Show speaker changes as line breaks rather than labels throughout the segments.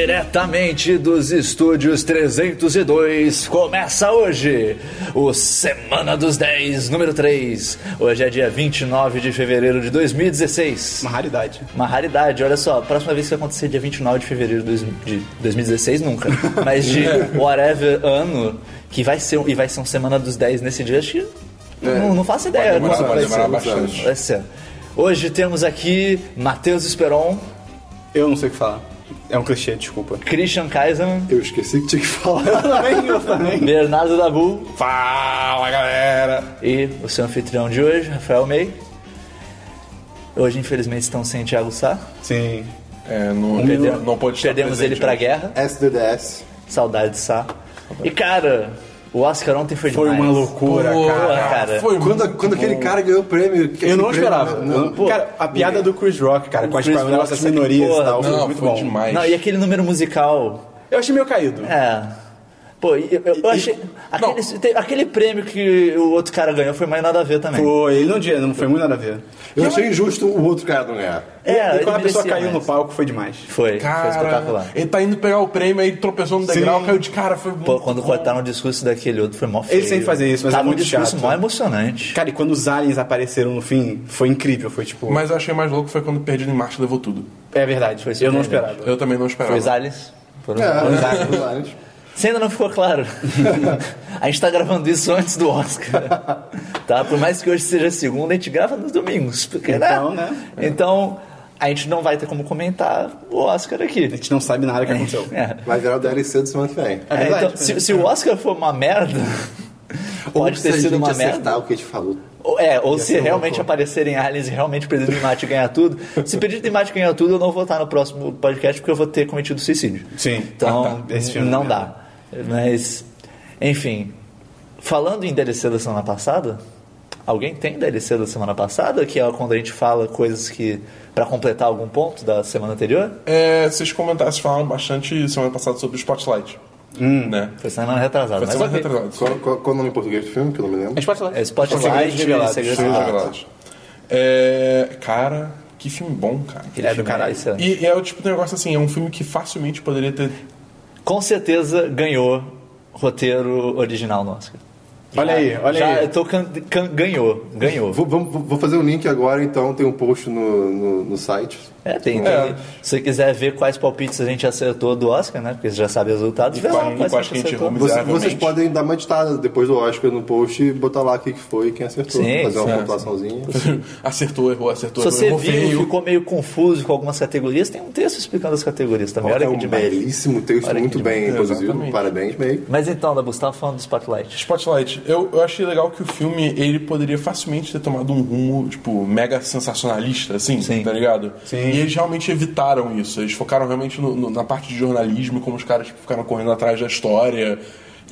Diretamente dos estúdios 302, começa hoje o Semana dos 10, número 3. Hoje é dia 29 de fevereiro de 2016.
Uma raridade.
Uma raridade, olha só, a próxima vez que vai acontecer dia 29 de fevereiro de dois- de 2016, nunca. Mas de
É.
whatever ano, que vai ser, um- e vai ser uma Semana dos 10 nesse dia, acho que. Não, não faço ideia.
É. demorar,
quando
vai
vai
demorar
ser.
bastante.
Vai ser. Hoje temos aqui Matheus Esperon,
Eu não sei o que falar. É um clichê, desculpa.
Christian Kaiser,
Eu esqueci que tinha que falar.
Eu também, eu também.
Bernardo Dabu.
Fala, galera!
E o seu anfitrião de hoje, Rafael May. Hoje, infelizmente, estão sem Thiago Sá.
Sim.
É, não,
Perdemos-
não pode estar
Perdemos
presente né?
ele pra
hoje.
guerra.
S2DS.
Saudade de Sá. E, cara, o Oscar ontem foi
Foi
demais.
uma loucura,
Pô,
cara.
cara.
Foi
Quando, quando aquele cara ganhou o prêmio. um- que
Eu não
aquele
esperava.
prêmio- não-
Pô, cara, a piada do Chris Rock, cara, com as
Chris
palavras das
Rock,
minorias
porra,
e tal, foi
Não,
muito
foi
bom.
demais.
Não, e aquele número musical.
Eu achei meio caído.
É. Pô, e eu, eu achei. Aquele, te- aquele prêmio que o outro cara ganhou foi mais nada a ver também.
Pô, ele não, tinha- não foi muito nada a ver.
Eu achei injusto o outro cara não ganhar.
É,
e
ele
quando a pessoa
merecia
caiu
mais.
no palco, foi demais.
Foi, foi
Cara,
espetacular.
ele tá indo pegar o prêmio, aí ele tropeçou no degrau, caiu de cara, foi
Pô,
muito
quando
bom.
cortaram o discurso daquele outro foi mó feio.
sempre fazem isso, mas é
Tava
muito
um discurso
chato.
mó emocionante.
Cara, e quando os aliens apareceram no fim, foi incrível. Foi tipo.
Mas eu achei mais louco foi quando Perdido em Marte levou tudo.
é verdade,
Foi
eu não
surpreendente.
esperava.
Eu também não
Tá
esperava.
Foi os aliens. Foram os aliens.
É,
Se ainda não ficou claro, a gente tá gravando isso antes do Oscar. Tá? Por mais que hoje seja segunda, a gente grava nos domingos. Porque,
Então,
né?
né?
Então, a gente não vai ter como comentar o Oscar
A
aqui.
gente não sabe nada que aconteceu.
É.
vai virar o DLC do semana que vem.
É
É,
verdade.
então, se, se o Oscar for uma merda, pode
Se
ter
a
sido
gente
uma
acertar
merda.
o que a gente falou.
Ou, é, ou se
ser uma
realmente
loucura.
aparecerem aliens e realmente o Perdido em Marte ganhar tudo. Se o Perdido em Marte ganhar tudo, eu não vou estar no próximo podcast porque eu vou ter cometido suicídio.
Sim.
Então,
Ah, tá. Esse filme é
não
uma
dá. Mas, enfim. Falando em DLC da semana passada, alguém tem DLC da semana passada? Que é quando a gente fala coisas que. pra completar algum ponto da semana anterior?
É, vocês comentaram, vocês falaram bastante semana passada sobre o Spotlight. Né?
Foi semana retrasada.
Foi
Mas é
semana
ok.
retrasada. Só
Qual, qual- qual o nome em português do filme, que eu não me lembro?
A gente pode falar.
É Spotlight,
Segredos revelados.
Segredos
Filmes
Revelados.
revelados. É, cara, que filme bom, cara.
Aquele
É do
filme
caralho.
excelente.
E, e é o tipo de negócio assim, é um filme que facilmente poderia ter.
Com certeza ganhou roteiro original no Oscar.
Olha aí, olha
Já
aí.
eu tô can- can- ganhou, ganhou.
Vou, vamos- vou fazer um link agora, então. Tem um post no, no, no site.
É, tem, tem-
É.
Se você quiser ver quais palpites a gente acertou do Oscar, né? Porque você já sabe os resultados. Vê lá
quais-
quais
quais
a
que a
gente
gente
acertou.
errou.
Você-
Miseravelmente.
vocês podem dar uma editada depois do Oscar no post e botar lá o que que foi e quem acertou.
Sim,
fazer uma
sim.
pontuaçãozinha.
acertou, errou, acertou,
Se você
errou,
viu
errou feio.
e ficou meio confuso com algumas categorias, tem um texto explicando as categorias também. Olha
É
que
um
demais.
belíssimo texto,
Olha que
muito bem
demais.
produzido.
Exatamente.
Parabéns, meio.
Mas então, Dabu, você tava falando do Spotlight.
Spotlight, eu, eu achei legal que o filme ele poderia facilmente ter tomado um rumo, tipo, mega sensacionalista, assim,
Sim.
tá ligado?
Sim.
E eles realmente evitaram isso. Eles focaram realmente no- no- na parte de jornalismo, como os caras tipo, ficaram correndo atrás da história.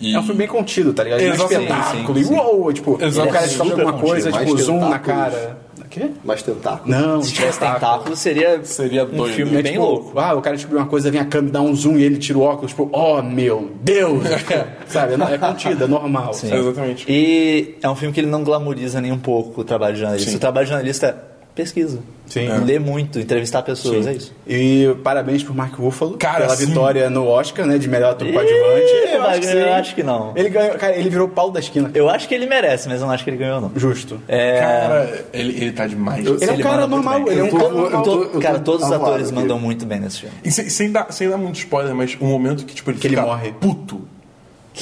E...
É um filme bem contido, tá ligado?
Exato.
Exatamente. espetáculo.
Sim,
E
sim, sim.
uou, tipo,
Exato.
o
Ele
cara
é
descobre
super
alguma coisa,
contido.
tipo,
Mais
zoom na
tentáculos.
cara. O quê?
Mas tentar.
Não,
Se tivesse tentáculo, seria,
Seria
um
doido.
filme
É,
bem
tipo,
louco.
Ah, o cara descobriu uma coisa, vem a câmera, dá um zoom e ele tira o óculos, tipo, oh meu Deus! Tipo, sabe? É contida, é normal.
É, Exatamente.
E é um filme que ele não glamoriza nem um pouco o trabalho de jornalista.
Sim.
O trabalho de jornalista é pesquisa.
Sim.
É. Ler muito, entrevistar pessoas,
Sim.
é isso.
E parabéns pro Mark Ruffalo
Cara,
pela
sim.
vitória no Oscar, né? De melhor ator coadjuvante.
Ih,
Eu acho que
eu
sim.
acho que não.
Ele ganhou, cara, ele virou o Paulo da esquina.
Eu acho que ele merece, mas eu não acho que ele ganhou, não.
Justo.
É...
Cara, ele, ele tá demais.
Ele é um cara
manda muito
normal,
bem.
ele é um
Eu tô-
cara
eu
normal.
tô-
To- Cara, todos os
abalado
atores
aqui.
mandam muito bem nesse filme.
E sem, sem dar, sem dar muito spoiler, mas o momento que, tipo, ele
Que ele
fica
morre.
puto.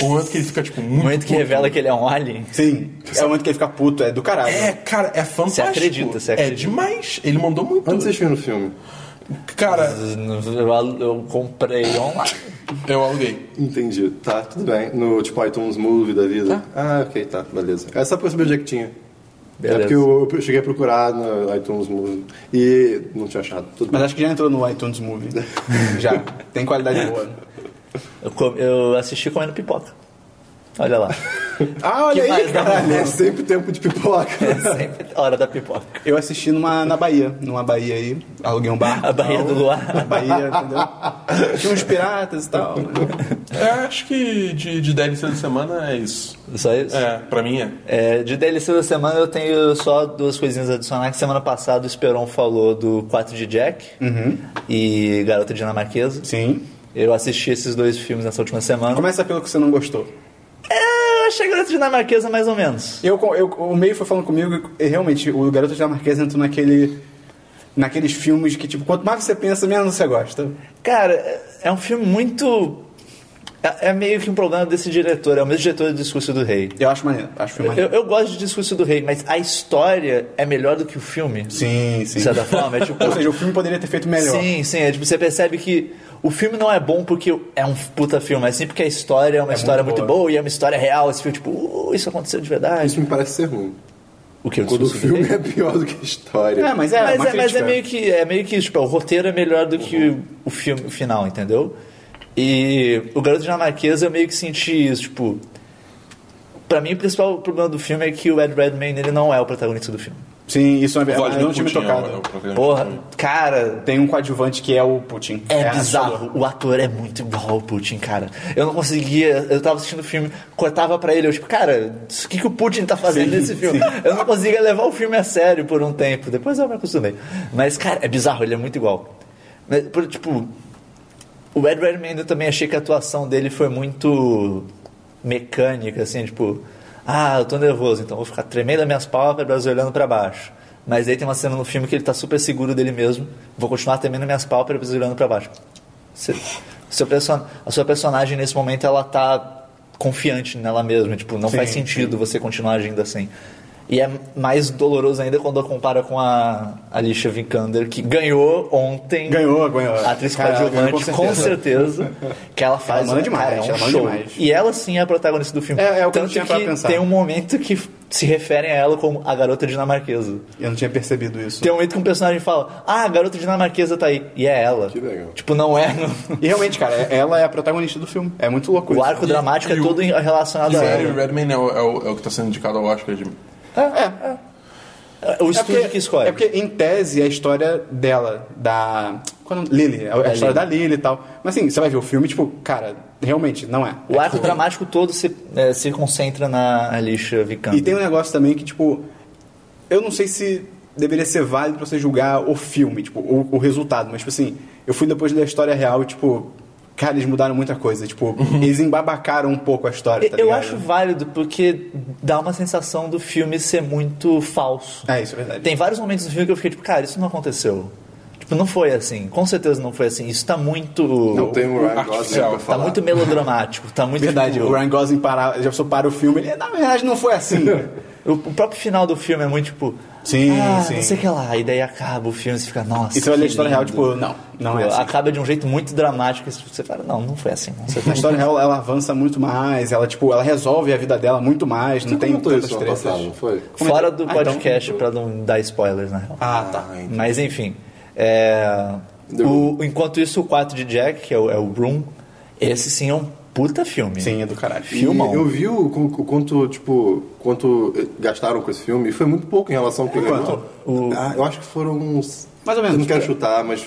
O momento que ele fica, tipo, muito
O momento que
puto.
revela que ele é um alien.
Sim. É o momento que ele fica puto, é do caralho.
É, cara, é fantástico.
acredita, você
É
acredita.
demais. Ele mandou muito.
Onde vocês viram o filme?
Cara,
Eu, eu comprei online.
eu aluguei.
Entendi. Tá, tudo bem. No tipo iTunes Movie da vida. Ah, ok, tá, beleza. É só pra eu saber onde é que tinha.
Beleza.
É porque eu, eu cheguei a procurar no iTunes Movie e não tinha achado. Tudo bem.
Mas acho que já entrou no iTunes Movie. já. Tem qualidade boa.
Eu, com- eu assisti comendo pipoca. Olha lá.
Ah, olha
Que mais,
aí, caralho.
É sempre tempo de pipoca.
É sempre hora da pipoca.
Eu assisti numa, na Bahia, numa Bahia aí, aluguei um bar.
A Bahia do
Na
Luar.
Bahia, entendeu? Tinha uns piratas e tal.
É, acho que de, de DLC da semana é isso.
Só isso?
É, pra mim é.
É, de DLC da semana eu tenho só duas coisinhas adicionais. Semana
Uhum.
passada o Esperon falou do 4 de Jack e Garota Dinamarquesa.
Sim.
Eu assisti esses dois filmes nessa última semana.
Começa pelo que você não gostou.
É, eu achei Garota Dinamarquesa mais ou menos.
Eu, eu- o meio foi falando comigo e realmente o Garoto Dinamarquês entrou naquele. Naqueles filmes que, tipo, quanto mais você pensa, menos você gosta.
Cara, é- é um filme muito... É, é meio que um problema desse diretor. É o mesmo diretor do Discurso do Rei.
Eu acho maneiro, acho filme
Eu,
maneiro.
eu gosto de Discurso do Rei, mas a história é melhor do que o filme.
Sim,
De certa forma, é tipo...
Ou seja, o filme poderia ter feito melhor.
Sim, sim. É, tipo, você percebe que o filme não é bom porque é um puta filme, é sim porque a história é uma história
muito
muito boa.
boa.
e é uma história real. Esse filme, tipo, uh, isso aconteceu de verdade.
Isso me parece ser ruim.
O que?
Quando o filme é pior do que a história.
É, mas é,
mas,
uma
é, mas é
crítica.
meio que é meio que tipo, o roteiro é melhor do que o filme o final, entendeu? E o garoto dinamarquês eu meio que senti isso, tipo, Pra mim o principal problema do filme é que o Ed Redmayne ele não é o protagonista do filme.
Sim, isso é verdade. Eu
Vladimir
não tinha me
Putin é o- é o
tocado.
protagonista
Porra,
do filme.
cara,
Tem um coadjuvante que é o Putin.
É,
assustador.
bizarro. O ator é muito igual ao Putin, cara. Eu não conseguia. Eu tava assistindo o filme, cortava pra ele, eu tipo, cara, o que, que o Putin tá fazendo
Sim,
nesse filme? Eu não conseguia levar o filme a sério por um tempo. Depois eu me acostumei. Mas, cara, é bizarro, ele é muito igual. Mas, por- tipo, o Ed Redmayne eu também achei que a atuação dele foi muito mecânica, assim, tipo, ah, eu tô nervoso, então vou ficar tremendo as minhas pálpebras e olhando pra baixo. Mas aí tem uma cena no filme que ele tá super seguro dele mesmo, vou continuar tremendo minhas pálpebras e olhando pra baixo. Você- seu person- a sua personagem nesse momento ela tá confiante nela mesma, tipo, não
Sim,
faz sentido você continuar agindo assim. E é mais doloroso ainda quando eu compara com a Alicia Vikander, que ganhou ontem
Ganhou, ganhou.
a atriz
Ah, Cara,
coadjuvante,
ganhou,
com
com
certeza, que ela faz
Ela manda demais,
cara, é um
ela manda
show.
demais.
E ela sim é a protagonista do filme.
É- é o que eu
Tanto
tinha pra pensar.
tem um momento que se referem a ela como a garota dinamarquesa.
Eu não tinha percebido isso.
Tem um momento que um personagem fala, ah, a garota dinamarquesa tá aí. E é ela.
Que legal.
Tipo, não é.
E realmente, cara, ela é a protagonista do filme. É muito louco
O
isso.
arco dramático
e
é
o-
todo em- relacionado
E
a
o Eddie
ela.
Redmayne é o, é o- é o que tá sendo indicado ao Oscar de...
O
É
estúdio
porque-
que escolhe.
É porque, em tese, a história dela, da. Qual é o nome? Lily. A, a história da Lily e tal. Mas assim, você vai ver o filme, tipo, cara, realmente, não é.
O arco dramático todo se, é, se concentra na Alicia Vikander.
E tem um negócio também que, tipo, eu não sei se deveria ser válido pra você julgar o filme, tipo, o, o resultado, mas, tipo assim, eu fui depois da história real e, tipo, cara, eles mudaram muita coisa, tipo, eles embabacaram um pouco a história, tá
Uhum. Eu
ligado?
acho válido porque dá uma sensação do filme ser muito falso.
É, isso é verdade.
Tem vários momentos do filme que eu fiquei tipo, cara, isso não aconteceu. Tipo, não foi assim. Com certeza não foi assim. Isso tá muito.
Não tem o Ryan
Artificial.
Gosling pra
Tá
tá
falar.
muito melodramático. Tá muito.
Verdade,
tipo,
o Ryan Gosling para, já só para o filme, ele, na verdade, não foi assim.
o, o próprio final do filme é muito tipo.
Sim,
ah,
sim.
Não sei o que lá. E daí acaba o filme e você fica, nossa.
E você olha a história real,
lindo.
tipo, não, não é
Tipo,
assim.
Acaba de um jeito muito dramático. e Você fala, não, não foi assim. Não sei.
Na história real, ela avança muito mais, ela, tipo, ela resolve a vida dela muito mais, não
Você
tem
comentou
tantas
isso ano um passado,
trechas.
não foi?
Fora do
Ah, então-
podcast, pra não dar spoilers, na real.
Ah, tá.
Mas enfim. é,
The
o-
Room.
enquanto isso, o 4 de Jack, que é o, é o Room, esse sim é um puta filme.
Sim, é do caralho.
E eu vi o, com- o quanto, tipo, quanto eh, gastaram com esse filme e foi muito pouco em relação ao que ganhou.
O-
Ah, eu acho que foram uns.
Mais ou menos,
Eu não quero
tipo,
chutar, mas.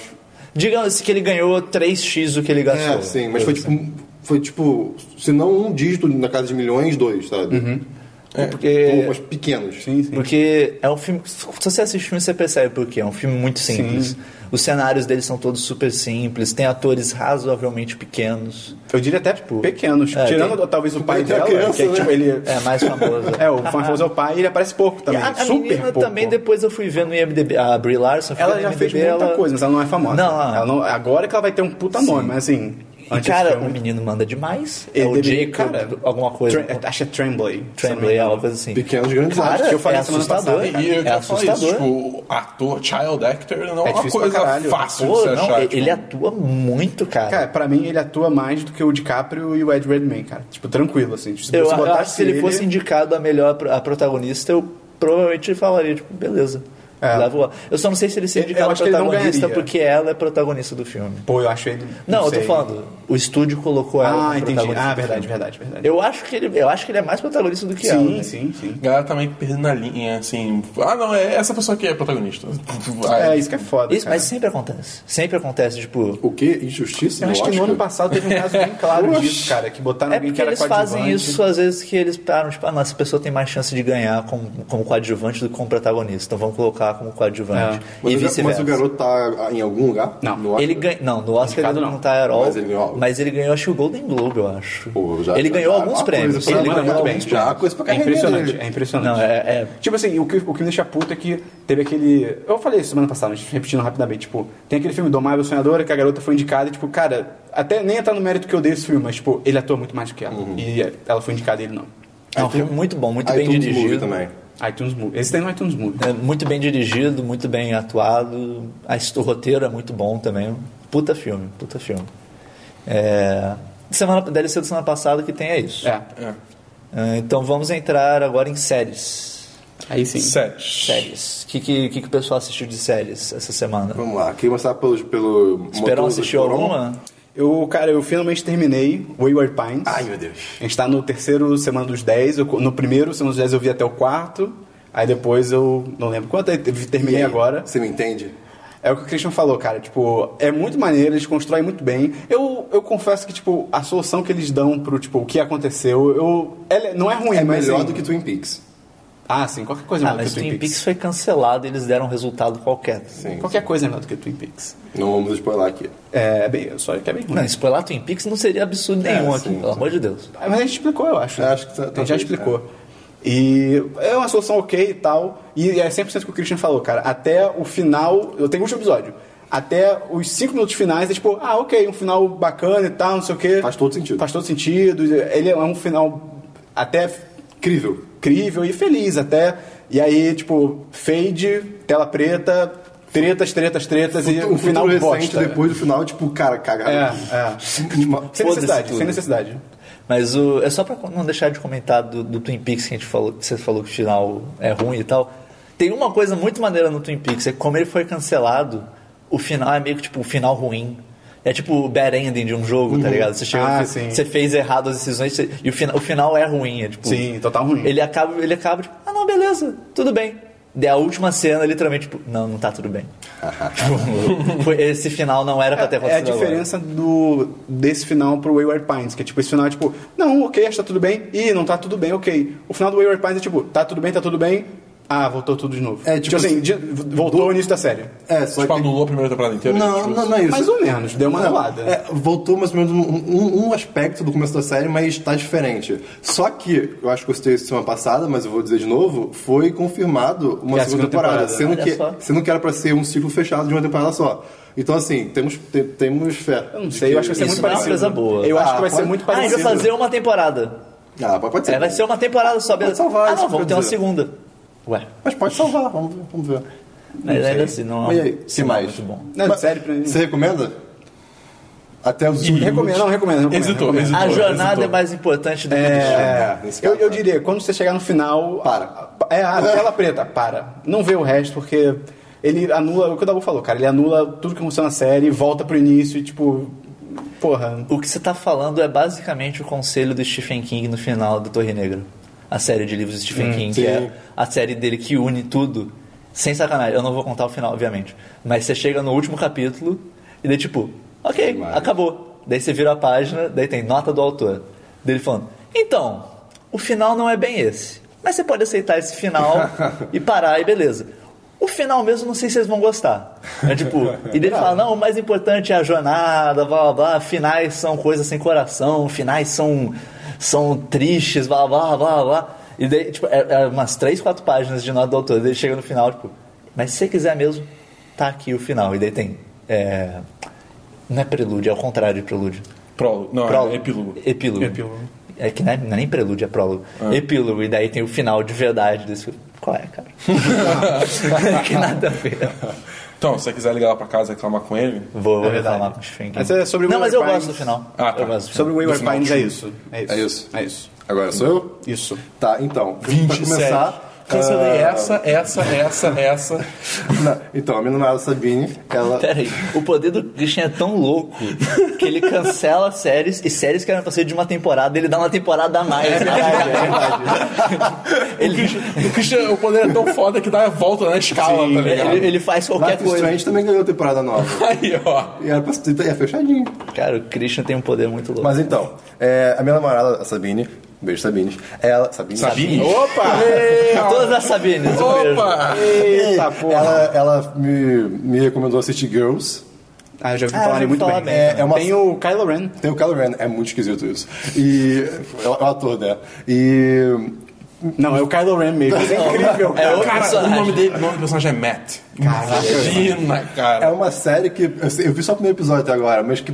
Digamos que ele ganhou 3x o que ele gastou.
É, sim, mas foi tipo. Foi tipo, se não um dígito na casa de milhões, dois, sabe? Tipo,
é-
Porque,
mas pequenos.
Uhum. Sim, sim.
porque é um filme. Se você assiste o filme, você percebe por quê. É um filme muito simples. Os cenários dele são todos super simples, tem atores razoavelmente pequenos.
Eu diria até tipo, pequenos.
é,
Tirando
tem-
talvez o pai
tem a
dela,
criança,
que é, tipo,
né?
ele.
É mais famoso.
É, o famoso é o pai e ele aparece pouco
E
também.
a, a
super
menina
pouco.
também, depois eu fui ver no IMDB, a Brie Larson. eu fui
Ela
ver
já
no
fez
IMDb,
muita
ela-
coisa, mas ela não é famosa.
Não, não.
Ela não- agora que ela vai ter um puta nome, mas assim.
E,
Antes
cara,
do
o
filme,
menino manda demais.
ele
é o
deveria-
Jacob,
cara,
alguma coisa.
Tre- acho que é Tremblay. se eu não me
Tremblay,
engano.
alguma coisa assim.
Pequenos, grandes
Cara,
atos.
que eu falei
é
semana
assustador.
passada, cara.
E eu
é
quero falar isso,
assustador.
tipo, ator, child actor, não
É
é uma
difícil pra
coisa
caralho.
fácil
Pô,
de se
não,
achar.
ele é
tipo,
atua muito, cara.
Cara, pra mim ele atua mais do que o DiCaprio e o Ed Redmayne, cara. Tipo, tranquilo, assim. Se
eu,
você
eu acho que
botasse
se ele fosse indicado a melhor pro- a protagonista, eu provavelmente falaria, tipo, beleza.
É.
Leva o- Eu só não sei se ele seria
Eu- eu
indicado a
acho que ele não
protagonista,
ganharia.
porque ela é protagonista do filme.
Pô, eu acho ele.
Não, eu tô
sei.
falando, o estúdio colocou ela
Ah,
como
entendi.
protagonista
Ah,
do
verdade,
filme.
verdade, verdade.
Eu acho que ele, eu acho que ele é mais protagonista do que ela.
Sim,
né?
sim, sim.
A galera tá meio perdendo a linha, assim. Ah, não, é essa pessoa aqui é a protagonista.
É, isso que é foda.
Isso,
cara.
mas sempre acontece. Sempre acontece, tipo,
O quê? Injustiça?
Eu
no
acho que no
Oscar?
ano passado teve um caso bem claro disso, cara, que botaram
É
alguém
porque
que era
eles fazem
coadjuvante.
isso às ah, vezes que eles param, tipo, ah, não, essa pessoa tem mais chance de ganhar como, como coadjuvante do que como protagonista, então vamos colocar como coadjuvante.
Mas,
E
o ga- É. mas
vice-versa.
o garoto tá ah, em algum lugar?
Não.
No Oscar?
Ele ganha, não, no Oscar
Indicado
ele não,
não.
tá at all,
Mas ele ganhou-
mas ele ganhou, acho que o Golden Globe, eu acho.
Pô, já-
ele
já-
ganhou
já-
alguns
uma
prêmios.
coisa
ele
pra ele,
manda
ganhou
muito
alguns
bem.
prêmios.
Já há coisa pra
É
carregar
impressionante,
dele.
é impressionante.
Não, é, é-
Tipo assim, o que, o que me deixa puto é que teve aquele. Eu falei isso semana passada, mas repetindo rapidamente. Tipo, tem aquele filme Domável Sonhadora que a garota foi indicada e, tipo, cara, até nem entrar no mérito que eu dei esse filme, mas, tipo, ele atua muito mais do que ela. E é, ela foi indicada e ele não.
é um filme muito bom, muito bem
iTunes Movie
dirigido.
Ah, então também.
iTunes Movie. Esse tem no iTunes Movie.
É muito bem dirigido, muito bem atuado. A his- O roteiro é muito bom também. Puta filme, puta filme. É... Semana, DLC da semana passada que tem é isso.
É,
É.
É, Então vamos entrar agora em séries.
aí sim.
Sete.
Séries. O que, que, que, que o pessoal assistiu de séries essa semana?
Vamos lá, queria começar pelos, pelo.
Esperão
motor do
assistiu
Esperon.
alguma?
Eu, cara, eu finalmente terminei Wayward Pines.
Ai meu Deus.
A gente tá no terceiro semana dos 10. Eu co- no primeiro semana dos 10 eu vi até o quarto. Aí depois eu não lembro quanto, aí te-
E
terminei
aí,
agora.
Você me entende?
É o que o Christian falou, cara. Tipo, é muito maneiro, eles constroem muito bem. Eu, eu confesso que, tipo, a solução que eles dão pro, tipo, o que aconteceu, eu. ela é- não é ruim,
É
mas.
melhor
assim-
do que Twin Peaks.
Ah, sim, qualquer coisa é
Ah,
melhor do
mas
que Twin, Peaks.
Peaks foi cancelado, eles deram um resultado qualquer.
Sim.
Qualquer coisa é melhor do que Twin Peaks.
Não vamos spoiler aqui.
É, bem, só que é bem ruim.
Não, spoiler Twin Peaks não seria absurdo
É,
nenhum
sim,
aqui,
sim.
pelo amor de Deus.
Ah, Mas a gente explicou, eu acho.
Eu acho que tá-
a gente já
talvez,
explicou. é. E é uma solução ok e tal. E é 100% o que o Christian falou, cara. Até o final. Eu tenho o último episódio. Até os 5 minutos finais é tipo, ah, ok, um final bacana e tal, não sei o quê.
Faz todo sentido.
Faz todo sentido. Ele é um final até
Incrível.
incrível e feliz até. E aí, tipo, fade, tela preta, tretas, tretas, tretas e
o
um final
futuro recente
bosta.
depois do final, tipo, cara, Tipo,
É,
cagado.
é.
Uma-
Sem
Foda-se
necessidade,
tudo.
sem necessidade.
Mas o, é só pra não deixar de comentar do, do Twin Peaks que a gente falou, que você falou que o final é ruim e tal. Tem uma coisa muito maneira no Twin Peaks, é que como ele foi cancelado, o final é meio que tipo o final ruim. É tipo o bad ending de um jogo, tá ligado? Você, chega,
Ah,
no fi-
sim.
você fez errado as decisões você- e o, fina, o final é ruim. É, tipo,
Sim, total ruim.
Ele acaba, ele acaba tipo, ah não, beleza, tudo bem. Daí a última cena, literalmente, tipo, não, não tá tudo bem. Tipo, foi- esse final não era pra ter
É a
acontecido tá agora.
diferença do, desse final pro Wayward Pines, que é tipo, esse final é tipo, não, ok, acho que tá tudo bem, e não tá tudo bem, ok. O final do Wayward Pines é tipo, tá tudo bem, tá tudo bem, ah, voltou tudo de novo.
É, tipo
assim,
assim,
de- voltou o início da série.
É, só
Tipo,
que.
anulou a primeira temporada inteira.
Não,
tipo,
não, não é isso.
Mais ou menos, deu uma anulada.
É, voltou mais ou menos um, um- um aspecto do começo da série, mas tá diferente. Só que, eu acho que eu citei isso semana passada, mas eu vou dizer de novo, foi confirmado uma
É a
segunda,
segunda
temporada,
temporada,
sendo,
olha
que,
só.
sendo que era pra ser um ciclo fechado de uma temporada só. Então, assim, temos, te- temos fé.
Eu não sei, eu acho que vai ser
Isso não é uma
muito parecido.
coisa boa.
Eu acho
Ah, tá,
que vai ser
pode-
muito
Ah, a gente
parecido.
vai fazer uma temporada.
Ah, mas pode ser.
É, vai ser uma temporada só, beleza?
salvar,
ah,
isso
não,
que
vamos
eu
ter uma
dizer.
segunda. Ué,
Mas pode salvar, vamos, ver, vamos ver.
mas
sei.
ainda assim, não
Mas e aí,
um
que
sinal
mais?
muito bom.
Não,
Mas-
sério pra mim.
Você recomenda? Até os últimos
Recomendo, não, recomendo. recomendo,
Hesitou,
recomendo.
hesitou.
A jornada
hesitou.
é mais importante do que o destino.
É,
É, nesse
eu,
caso,
eu
tá.
diria, quando você chegar no final.
Para.
É, a tela preta, para. Não vê o resto, porque ele anula. O que o Dabu falou, cara, ele anula tudo que aconteceu na série, volta pro início e tipo. Porra.
O que você tá falando é basicamente o conselho do Stephen King no final do Torre Negra. A série de livros do Stephen King, que
sim.
é a série dele que une tudo. Sem sacanagem, eu não vou contar o final, obviamente. Mas você chega no último capítulo e daí tipo, ok,
Demais.
acabou. Daí você vira a página, daí tem nota do autor. Dele falando, então, o final não é bem esse. Mas você pode aceitar esse final e parar e beleza. O final mesmo, não sei se vocês vão gostar. É tipo, e daí ele fala, não, o mais importante é a jornada, blá blá blá, finais são coisas sem coração, finais são, são tristes, blá blá blá blá. E daí, tipo, é, é umas três, quatro páginas de nota do autor, daí ele chega no final, tipo, mas se você quiser mesmo, tá aqui o final. E daí tem. é, não é prelúdio, é o contrário de prelúdio.
Prólogo. Não,
Prólogo.
é epílogo.
Epílogo.
Epílogo. Ah.
É que não é, não é nem prelúdio, é prólogo. Epílogo, e daí tem o final de verdade desse. Qual é, cara? que nada a ver.
Então, se você quiser ligar lá pra casa e reclamar com ele...
Vou, vou
É verdade.
reclamar com o Stephen King.
Mas é sobre
não,
Will
mas eu
Pines.
gosto do final.
Ah, tá.
Eu gosto do final.
Sobre o Wayward
No final,
Pines é
tipo,
isso. É isso.
é isso.
É isso.
Agora sou eu?
Isso.
Tá, então. Pra
27.
começar.
Cancelei
ah,
essa, essa, essa, essa.
Não, então, a minha namorada Sabine, ela.
Peraí, o poder do Christian é tão louco que ele cancela séries e séries que eram pra ser de uma temporada, ele dá uma temporada a
É
mais. né?
O Christian- O Christian, o poder é tão foda que dá a volta na escala, tá ligado?
ele, ele faz qualquer
Life is
coisa.
Strange também ganhou temporada nova.
Aí, ó.
E era pra ser é fechadinho.
Cara, o Christian tem um poder muito louco.
Mas então, é, a minha namorada, a Sabine, Beijo, Sabines. Ela. Sabines?
Sabine?
Opa!
Todas as Sabines, um beijo.
Opa!
Eita porra!
Ela, ela me, me recomendou assistir Girls.
Ah, eu já ouvi
Ah, já ouvi
falarem muito
falar
bem.
bem,
cara. É uma-
Tem o Kylo Ren.
Tem o Kylo Ren, é muito esquisito isso. E. É o ator dela. E.
Não, é o Kylo Ren mesmo. Isso é incrível,
É
cara.
outro
Cara,
personagem.
o nome dele, o nome do personagem é Matt. Imagina,
É
cara.
uma série que eu sei- eu vi só o primeiro episódio até agora, mas que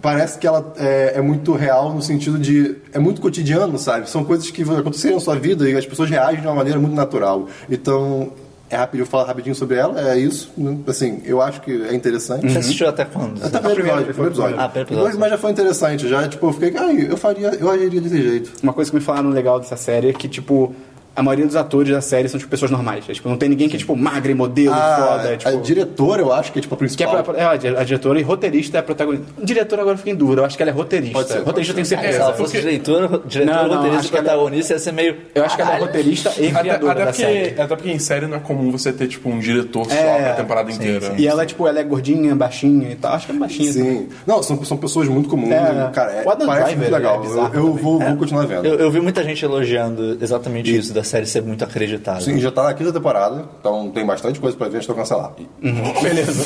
parece que ela é, é muito real no sentido de é muito cotidiano, sabe? São coisas que aconteceram na sua vida e as pessoas reagem de uma maneira muito natural. Então é rápido, eu falo rapidinho sobre ela, é isso. né? Assim, eu acho que é interessante.
Hum.
Você assistiu até quando?
Até o Tá primeiro episódio, primeiro episódio.
Ah, primeiro episódio.
Mas, mas já foi interessante, já tipo, eu fiquei, ai, eu faria, eu agiria desse jeito.
Uma coisa que me falaram legal dessa série é que, tipo, a maioria dos atores da série são, tipo, pessoas normais. É, tipo, não tem ninguém que é, tipo, magre, modelo, foda. É,
Ah, a
tipo,
diretora, eu acho que é tipo a
que é,
principal.
pra- é, a di- a diretora e roteirista é a protagonista. Diretora agora eu fiquei em dúvida, eu acho que ela é roteirista.
Pode ser,
roteirista eu tenho
Se
certeza.
ela fosse diretora, diretora,
Não, não,
roteirista,
acho que ela-
é-
protagonista, ia ser meio.
Eu acho que ela é
"Caralho".
roteirista e
Até,
criadora
até
da série.
porque, até porque em série não é comum você ter, tipo, um diretor só
É,
pra temporada inteira.
E ela, tipo, ela é gordinha, baixinha e tal. Acho que é baixinha. também.
Sim. Não, são, são pessoas muito comuns.
É.
e, Cara, é,
O Adam
parece
Driver
muito
é
legal.
bizarro
eu eu
também.
vou, vou continuar vendo.
Eu, eu vi muita gente elogiando exatamente isso, da série ser muito É, acreditável.
Sim, já tá na quinta temporada, então tem bastante coisa pra ver, estou cancelar.
Uhum.
Beleza.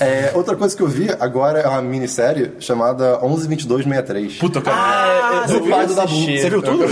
É, outra coisa que eu vi agora é uma minissérie chamada 112263.
Puta, cara.
Ah, eu, eu,
vi
eu
do Dabu.
assisti.
Você viu tudo?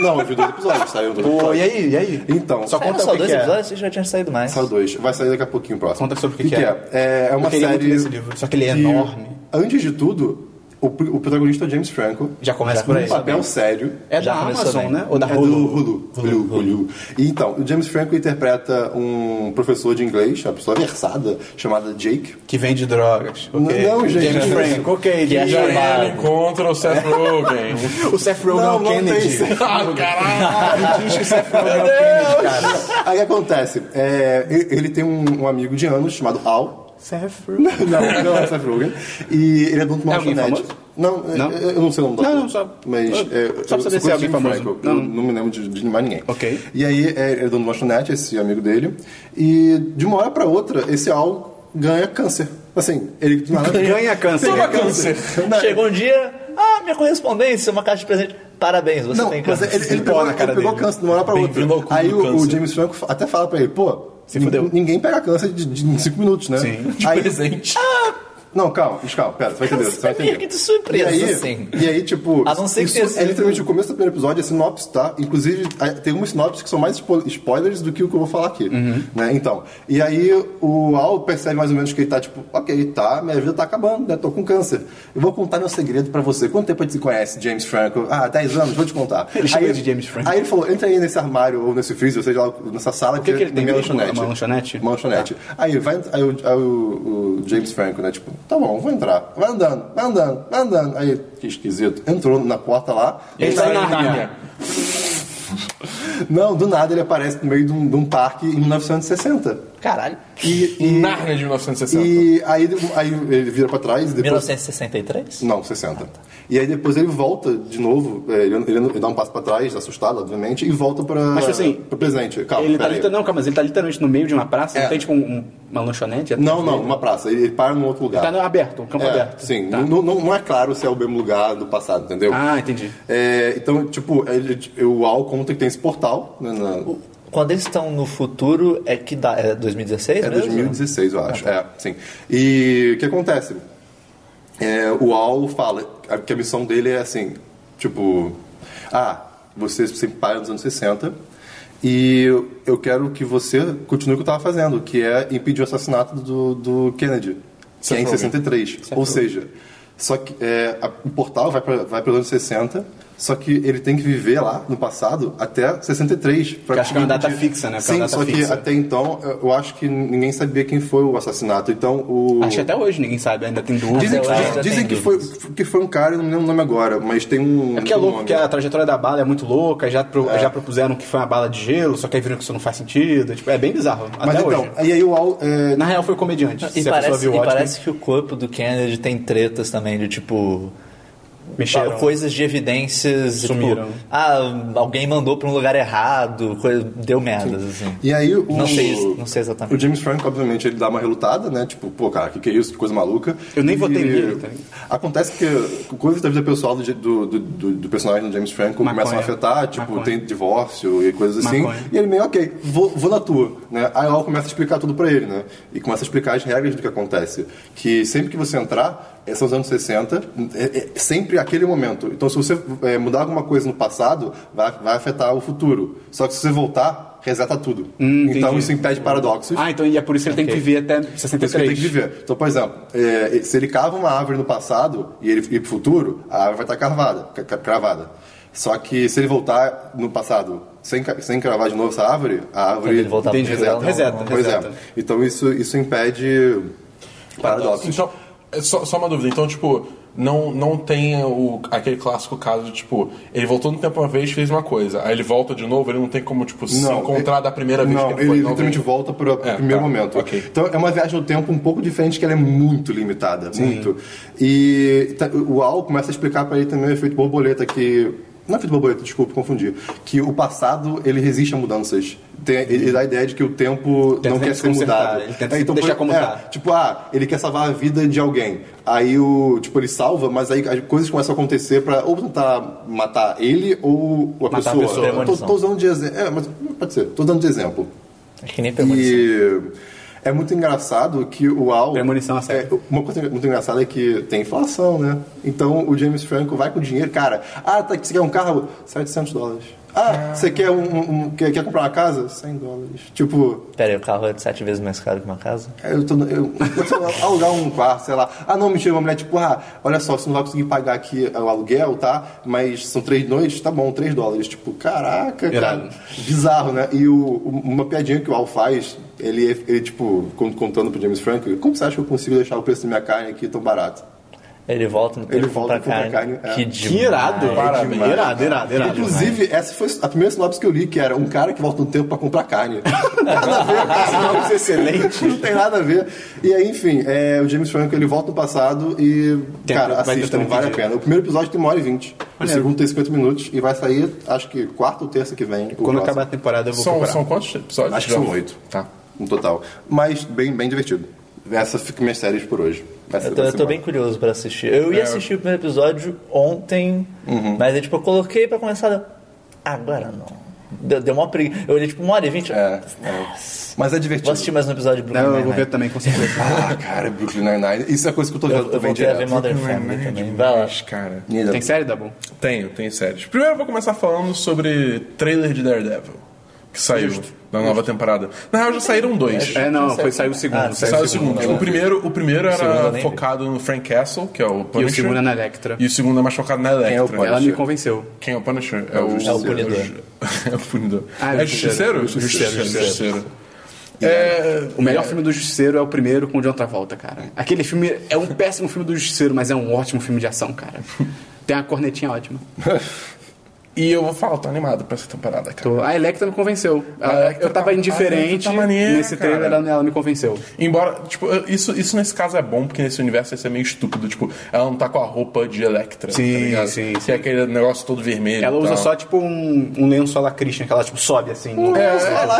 Não, eu vi dois episódios, saiu dois
Pô, e
episódios.
aí, e aí?
Então, só
Era
conta
só
o que
dois
que é.
episódios e já tinha saído mais.
Saiu dois, vai sair daqui a pouquinho o próximo.
Conta sobre o que
que,
que é.
é? é? é uma
Eu queria muito
série.
ler esse livro, só que ele é enorme.
Antes de tudo, o, pr- o protagonista é o James Franco.
Já começa
com
por aí.
Um papel sério.
É
Já
da
começou
Amazon,
bem.
né? Ou da
é do
Hulu.
Hulu. Hulu, Hulu. E então, o James Franco interpreta um professor de inglês, uma pessoa versada, chamada Jake.
Que vende drogas. ok.
Não, gente.
James Franco, ok.
Que é
Já
James-
chamado.
ele contra o Seth Rogen.
O Seth Rogen é o Kennedy.
tem.
ah, caralho.
Ele diz que o Seth Rogen é o Kennedy, cara.
Aí o que acontece, é, ele ele tem um, um amigo de anos chamado Al.
Seth Rogen.
Não, não é Seth Rogen. E ele é dono de uma
É alguém
lanchonete.
famoso?
Não, é-
Não?
eu não sei o nome do
Não,
ator,
não, só-
Mas,
só-
é,
só pra
eu-
saber
eu
se é alguém
conheço o
famoso.
Franco, eu
Não.
não. me lembro de, de mais ninguém.
Ok.
E aí é, ele é dono de uma lanchonete, esse amigo dele. E de uma hora pra outra, esse Al ganha câncer. Assim, ele do nada
Ganha câncer.
Toma câncer.
Não,
Chegou um dia, ah, minha correspondência, uma caixa de presente. Parabéns, você
Não,
tem
mas
câncer.
ele, ele
Pó
pegou,
na
na
cara
cara ele pegou
dele.
câncer de uma hora pra outra.
Bem-vindo ao clube
Aí
do
o, o
câncer.
James Franco até fala pra ele, pô, nin-
fudeu.
ninguém pega câncer de, de, em cinco minutos, né?
Sim.
De
Aí,
presente.
não, calma, mas calma, pera, você vai entender,
Câncer
você vai
é meio
entender.
que de surpresa,
e aí,
assim.
E aí, tipo,
A não ser que
isso
tenha sido-
é literalmente o começo do primeiro episódio, é sinopse, tá? Inclusive, a- tem algumas sinopses que são mais spo- spoilers do que o que eu vou falar aqui,
Uhum.
né? Então, e aí o Al percebe mais ou menos que ele tá, tipo, ok, tá, minha vida tá acabando, né? Tô com câncer. Eu vou contar meu segredo pra você. Quanto tempo a gente se conhece, James Franco? Ah, 10 anos, vou te contar.
Ele chama
Aí-
de James Franco.
Aí ele falou, entra aí nesse armário ou nesse freezer, ou seja, lá nessa sala
que que ele
na
tem
minha
mesmo? Uma lanchonete?
Uma lanchonete. Aí vai aí o, aí o- o James Franco, né? Tipo, tá bom, vou entrar. Vai andando, vai andando, vai andando. Aí, que esquisito. Entrou na porta lá.
Ele tá em Nárnia.
Não, do nada ele aparece no meio de um, de um parque em 1960.
Caralho.
E,
Em
e,
Nárnia de 1960.
e aí, aí ele vira pra trás e depois.
1963?
Não, 60. E aí depois ele volta de novo, é, ele, ele- ele dá um passo pra trás, assustado, obviamente, e volta pra,
Mas, assim,
pro presente. Calma,
Ele tá
peraí.
literalmente, não, calma, mas ele tá literalmente no meio de uma praça,
É.
não tem tipo um- um- uma lanchonete? atrás
Não, não,
dele?
uma praça. Ele, ele para num outro lugar.
Tá no- aberto, um campo
É,
aberto.
Sim,
Tá.
não, não- não é claro se é o mesmo lugar do passado, entendeu?
Ah, entendi.
É, então, tipo, ele- o Al conta que tem esse portal, né, na-
Quando eles estão no futuro, é que dá. É 2016?
é
mesmo?
2016,
Ah,
eu
tá.
acho. É, sim. E o que acontece? É, o Al fala que a missão dele é assim, tipo, ah, você sempre para nos anos 60 e eu quero que você continue o que eu estava fazendo, que é impedir o assassinato do, do Kennedy, que é em
Rogen.
63. Ou seja, só que é, a- o portal vai para vai os anos 60, só que ele tem que viver lá no passado até 63 pra
Que acho que é uma data
conseguir-
fixa, né? Porque é
Sim,
uma data
só que
fixa.
até então eu acho que ninguém sabia quem foi o assassinato. Então o
Acho que até hoje ninguém sabe, ainda tem dúvida.
dizem,
Até
que,
lá
diz-
ainda
dizem
tem
que foi que foi um cara, eu não me lembro o nome agora, mas tem É. um
É porque é
um
louco,
nome.
porque a trajetória da bala é muito louca, já, pro- já propuseram que foi uma bala de gelo, só que aí viram que isso não faz sentido. Tipo, é bem bizarro,
Mas
até
então,
hoje.
aí aí o Al é,
Na real foi o comediante,
E,
se a pessoa
parece,
viu
e
ótimo.
parece que o corpo do Kennedy tem tretas também, de tipo.
Mexeram.
coisas de evidências. tipo,
Sumiram.
ah, alguém mandou pra um lugar errado, coisa, deu merdas, assim.
E aí o.
Não sei- não sei exatamente.
O James Franco, obviamente, ele dá uma relutada, né? Tipo, pô, cara, que que é isso? Que coisa maluca.
Eu nem
E
votei nele, tá ligado?
Acontece que coisas da vida pessoal do, do, do- do personagem do James Franco
Maconha.
começam a afetar, tipo,
Maconha.
tem divórcio e coisas assim.
Maconha.
E ele meio, ok, vou, vou na tua, né? Aí ela começa a explicar tudo pra ele, né? E começa a explicar as regras do que acontece. Que sempre que você entrar, eh, são os anos 60, é, é sempre aquele momento. Então, se você eh, mudar alguma coisa no passado, vai, vai afetar o futuro. Só que se você voltar, reseta tudo. então,
Hum, entendi.
isso impede paradoxos.
Ah, então e é por isso que ele tem que viver até
Por isso que ele tem que
63.
viver. Então, por exemplo, é, se ele cava uma árvore no passado e ele ir pro futuro, a árvore vai estar carvada, ca- ca- cravada. Só que se ele voltar no passado sem, ca- sem cravar de novo essa árvore, a árvore
ele voltar pro
Entendi.
futuro,
ela não-
Pois é.
reseta.
Então isso, isso impede paradoxos.
Só, é só, só uma dúvida. Então, tipo, não, não tem o, aquele clássico caso de, tipo, ele voltou no tempo uma vez fez uma coisa. Aí ele volta de novo, ele não tem como, tipo, se encontrar
ele-
da primeira vez
não,
que ele,
ele
foi.
literalmente volta para o
É,
primeiro
tá.
momento.
Ok.
Então é uma viagem no tempo um pouco diferente, que ela é muito limitada, muito. E ta- o Al começa a explicar para ele também o efeito borboleta que não é efeito borboleta, desculpa, confundi. Que o passado ele resiste a mudanças. Tem, ele dá a ideia de que o tempo
Tenta
não quer ser
desconcertar,
mudado.
ele tenta
É,
deixar
por-
como
é,
tá.
Tipo, ah, ele quer salvar a vida de alguém. Aí o. Tipo, ele salva, mas aí as coisas começam a acontecer pra ou tentar matar ele ou a
Matar a
pessoa.
pessoa.
Eu tô- tô usando de exemplo. É, mas pode ser, tô dando de exemplo.
É que nem permaneceu.
E é muito engraçado que o Al.
Premonição acerta.
é, Uma coisa muito engraçada é que tem inflação, né? Então o James Franco vai com dinheiro, cara. Ah, tá, você quer um carro? 700 dólares. Ah, você quer, um, um- um- quer, quer comprar uma casa? 100 dólares. Tipo,
Pera aí, o carro é sete vezes mais caro que uma casa?
É, eu tô. Eu, eu tô alugar um quarto, sei lá. Ah, não, mentira, uma mulher, tipo, ah, olha só, você não vai conseguir pagar aqui é, o aluguel, tá? Mas são três noites, tá bom, três dólares. Tipo, caraca,
Irado.
cara. Bizarro, né? E o- uma piadinha que o Al faz, ele, ele tipo, con- contando pro James Franco, como você acha que eu consigo deixar o preço da minha carne aqui tão barato?
Ele volta no tempo
Ele
pra
volta pra
carne.
carne, é.
Que,
Que irado.
demais.
Parabéns.
Irado, irado, irado, irado.
Inclusive, essa foi a primeira sinopse que eu li, que era um cara que volta no tempo pra comprar carne. nada a ver, cara.
Sinopse excelente.
Não tem nada a ver. E aí, enfim, é, o James Franco ele volta no passado e.
Tem-
cara,
vai
assistam,
tentando
vale a
pedir.
pena. O primeiro episódio tem uma hora e vinte. O
Maneiro.
segundo tem 50 minutos e vai sair, acho que quarta ou terça que vem. o
Quando
próximo,
acabar a temporada eu vou
um
São,
procurar.
são quantos episódios?
Acho que
já?
são oito.
Tá.
No total. Mas bem, bem divertido. Essa fica minhas séries por hoje. Essa,
Eu tô, eu tô bem curioso pra assistir. Eu ia
É.
assistir o primeiro episódio ontem, mas aí, tipo, eu coloquei pra começar. Agora não. Deu, deu uma preguiça. Eu olhei tipo uma hora e vinte.
É, Mas é divertido.
Vou assistir mais um episódio do
Não, eu vou ver
Nine-Nine.
também, com certeza.
Ah, cara, Brooklyn Nine-Nine. Isso é coisa que eu tô vendo
Eu, eu
também
voltei a ver
direto.
Modern Family também. Vai lá.
Mas, cara.
Tem série, tá bom?
Tenho, tenho séries. Primeiro eu vou começar falando sobre trailer de Daredevil, que saiu da nova temporada. Na real, já saíram dois.
É, não, foi sair o segundo.
Ah,
saiu
Saiu o segundo.
né?
O primeiro, o primeiro
segundo eu
era
nem vi.
focado no Frank Castle, que é o Punisher.
E o segundo é na Electra.
E o segundo é mais focado na Electra.
é o Punisher?
Ela me convenceu.
Quem é o Punisher? É o,
É o
punidor.
É o punidor.
Ah,
é o justiceiro?
Justiceiro, justiceiro.
É,
O melhor filme do Justiceiro é o primeiro com o John Travolta, cara. Aquele filme é um péssimo filme do Justiceiro, mas é um ótimo filme de ação, cara. Tem uma cornetinha ótima.
E eu vou falar, eu tô animado pra essa temporada, cara.
Tô- A Electra me convenceu. Ela-
Electra
eu tava
tá- a
indiferente
Electra tá maneira,
nesse trailer,
cara.
ela, ela me convenceu.
Embora, tipo, eu- isso, isso nesse caso é bom, porque nesse universo isso é meio estúpido. Tipo, ela não tá com a roupa de Electra.
Sim,
tá ligado?
sim,
Que
sim.
é aquele negócio todo vermelho.
Ela
e
usa
tal.
só, tipo, um, um lenço à la Christian, que ela, tipo, sobe assim. Um
Olha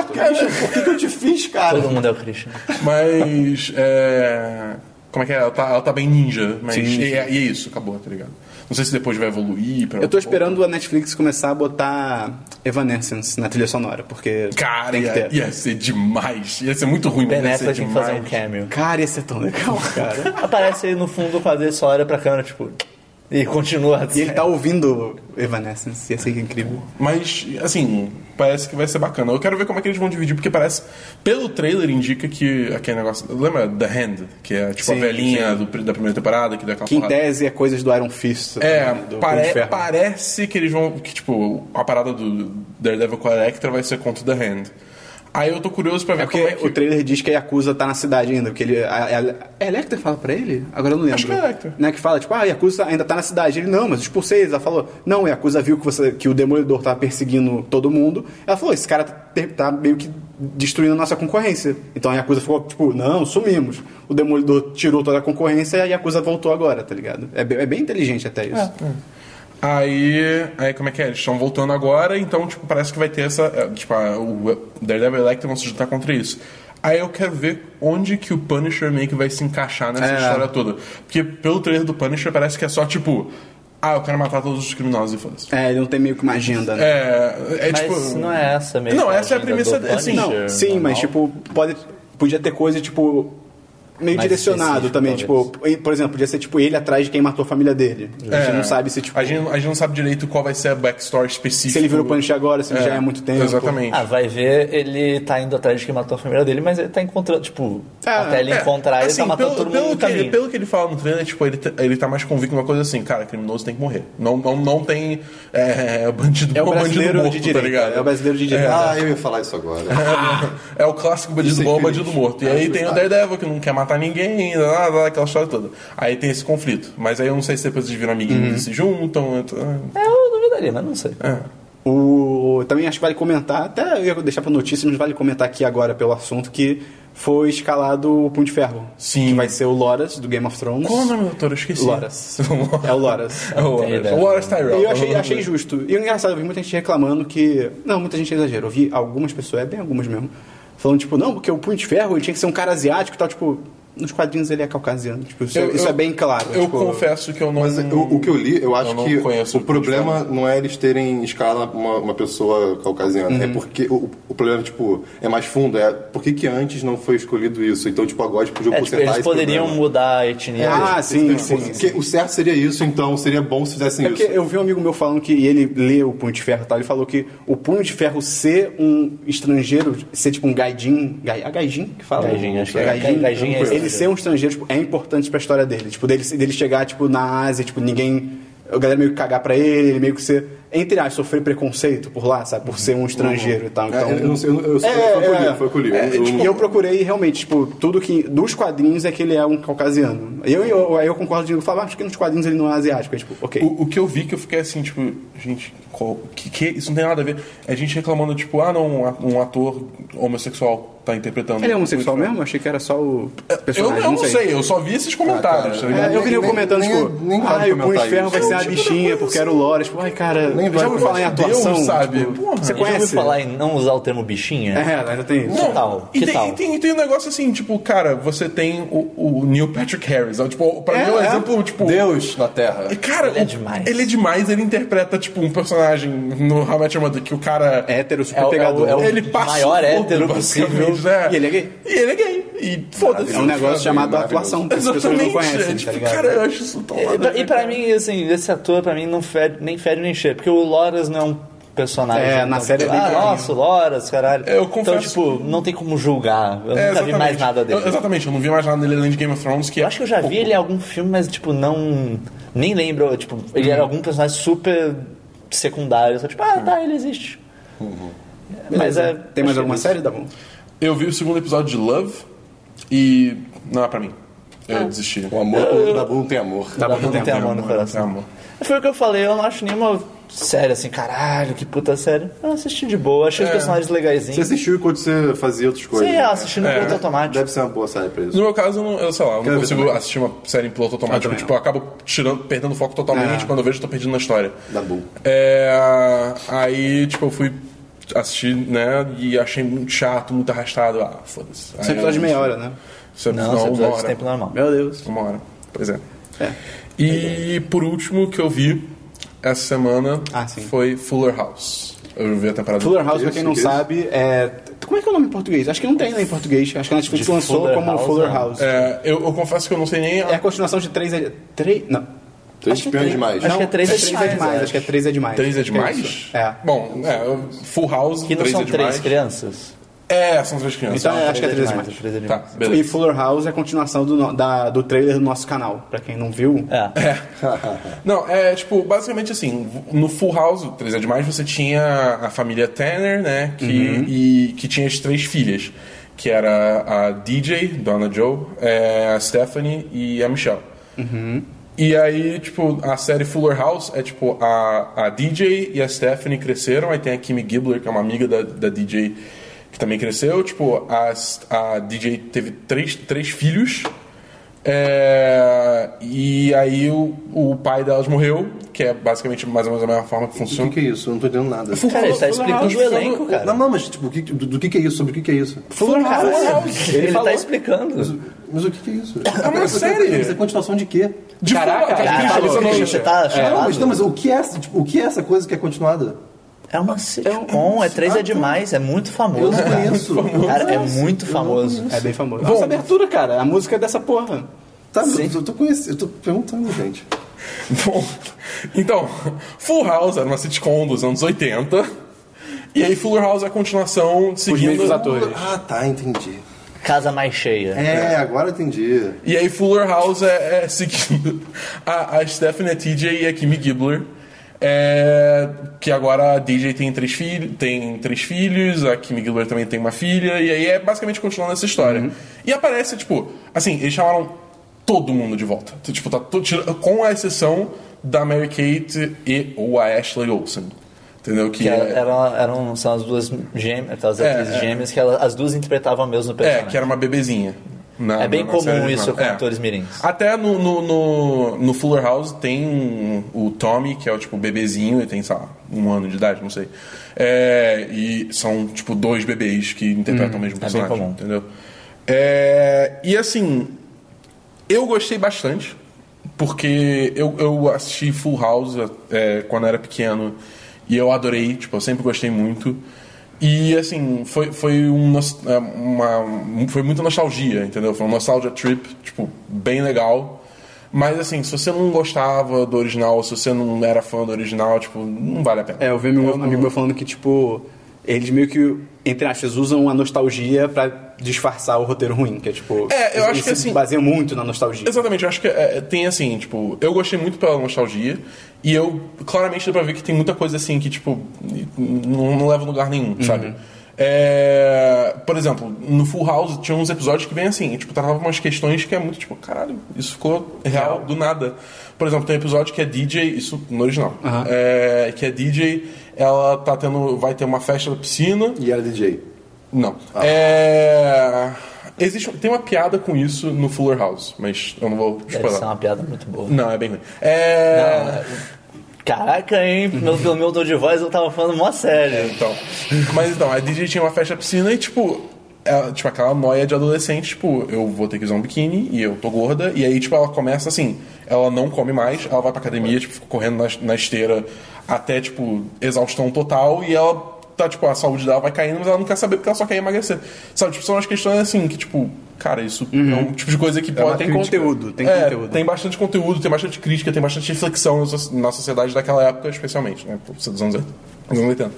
por que, que eu te fiz, cara?
Todo mundo é o Christian.
Mas. É... Como é que é? Ela tá, ela tá bem ninja, mas.
Sim, sim.
E, é, e é isso, acabou, tá ligado? Não sei se depois vai evoluir. Pra
Eu tô esperando a Netflix começar a botar Evanescence na trilha sonora, porque
Cara,
tem que
ia,
ter.
ia ser demais. Ia ser muito ruim, mas
Ben
ia ser
Affleck tem que
demais.
fazer um cameo.
Cara, ia ser tão legal, cara.
Aparece aí no fundo do quadro, ele só olha pra câmera, tipo... E continua
e ele tá ouvindo Evanescence, ia ser incrível.
Mas, assim, parece que vai ser bacana. Eu quero ver como é que eles vão dividir, porque parece. Pelo trailer indica que aquele negócio. Lembra The Hand? Que é tipo a
Sim,
velhinha do- da primeira temporada, que dá aquela
Que em
porrada.
tese é coisas do Iron Fist.
É,
né, do
pare-
Punho de Ferro.
parece que eles vão. Que, tipo, a parada do Daredevil com a Electra vai ser contra o The Hand. Aí eu tô curioso pra ver como é
Porque
que...
o trailer diz que a Yakuza tá na cidade ainda, porque ele. A, a, é a Lecter que fala pra ele? Agora eu não lembro.
Acho que é a Lecter.
Né, que fala, tipo, ah, a Yakuza ainda tá na cidade. Ele, não, mas eu expulsei eles. Ela falou, não, a Yakuza viu que, você, que o Demolidor tava perseguindo todo mundo. Ela falou, esse cara tá, tá meio que destruindo a nossa concorrência. Então a Yakuza ficou, tipo, não, sumimos. O Demolidor tirou toda a concorrência e a Yakuza voltou agora, tá ligado? É, bem- é bem inteligente até isso.
É. Aí, aí, como é que é? Eles estão voltando agora, então, tipo, parece que vai ter essa... é, Tipo, a- o Daredevil e Electra vão se juntar contra isso. Aí eu quero ver onde que o Punisher meio que vai se encaixar nessa
É.
história toda. Porque pelo trailer do Punisher parece que é só, tipo... Ah, eu quero matar todos os criminosos e foda-se.
É, ele não tem meio que uma agenda, né?
É, é
Mas
tipo...
não é essa mesmo.
Não, essa é a
agenda
premissa-
do
é, sim.
Punisher,
Não, assim, sim,
normal.
mas tipo, pode, podia ter coisa, tipo, meio
Mais
direcionado
específico,
também.
talvez.
Tipo, e- por exemplo, podia ser tipo ele atrás de quem matou a família dele. A gente
É.
não sabe se, tipo,
A gente, a gente não sabe direito qual vai ser a backstory específica.
se ele virou Punisher agora, se ele já é há muito tempo.
tipo, Exatamente.
Ah, vai ver, ele tá indo atrás de quem matou a família dele, mas ele tá encontrando, tipo,
Ah,
até ele
É,
encontrar, ele
assim,
tá matando
pelo,
todo
pelo
mundo no
que, ele-
caminho.
Pelo que ele fala no trailer, tipo, ele, tá- ele tá mais convicto de uma coisa assim, cara, criminoso tem que morrer. Não, não, não tem é, bandido
É o
bandido
brasileiro
morto,
de
tá
direita,
ligado?
é o brasileiro de direita.
Ah, eu ia falar isso agora.
É o clássico bandido
Isso é
bom,
infeliz.
bandido morto. E
Ah,
É,
aí tem o
verdade.
Daredevil que não quer matar ninguém, lá, lá, lá, aquela história toda. Aí tem esse conflito. Mas aí eu não sei se depois eles viram
Uhum.
amiguinhos e se juntam. então-
É, eu duvidaria, mas não sei.
É, O, também acho que vale comentar, até eu ia deixar pra notícia, mas vale comentar aqui agora pelo assunto que foi escalado o Punho de Ferro.
Sim.
Que vai ser o Loras, do Game of Thrones.
Qual é o nome do autor? Eu esqueci.
Loras.
Loras.
É o Loras.
É o
Tem
Loras.
ideia.
Loras Tyrell.
E eu achei, achei justo. E o engraçado, eu vi muita gente reclamando que. Não, muita gente exagera. Eu vi algumas pessoas, é bem algumas mesmo, falando, tipo, não, porque o Punho de Ferro ele tinha que ser um cara asiático e tal, tipo. Nos quadrinhos ele é caucasiano. Tipo, isso, é-
Eu-
isso
eu-
é bem claro.
Eu
tipo,
confesso que eu não.
Mas o, o que eu li, eu acho
Eu não
que
conheço
o problema não é eles terem escala uma, uma pessoa caucasiana. É porque o, o problema, tipo, é mais fundo. É por que, que antes não foi escolhido isso? Então, tipo, agora eles podiam
É, tipo,
consertar
eles
tá
esse
poderiam
problema.
mudar né? a etnia.
É,
Ah, sim, sim. sim.
Porque o certo seria isso, então seria bom se fizessem
É
isso.
porque eu vi um amigo meu falando que e ele lê o Punho de Ferro e tal, ele falou que o Punho de Ferro ser um estrangeiro, ser tipo um gaijin, gai, a gaijin que fala?
Gaijin, acho que é.
gaijin,
Gaijin é
ele
estrangeiro.
ser um estrangeiro tipo, é importante pra história dele, tipo, dele, dele chegar tipo na Ásia, tipo, ninguém, a galera meio que cagar pra ele, ele meio que ser, entre aspas, sofrer preconceito por lá, sabe, por ser um estrangeiro e tal,
É,
então...
eu não sei, eu, eu,
É,
foi o que eu li,
é.
foi o que eu li.
É,
Eu-
tipo,
eu-
e eu procurei realmente, tipo, tudo que. Dos quadrinhos é que ele é um caucasiano. Eu, eu, aí eu concordo de falar, acho que nos quadrinhos ele não é asiático. É tipo, ok.
O, o que eu vi que eu fiquei assim, tipo, gente, qual- que, que- isso não tem nada a ver. A gente reclamando, tipo, ah, não, um a- um ator homossexual tá interpretando.
Ele é homossexual mesmo? Achei que era só o
É, Eu,
personagem.
eu não sei, eu só vi esses comentários,
Ah, cara.
tá
É,
ligado?
eu vi ele
Nem-
comentando,
nem-
tipo,
nem vale
ai, o Punho de
comentar
Ferro
isso.
vai
É
ser
um
a
tipo de
bichinha, porque era o Loras. Tipo, ai, cara,
Nem
já
vale
ouviu falar em
comentar. Deus,
atuação?
sabe?
Tipo,
Porra.
você
Eu
Já ouviu
conhece?
falar em não usar o termo bichinha?
É, ainda tem isso.
Não. tal?
E,
Que
tem,
tal?
e tem, e tem um negócio assim, tipo, cara, você tem o, o Neil Patrick Harris. é, Tipo, pra
É,
mim é um
é.
exemplo, tipo.
Deus na Terra.
E, Cara,
Ele é
o-
demais.
Ele é demais, ele interpreta, tipo, um personagem no How I Met Your Mother, que o cara.
Hétero,
É
super
o-
pegador.
é o- é o-
ele passa
maior
o rodo,
hétero
basicamente,
possível.
né?
E ele é gay?
E ele é gay. E foda-se.
É um negócio chamado
Maravilhoso.
atuação, que as pessoas não
Exatamente.
conhecem,
é,
tá
tipo,
ligado?
cara, eu acho isso tão
E pra, É, e pra
né, cara.
mim, assim, esse ator, pra mim, não fede, nem fede nem cheira. Porque o Loras não é um personagem.
É,
então,
na série
tipo,
é bem
Ah,
clarinho.
nossa, o Loras, caralho.
É, eu confesso-
Então, tipo, não tem como julgar. Eu nunca
É,
vi
exatamente.
mais nada dele.
Eu- exatamente, eu não vi mais nada dele além de Game of Thrones. Que é
Eu acho que eu já vi ele em algum filme, mas, tipo, não. Nem lembro. Tipo, ele
Uhum.
era algum personagem super secundário. Só tipo, ah, tá, ele existe.
Uhum.
Mas é.
Tem mais
acho
alguma
que é
série, Dabu?
Eu vi o segundo episódio de Love e. Não é pra mim.
Ah.
Eu desisti.
O amor, o Dabu não tem amor.
isso. Dá pra não ter amor no
Tem
coração.
amor.
Foi o que eu falei, eu não acho nenhuma série assim, caralho, que puta série. Eu assisti de boa, achei
É.
os personagens
Você
legaisinhos.
assistiu enquanto você fazia outras coisas.
Sim,
né?
assistindo
É.
é. ponto automático.
Deve ser uma boa série pra
No
isso.
meu caso, eu, não, eu sei lá, eu
Quero
não
ver
consigo
também.
assistir uma série em piloto
Eu
automático.
também
Tipo, eu acabo tirando, perdendo o foco totalmente.
É.
Quando eu vejo, eu tô perdendo a história.
Dabu.
É, aí, tipo, eu fui assistir, né? E achei muito chato, muito arrastado. Ah, foda-se. Aí
São episódios de
eu-
meia hora, né?
Isso é-
Não, não,
uma
episódio de
hora.
tempo normal.
Meu Deus.
Uma hora. Pois é.
É.
E por último, que eu vi essa semana
Ah, sim.
foi Fuller House. Eu vi a temporada.
Fuller House, pra
Isso,
quem não
isso.
sabe, é. Como é que é o nome em português? Acho que não tem né, em português. Acho que a Netflix
De
lançou
Fuller
como
House,
Fuller
né?
House.
É, eu, eu confesso que eu não sei nem.
É a
A...
continuação de três é. Três? Não.
Três
Acho que
espiões demais.
Acho que é três
três
é
é
demais,
demais.
acho.
Acho que é três é demais.
Três é
Acho que
demais?
isso. É.
Bom, é, Full House,
Que não
três
são
é demais.
três crianças?
É, são três crianças.
Então, é, acho que é
Três
13
demais,
mais.
é três
Tá,
demais.
E
beleza.
Fuller House é a continuação do, no- da- do trailer do nosso canal. Pra quem não viu,
É.
Não, é tipo, basicamente assim, no Full House, 3 é demais, você tinha a família Tanner, né? Que,
Uhum.
e, que tinha as três filhas, que era a DJ, Donna Joe, é, a Stephanie e a Michelle. E aí, tipo, a série Fuller House é tipo, a, a DJ e a Stephanie cresceram, aí tem a Kimmy Gibbler, que é uma amiga da, da DJ que também cresceu, tipo, as, a DJ teve três, três filhos. É, e aí o, o pai delas morreu, que é basicamente mais ou menos a mesma forma que
O que,
funciona.
que é isso? Eu não tô entendendo nada.
Cara, ele tá explicando o elenco,
Não,
cara.
não, mas tipo, o que- do, do que, que é isso? Sobre o que, que é isso?
Full House.
Ele
é Ele
falou.
tá explicando.
Mas o que, que é isso?
É uma série.
Isso é continuação de quê?
De
Caraca,
Full-
cara,
Christian,
falou,
você não-
Christian.
Você tá
não, mas, não,
chamado?
mas o, que é, essa- tipo, o que é essa coisa que é continuada?
É uma sitcom, é três é demais, é muito
Eu
famoso.
não
cara.
conheço.
Cara, é muito
Eu não
famoso.
conheço.
é bem famoso.
Bom.
Nossa abertura, cara. A música é dessa porra.
Tá, mas eu, tô conhecendo, eu tô perguntando, gente.
Bom, então, Full House era uma sitcom dos anos 80. E aí Fuller House é a continuação seguindo...
mesmos atores.
Ah, tá, entendi.
Casa mais cheia.
É, agora eu entendi.
E aí Fuller House é, é seguindo a, a Stephanie, a TJ e a Kimmy Gibbler. é, que agora a DJ tem três, filhos, tem três filhos, a Kimmy Gibbler também tem uma filha, e aí é basicamente continuando essa história.
Uhum.
E aparece, tipo, assim, eles chamaram todo mundo de volta. Então, Tipo, tá to- tira- com a exceção da Mary Kate e ou a Ashley Olsen. Entendeu? Que,
Que era-
é-
eram, eram, são as duas gêmeas, aquelas
É,
atrizes
é.
gêmeas, que elas, as duas interpretavam o mesmo
É,
personagem.
que era uma bebezinha. na-
É bem
na- na série
comum
original.
isso com
É.
atores mirins.
Até no, no, no, no Fuller House tem um- o Tommy, que é o tipo bebezinho, e tem, sei lá, um ano de idade, não sei. É, e são, tipo, dois bebês que interpretam o mesmo
Hum, bem
personagem.
comum.
Entendeu? É, e assim, eu gostei bastante, porque eu, eu assisti Full House é, quando era pequeno e eu adorei, tipo, eu sempre gostei muito. E assim, foi, foi, um, nos- é, uma, um- foi muita nostalgia, entendeu? Foi um nostalgia trip, tipo, bem legal. Mas assim, se você não gostava do original, se você não era fã do original, tipo, não vale a pena.
É, eu vi meu amigo meu falando que, tipo, eles meio que, entre aspas, usam a nostalgia pra disfarçar o roteiro ruim, que é tipo.
É, eu
eles
acho que,
se
assim,
baseiam muito na nostalgia.
Exatamente, eu acho que é, tem assim, tipo, eu gostei muito pela nostalgia e eu claramente dá pra ver que tem muita coisa assim que, tipo, não, não leva a lugar nenhum, sabe? É, por exemplo, no Full House tinha uns episódios que vem assim, tipo, tratava umas questões que é muito tipo, caralho, isso ficou real do nada. Por exemplo, tem um episódio que é DJ, isso no original,
Aham.
é, que é DJ, ela tá tendo, vai ter uma festa na piscina
E era DJ.
não.
Ah.
É... Existe, tem uma piada com isso no Fuller House, mas eu não vou
Deve ser
spoiler.
uma piada muito boa.
Não, é bem ruim. É...
Não, é- Caraca, hein?
Uhum.
Meu, pelo meu tom de voz, eu tava falando mó sério.
Então. Mas então, a DJ tinha uma festa na piscina e, tipo, ela- tipo, aquela noia de adolescente, tipo, eu vou ter que usar um biquíni e eu tô gorda. E aí, tipo, ela começa assim, ela não come mais, ela vai pra academia, tipo, fica correndo na, na esteira até, tipo, exaustão total e ela tá, tipo, a saúde dela vai caindo, mas ela não quer saber porque ela só quer emagrecer. Sabe, tipo, são as questões assim que, tipo, cara, isso é
Uhum.
um tipo de coisa que pode
uma
ter conteúdo.
conteúdo, tem
É,
conteúdo.
Tem bastante conteúdo, tem bastante crítica, tem bastante reflexão na so- na sociedade daquela época, especialmente, né? Por ser dos anos 80. dos anos 80.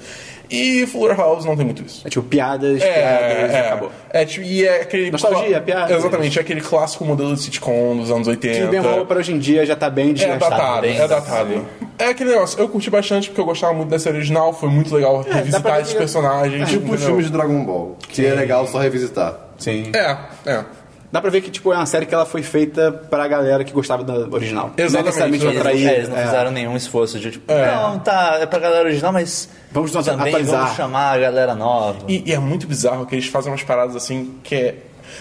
E Fuller House não tem muito isso.
É tipo piadas, piadas, e acabou.
é, tipo, e é aquele.
Nostalgia,
cla-
piada.
Exatamente, é aquele clássico modelo de sitcom dos anos 80.
É,
Que bem rola para hoje em dia já tá bem
É
desgastado.
datado,
bem
é datado. É aquele negócio, eu curti bastante porque eu gostava muito dessa original, foi muito legal
É, dá pra
revisitar
ver
esses
que-
personagens.
Tipo os
entendeu?
filmes de Dragon Ball, que é legal só revisitar.
Sim.
É, é.
Dá pra ver que, tipo, é uma série que ela foi feita pra galera que gostava da original. Não é
Exatamente,
necessariamente pra
exatamente.
atrair.
É, eles não
é.
fizeram nenhum esforço de tipo,
É.
não, tá, é pra galera original, mas
Vamos nos
também
atualizar.
vamos chamar a galera nova.
E, e é muito bizarro que eles fazem umas paradas assim que é.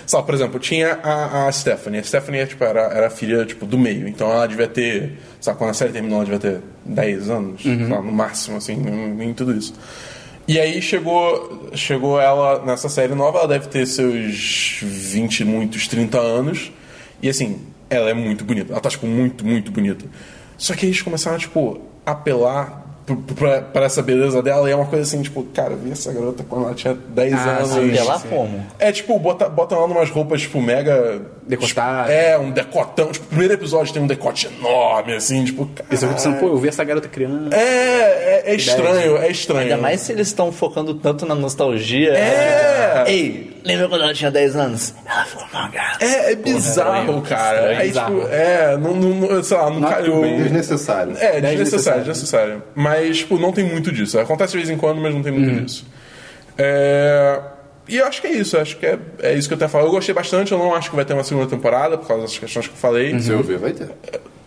Só, por exemplo, tinha a, a Stephanie. A Stephanie tipo, era, era a filha tipo, do meio, então ela devia ter. Sabe, quando a série terminou, ela devia ter 10 anos, sei lá, no máximo, assim, em, em tudo isso. E aí chegou, chegou ela nessa série nova, ela deve ter seus 20 e muitos, 30 anos. E assim, ela é muito bonita. Ela tá, tipo, muito, muito bonita. Só que eles começaram, tipo, a apelar p- p- pra, pra essa beleza dela. E é uma coisa assim, tipo, cara, eu vi essa garota quando ela tinha 10
Ah,
anos. né?
sim,
Sei lá como.
É tipo, bota, botam ela numas roupas, tipo, mega.
Decotada.
Tipo, é, um decotão. Tipo, o primeiro episódio tem um decote enorme, assim, tipo, cara.
E você fica pensando, pô, eu vi essa garota criança.
É, é, é estranho, é estranho.
Ainda mais se eles estão focando tanto na nostalgia.
É.
Ei, lembra quando ela tinha 10 anos? Ela ficou magada.
É, é bizarro,
estranho,
cara. É,
bizarro.
tipo, é, não, não, não- sei lá, não
Not
caiu.
too
Bem Ah, desnecessário.
É, desnecessário,
Desnecessário.
desnecessário. Mas, tipo, não tem muito disso. Acontece de vez em quando, mas não tem muito disso. É, E eu acho que é isso, eu acho que é, é isso que eu até falar. Eu gostei bastante, eu não acho que vai ter uma segunda temporada, por causa das questões que eu falei.
Se eu ver, vai ter.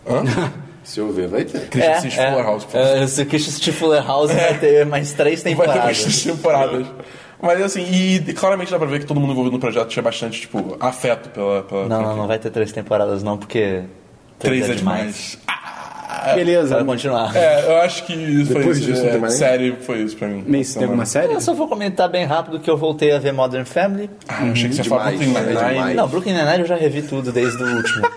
Hã?
Se eu ver, vai ter.
Christian Stitch Fuller House, por favor.
É, se o Christian Stitch Fuller House vai ter mais três
Vai ter
temporadas.
muitas temporadas. Mas assim, e claramente dá pra ver que todo mundo envolvido no projeto tinha bastante, tipo, afeto pela. pela
Não,
pela-
não, não vai ter três temporadas, não, porque.
Três é demais.
É.
Beleza.
Vai continuar.
É, eu acho que isso foi
Depois
isso.
disso, não tem
é,
mais nem?
série foi isso pra mim. Então,
Meio, se tem alguma série?
É, Eu só vou comentar bem rápido que eu voltei a ver Modern Family.
Ah, eu achei que você ia falar
Demais,
Brooklyn
é
Nine-Nine.
demais.
Não, Brooklyn Nine-Nine eu já revi tudo desde o último.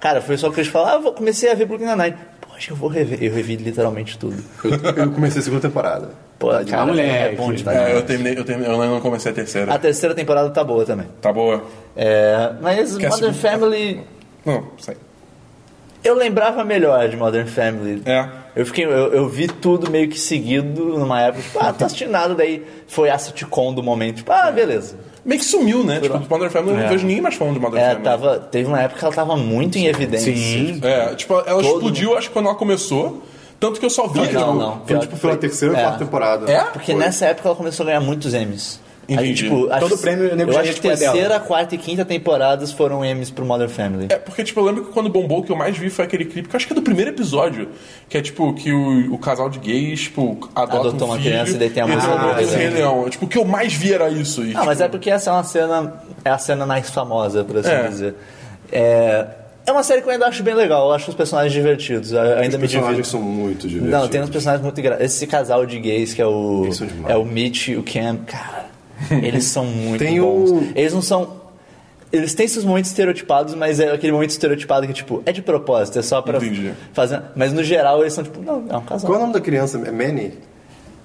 Cara, foi só o Chris falar, ah, eu vou- comecei a ver Brooklyn Nine-Nine. Poxa, eu vou rever. Eu revi literalmente tudo.
Eu, eu comecei a segunda temporada.
Pô,
Tá de
cara,
moleque.
é bom demais.
É, eu terminei, eu terminei, eu não comecei a terceira.
A terceira temporada tá boa também.
Tá boa?
É, mas
Quer
Modern
seguir?
Family.
Não, sei.
Eu lembrava melhor de Modern Family.
É.
Eu, fiquei, eu, eu vi tudo meio que seguido numa época, tipo, ah, tô assistindo nada, daí foi a sitcom do momento, tipo,
É.
ah, beleza.
Meio que sumiu, né? Tipo, Modern Family, eu não
É.
vejo ninguém mais falando de Modern
É,
Family.
tava, teve uma época que ela tava muito em evidência.
Sim.
É, tipo, ela
Todo
explodiu, acho que quando ela começou. Tanto que eu só vi,
Não,
tipo,
não, não.
Foi tipo pela terceira ou
É.
quarta temporada.
É?
Porque
Foi.
nessa época ela começou a ganhar muitos M's.
Entendi.
tipo, acho-
Todo prêmio, eu lembro
eu
já
acho
ia,
que
tipo, é dela.
terceira, quarta e quinta temporadas foram M's pro Modern Family.
É, porque, tipo, eu lembro que quando bombou, o que eu mais vi foi aquele clipe, que eu acho que é do primeiro episódio, que é, tipo, que o, o casal de gays, tipo, adota
Adotou
um
uma
filho,
criança e daí tem a música
uma
do
música do
Rei
Rei Leão. Tipo, o que eu mais vi era isso. E,
Ah, mas é
tipo,
porque essa é uma cena. É a cena mais famosa, por assim
É.
dizer. É, é uma série que eu ainda acho bem legal, eu acho os personagens divertidos. eu ainda
Os
me divirto.
personagens são muito divertidos.
Não, tem uns personagens muito engraçados. Esse casal de gays que é o.
Eles são demais.
É o Mitch e o Cam, cara. Eles são muito
Tem
bons.
o-
Eles não são. Eles têm esses momentos estereotipados, mas é aquele momento estereotipado que, tipo, é de propósito, é só pra
Entendi.
fazer. Mas no geral eles são, tipo, não, é um casal.
Qual é o nome da criança? É Manny?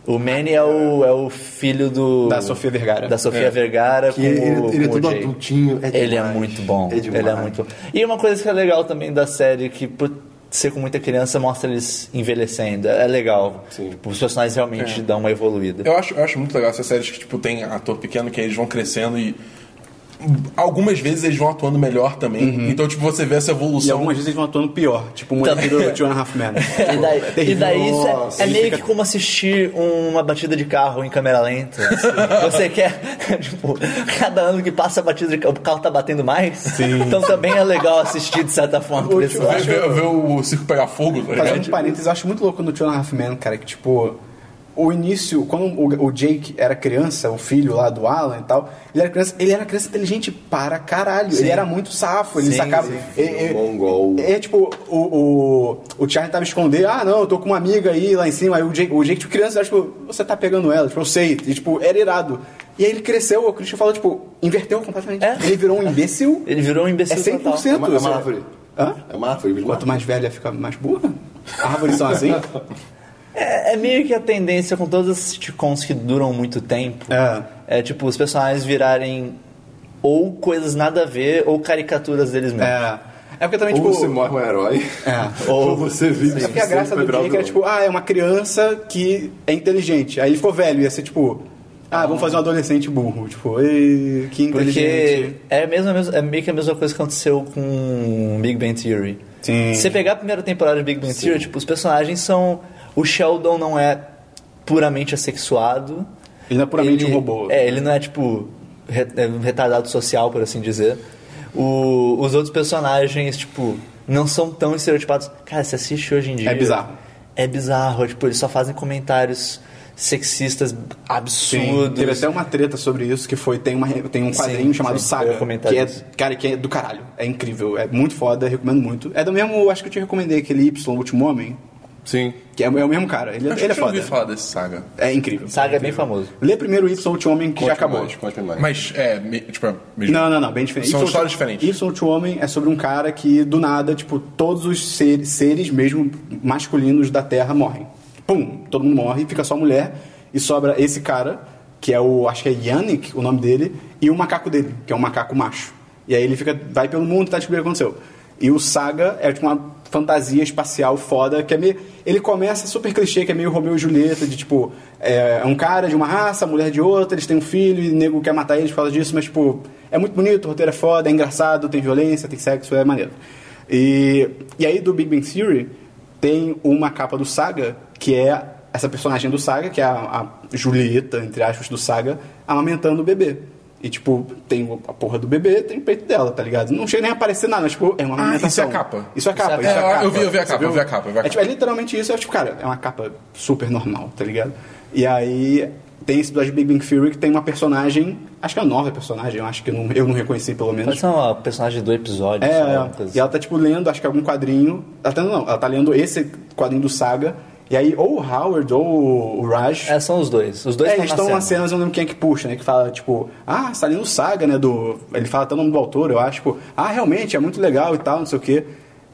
O Manny é o, é o filho do.
Da Sofia Vergara.
Da Sofia Vergara.
É. Que
com
ele,
o,
ele é
com o
todo
Jay.
adultinho. É
Ele é
demais.
muito bom.
É demais.
ele é muito bom. E uma coisa que é legal também da série, que por ser com muita criança, mostra eles envelhecendo. É é legal.
Sim. É.
Tipo, os personagens realmente dão uma evoluída.
eu, acho, eu acho muito legal essas séries que, tipo, tem ator pequeno que eles vão crescendo e. Algumas vezes eles vão atuando melhor também. Então, tipo, você vê essa
Uhum. E
evolução.
algumas vezes eles vão atuando pior. Tipo, o moleque do Two and a Half
Tá.
Men.
E
Tipo,
daí, e daí isso é- é,
Nossa,
meio
fica-
que como assistir uma batida de carro em câmera lenta. assim. Você quer, tipo, cada ano que passa a batida de carro, o carro tá batendo mais. Então também é legal assistir de certa forma por esse
Vê,
lado.
vê- vê o circo pegar fogo, tá ligado?
Fazendo um parênteses, eu acho muito louco no Two and a Half Men, cara, que tipo. O início, quando o, o Jake era criança, o filho lá do Alan e tal, ele era criança, ele era criança inteligente para caralho. Ele era muito safo, ele
Sim,
sacava.
sim.
É, é-
Mongol.
É, tipo, o, o, o Charlie tava esconder, ah não, eu tô com uma amiga aí lá em cima, aí o Jake, o Jake tipo, criança, tipo, você tá pegando ela, tipo, eu sei, e, tipo, era irado. E aí ele cresceu, o Christian falou, tipo, inverteu completamente.
É.
Ele virou um imbecil.
Ele virou um
É
imbecil total.
100%.
É uma, é uma árvore.
Hã?
É uma árvore. vira uma
Quanto mais velha fica mais burra? Árvores são assim?
É, é meio que a tendência com todas as sitcoms que duram muito tempo.
É.
É tipo, os personagens virarem ou coisas nada a ver ou caricaturas deles mesmos.
É. É porque também,
Ou
tipo.
você morre um herói,
É.
ou você vive.
É porque a graça do Jake era tipo, ah, é uma criança que é inteligente. Aí ele ficou velho, ia ser tipo, ah, vamos fazer um adolescente burro. Tipo, ei, que
Porque
inteligente.
é, a mesma, é meio que a mesma coisa que aconteceu com Big Bang Theory.
Sim.
Se você pegar a primeira temporada de Big Bang Theory, tipo, os personagens são. O Sheldon não é puramente assexuado.
Ele não é puramente um robô.
É, ele não é tipo re- é, um retardado social, por assim dizer. O- os outros personagens, tipo, não são tão estereotipados. Cara, você assiste hoje em dia.
É bizarro.
É bizarro. Tipo, eles só fazem comentários sexistas absurdos.
Sim, teve até uma treta sobre isso que foi tem, uma, tem um quadrinho
Sim,
chamado
sim, eu
Saga
ia comentar
que é
disso.
cara que é do caralho é incrível é muito foda recomendo muito é do mesmo acho que eu te recomendei aquele Y o último homem
Sim.
que é, é o mesmo cara ele,
Acho
ele é
que eu já ouvi
foda
falar desse saga.
é incrível
Saga é bem famoso.
lê primeiro o Y o último homem que já
Conte-me
acabou
mais, conte-me mais.
Mas, é, me- tipo, é mesmo.
Não, não, não, bem diferente. é
São
Y
histórias
to-
diferentes.
Y to Homem é sobre um cara que, do nada, tipo, todos os seres, seres mesmo masculinos da Terra morrem. pum, todo mundo morre, fica só a mulher e sobra esse cara, que é o, acho que é Yannick, o nome dele, e o macaco dele, que é um macaco macho. E aí ele fica, vai pelo mundo e tá descobrindo o que aconteceu. E o Saga é tipo uma fantasia espacial foda, que é meio, ele começa super clichê, que é meio Romeu e Julieta, de tipo, é é um cara de uma raça, a mulher de outra, eles têm um filho e o nego quer matar eles por causa disso, mas tipo, é muito bonito, o roteiro é foda, é engraçado, tem violência, tem sexo, é maneiro. E, e aí do Big Bang Theory, tem uma capa do Saga, que é essa personagem do Saga, que é a, a Julieta, entre aspas, do Saga, amamentando o bebê. E, tipo, tem a porra do bebê, tem o peito dela, tá ligado? Não chega nem a aparecer nada, mas, tipo, é uma
Ah,
amamentação.
isso é a capa.
Isso é a capa,
Isso
isso
é
é
a
a
capa.
capa.
É, eu vi- eu vi a
Você
capa,
viu?
eu vi a capa, eu vi a
É, tipo, é literalmente isso, é tipo, cara, é uma capa super normal, tá ligado? E aí tem esse episódio de Big Bang Theory que tem uma personagem, acho que é a nova personagem, eu acho que eu não, eu não reconheci, pelo menos.
Pode ser uma personagem do episódio.
É,
sei lá, uma coisa
e ela tá, tipo, lendo, acho que algum quadrinho. Ela tá, não, ela tá lendo esse quadrinho do Saga. E aí, ou o Howard ou o Raj.
assim. É, são os dois. Os dois
É, eles estão
estão
na cena, mas eu não lembro quem é que puxa, né? Que fala, tipo, ah, você tá lendo o Saga, né? Do... Ele fala até o nome do autor, eu acho, tipo, ah, realmente, é muito legal e tal, não sei o quê.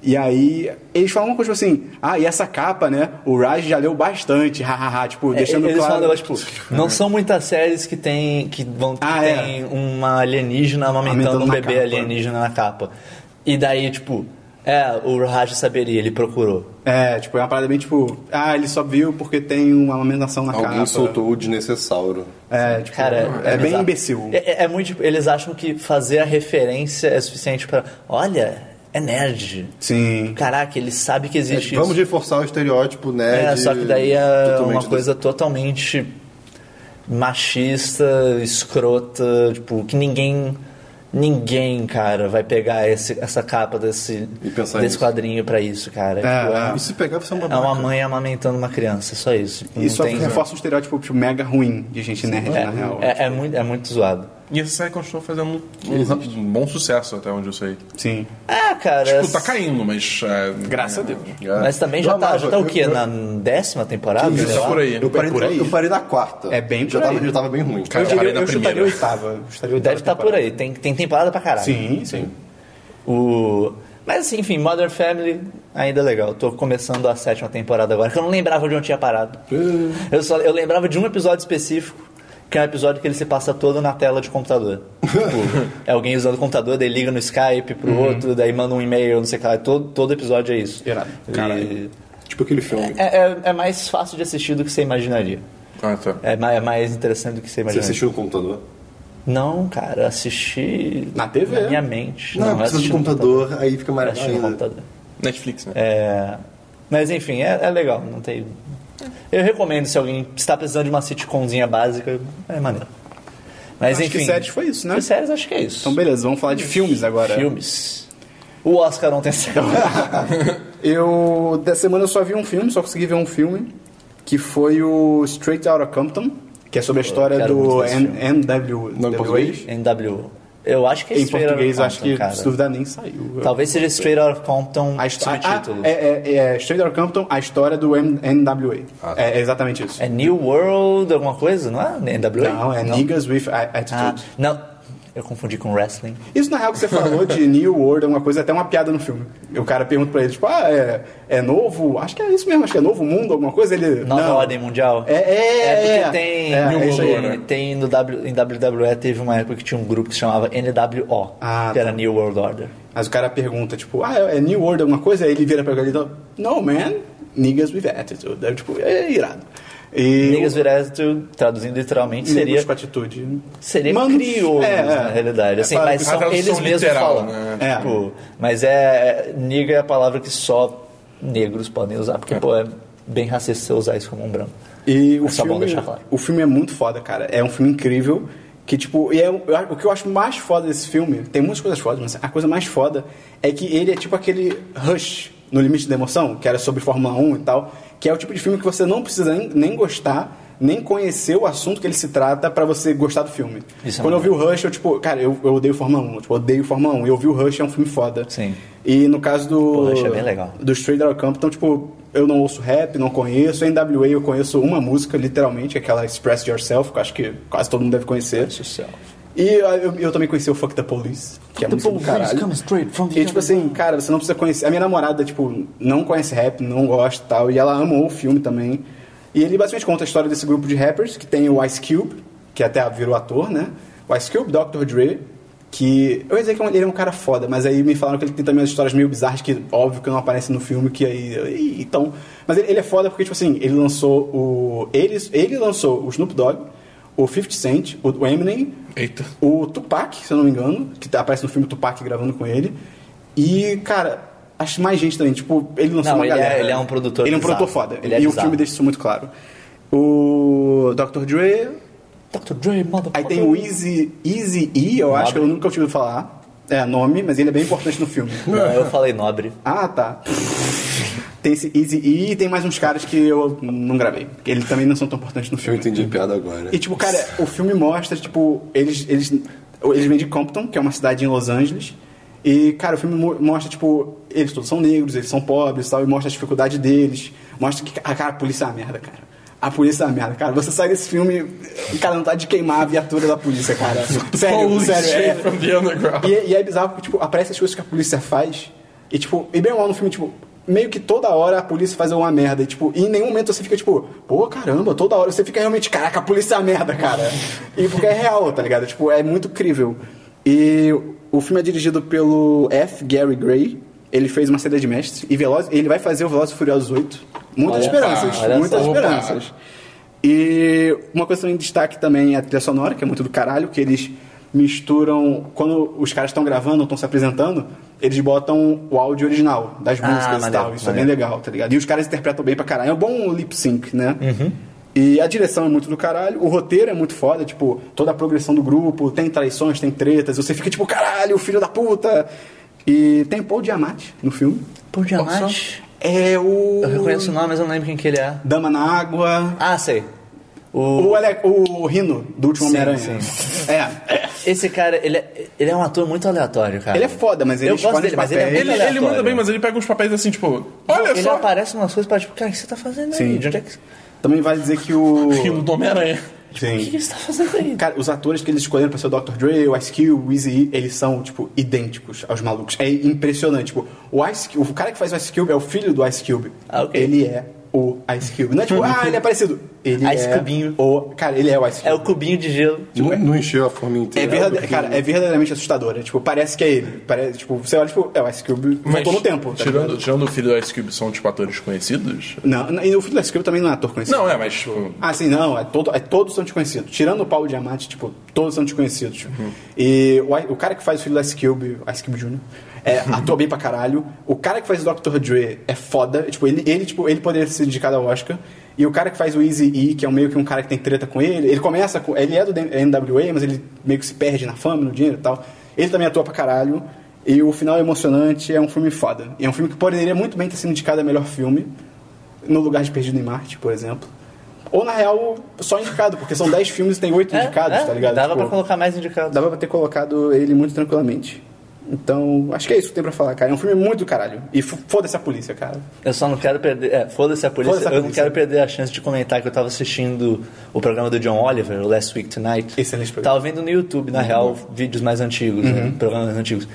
E aí, eles falam uma coisa tipo assim, ah, e essa capa, né? O Raj já leu bastante, hahaha, tipo,
É,
deixando
eles
claro.
falam um negócio, tipo, não são muitas séries que tem que vão que
Ah, é.
tem uma alienígena amamentando
Amamentando
um
na
bebê
capa.
alienígena na capa. E daí, tipo, é, o Raj saberia, ele procurou.
É, tipo, é uma parada bem tipo, ah, ele só viu porque tem uma amamentação na
Alguém
capa.
né?
soltou o dinossauro.
É, tipo,
Cara,
é, bem
bizarro.
imbecil.
É, é- é muito, tipo, eles acham que fazer a referência é suficiente pra. olha, é nerd.
Sim.
Caraca, ele sabe que
É,
existe
vamos
isso.
reforçar o estereótipo nerd.
é, só que daí é
totalmente
uma coisa totalmente machista, escrota, tipo, que ninguém ninguém, cara, vai pegar esse- essa capa desse
E pensar
desse
nisso.
quadrinho pra isso, cara. Tipo,
é.
E se pegar, você é uma
é uma
babaca.
mãe amamentando uma criança, só isso. Tipo, Não
Isso
tem-
reforça um estereótipo tipo, mega ruim de gente nerd,
é,
na real. tipo.
é- é muito, é muito zoado.
E essa série continua fazendo um, um bom sucesso, até onde eu sei.
Sim.
Ah, cara.
Tipo,
essa-
tá caindo, mas... é,
Graças
é,
a Deus.
é.
Mas também já
Não,
tá,
mas
já tá o
eu-
quê?
eu-
Na décima temporada?
Isso,
sei lá?
tá por aí.
Eu parei,
É por aí.
eu parei na quarta.
É bem
já
por
tava,
aí.
Já tava bem ruim.
Cara, eu
diria-
parei na
chutaria
primeira.
oitava. chutaria oitava
Deve estar por aí. Tem, tem temporada pra caralho.
tá Sim, sim.
O... Mas assim, enfim, Modern Family ainda é legal. Eu tô começando a sétima temporada agora, que eu não lembrava de onde tinha parado.
É.
Eu, só, eu lembrava de um episódio específico, que é um episódio que ele se passa todo na tela de computador. tipo, é alguém usando o computador, daí liga no Skype pro
Uhum.
outro, daí manda um e-mail, não sei o que lá. Todo, todo episódio é isso.
Irado.
E-
Caralho.
Tipo aquele filme.
É, é- é mais fácil de assistir do que você imaginaria.
Ah, tá.
É mais, é mais interessante do que você
Você
imaginaria.
assistiu no computador?
Não, cara, eu assisti
Na TV?
minha mente.
Não, é
eu
precisa
assisti
do
no
computador, aí fica
Eu
mais
assisti no
ainda.
computador.
Netflix, né?
É, Mas enfim, é, é legal, não tem. Eu recomendo se alguém está precisando de uma sitcomzinha básica, é maneiro. Mas
Acho
enfim.
que séries foi isso, né?
De séries acho que é isso.
Então, beleza, vamos falar de filmes agora.
Filmes. O Oscar não tem série.
Eu, dessa semana, eu só vi um filme, só consegui ver um filme, que foi o Straight Outta Compton, que é sobre a história
quero muito
do
ver esse filme.
Não, em português?
NWA.
NW. Eu acho que é
Em
Straight Outta
português, eu acho
Compton,
que,
cara.
se duvidar, nem saiu.
Talvez seja Straight Out of Compton
A história. Ah,
subtítulo.
é, é, é Straight Outta Compton, a história do M- NWA.
Ah, tá.
é, é exatamente isso.
É New World alguma coisa, não é? NWA?
Não, é Niggas with a- Attitude.
Ah, não. Eu confundi com wrestling.
Isso na real que você falou de New World, alguma coisa, é até uma piada no filme. E o cara pergunta pra ele, tipo, ah, é, é novo? Acho que é isso mesmo, acho que é novo mundo, alguma coisa. Ele.
Nova
não.
ordem mundial.
É, é,
É
é.
porque tem.
É,
é isso aí,
tem,
né?
tem no w, em WWE teve uma época que tinha um grupo que se chamava NWO,
Ah,
que era
tá.
New World Order.
Mas o cara pergunta, tipo, ah, é é New World, alguma coisa? Aí ele vira pra ele e fala, no man, niggas with attitude. Aí, tipo, é irado. E.
Niggas with Attitude, traduzindo literalmente,
Niggas
seria,
com atitude.
seria
Manos-
crioulos,
é,
na
é.
realidade. Assim,
É,
mas
a
são
tradução
eles mesmos
literal,
falando.
né?
É.
Tipo, mas é. Nigga é a palavra que só negros podem usar, porque, pô, é bem racista você usar isso como um branco.
E o
É só bom
filme,
deixar claro.
o filme é muito foda, cara. É um filme incrível. Que, tipo, e é, um- eu acho- o que eu acho mais foda desse filme, tem muitas coisas fodas, mas a coisa mais foda é que ele é tipo aquele Rush no Limite da Emoção, que era sobre Fórmula 1 e tal, que é o tipo de filme que você não precisa nem, nem gostar, nem conhecer o assunto que ele se trata pra você gostar do filme.
Isso é
Quando eu
muito
vi o Rush, eu, tipo, cara, eu, eu odeio Fórmula 1, tipo, eu odeio Fórmula 1, e eu vi o Rush, é um filme foda.
Sim.
E no caso do.
Pô, achei bem legal.
Do Straight Outta Compton, tipo, eu não ouço rap, não conheço. NWA eu conheço uma música, literalmente, é aquela Express Yourself, que eu acho que quase todo mundo deve conhecer.
Social.
E ah, eu, eu também conheci o Fuck the Police, que é muito do caralho. E tipo assim, cara, você não precisa conhecer. A minha namorada, tipo, não conhece rap, não gosta e tal. E ela amou o filme também. E ele basicamente conta a história desse grupo de rappers, que tem o Ice Cube, que até virou ator, né? O Ice Cube, Dr. Dre, que eu ia dizer que ele é um cara foda, mas aí me falaram que ele tem também umas histórias meio bizarras que, óbvio, que não aparecem no filme, que aí... e- Então... Mas ele, ele é foda porque, tipo assim, ele lançou o... Ele, ele lançou o Snoop Dogg, o 50 Cent, o Eminem,
Eita.
o Tupac, se eu não me engano, que tá- aparece no filme Tupac gravando com ele. E, cara, acho mais gente também. Tipo, ele lançou
Não,
uma
ele é-
galera.
ele é um produtor
Ele é um
bizarro.
produtor foda.
Ele é
e o
bizarro.
filme deixa isso muito claro. O Dr. Dre.
Dr. Dre, motherfucker.
Aí tem o Easy, Easy E, eu acho que eu nunca tive falar. É nome, mas ele é bem importante no filme.
Não, eu falei nobre.
Ah, tá. Tem esse Easy E e tem mais uns caras que eu não gravei. Eles também não são tão importantes no
Eu
filme.
entendi a piada agora.
E tipo, cara, o filme mostra, tipo, eles, eles, eles vêm de Compton, que é uma cidade em Los Angeles. E, cara, o filme mo- mostra, tipo, eles todos são negros, eles são pobres e tal, e mostra a dificuldade deles. Mostra que, ah, cara, a polícia é uma merda, cara. A polícia é uma merda, cara. Você sai desse filme, cara, não tá de queimar a viatura da polícia, cara. Sério,
Holy
sério.
shit
é-
from the underground.
e, é- e é bizarro porque, tipo, aparece as coisas que a polícia faz. E, tipo, e bem ou mal no filme, tipo, meio que toda hora a polícia faz alguma merda. E, tipo, e em nenhum momento você fica, tipo, pô, caramba, toda hora você fica realmente, caraca, a polícia é uma merda, cara. E porque é real, tá ligado? Tipo, é muito crível. E o filme é dirigido pelo F. Gary Gray. Ele fez uma série de mestres. E Veloz, ele vai fazer o Velozes e Furiosos 8. Muitas
Olha
esperanças,
só, olha
muitas
só.
esperanças. E uma coisa também em destaque também é a trilha sonora, que é muito do caralho, que eles misturam. Quando os caras estão gravando, estão se apresentando, eles botam o áudio original das
Ah,
músicas e
maneiro,
tal. Isso é
maneiro.
bem legal, tá ligado? E os caras interpretam bem pra caralho. É um bom lip sync, né?
Uhum.
E a direção é muito do caralho, o roteiro é muito foda, tipo, toda a progressão do grupo, tem traições, tem tretas, você fica tipo, caralho, filho da puta! E tem Paul Diamante no filme.
Paul
Diamante?
É o.
Eu reconheço o nome, mas eu não lembro quem que ele é.
Dama na Água.
Ah, sei. O,
O, Ale... o Rino, do último
Sim,
Homem-Aranha. É, é.
esse cara, ele é, ele é um ator muito aleatório, cara.
Ele é foda, mas ele
Eu gosto
escolhe
dele,
os
mas ele é
papéis.
muito
Ele, ele
aleatório.
manda bem, mas ele pega uns papéis assim, tipo, olha
ele
só.
aparece umas coisas para tipo, cara, o que você tá fazendo aí?
Sim.
De onde é que,
Também vale dizer que o.
Aquilo do Homem-Aranha.
o que
Sim.
que você tá fazendo aí?
Cara, os atores que eles escolheram pra ser o Dr. Dre, o Ice Cube, o Easy E, eles são, tipo, idênticos aos malucos. É impressionante. Tipo, o Ice Cube, o cara que faz o Ice Cube é o filho do Ice Cube.
Ah, ok.
Ele é o Ice Cube. Não é tipo, ah, ele é parecido. Ele
Ice
é
Cubinho.
o. Cara, ele é o Ice Cube.
É o cubinho de gelo.
Não, não encheu a fome inteira.
É verdade,
porque-
cara, é verdadeiramente assustador. É, tipo, parece que é ele. Parece, tipo, você olha, tipo, é o Ice Cube voltou no tempo. tá
tirando,
ligado?
tirando o filho do Ice Cube, são, tipo, atores conhecidos?
Não, não, e o filho do Ice Cube também não é ator conhecido.
Não, é, mas, tipo...
Ah, sim, não, é todo, é, todos são desconhecidos. Tirando o Paulo Diamante, tipo, todos são desconhecidos. tipo. E o, I- o cara que faz o filho do Ice Cube, Ice Cube Jr., é, atua bem pra caralho. O cara que faz o Dr. Dre é foda. Tipo, ele, ele, tipo, ele poderia ser indicado ao Oscar. E o cara que faz o Easy E, que é um meio que um cara que tem treta com ele, ele começa com. Ele é do NWA, mas ele meio que se perde na fama, no dinheiro e tal. Ele também atua pra caralho. E o final é emocionante, é um filme foda. E é um filme que poderia muito bem ter sido indicado a melhor filme, no lugar de Perdido em Marte, por exemplo. Ou, na real, só indicado, porque são 10 filmes e tem 8 indicados, tá ligado?
É, Dava
Tipo,
pra colocar mais indicado.
dava pra ter colocado ele muito tranquilamente. Então, acho que é isso que tem pra falar, cara. É um filme muito do caralho. E fo- foda-se a polícia, cara.
Eu só não quero perder. É, foda-se a polícia.
Foda-se a
eu não
polícia.
quero perder a chance de comentar que eu tava assistindo o programa do John Oliver, o Last Week Tonight.
Excelente programa.
Tava vendo no YouTube, na real, vídeos mais antigos, né, programas mais antigos.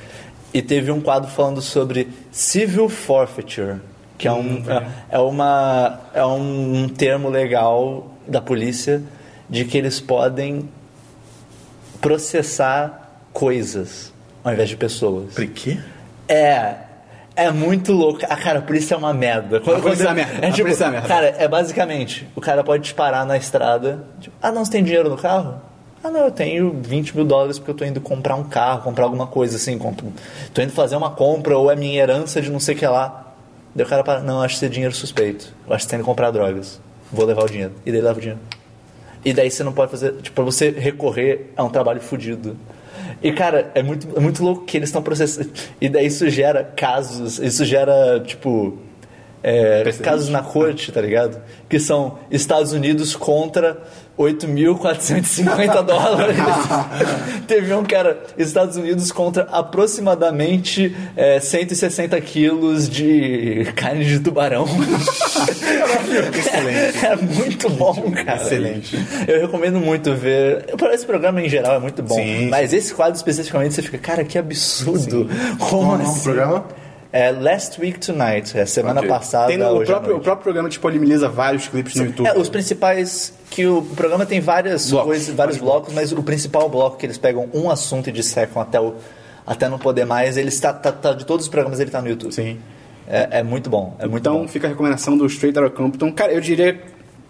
E teve um quadro falando sobre civil forfeiture, que é um, é, é uma, é um termo legal da polícia de que eles podem processar coisas ao invés de pessoas.
Pra quê?
É. É muito louco. Ah, cara, a polícia é uma merda. Quando-
A polícia
quando-
é uma merda. A polícia é uma merda.
Cara, é basicamente, o cara pode te parar na estrada. Tipo, ah, não, você tem dinheiro no carro? Ah, não, eu tenho 20 mil dólares porque eu tô indo comprar um carro, comprar alguma coisa assim. Compro, tô indo fazer uma compra ou é minha herança de não sei o que lá. Daí o cara para, não, eu acho que isso é dinheiro suspeito. Eu acho que você tá indo comprar drogas. Vou levar o dinheiro. E daí leva o dinheiro. E daí você não pode fazer. Tipo, pra você recorrer é um trabalho fudido. E, cara, é muito, é muito louco que eles estão processando. E daí isso gera casos, isso gera, tipo. é, casos na corte, tá ligado? Que são Estados Unidos contra 8.450 dólares. Teve um cara, Estados Unidos contra aproximadamente é, 160 quilos de carne de tubarão. Excelente. É muito bom, cara.
Excelente.
Eu recomendo muito ver. Esse programa em geral é muito bom.
Sim.
Mas esse quadro especificamente você fica, cara, que absurdo. Como
Qual é o nome do
assim?
programa?
É Last Week Tonight, é semana
Ok.
passada.
Tem no, o,
hoje à
próprio, o
noite.
próprio programa disponibiliza vários clipes no YouTube.
É, os principais. Que o programa tem várias
Blocos.
coisas, vários blocos, mas o principal bloco que eles pegam um assunto e dissecam até, o, até não poder mais, ele está, tá- tá- de todos os programas ele está no YouTube.
Sim.
É, é muito bom. É muito
Então
bom.
fica a recomendação do Straight Outta Compton. Cara, eu diria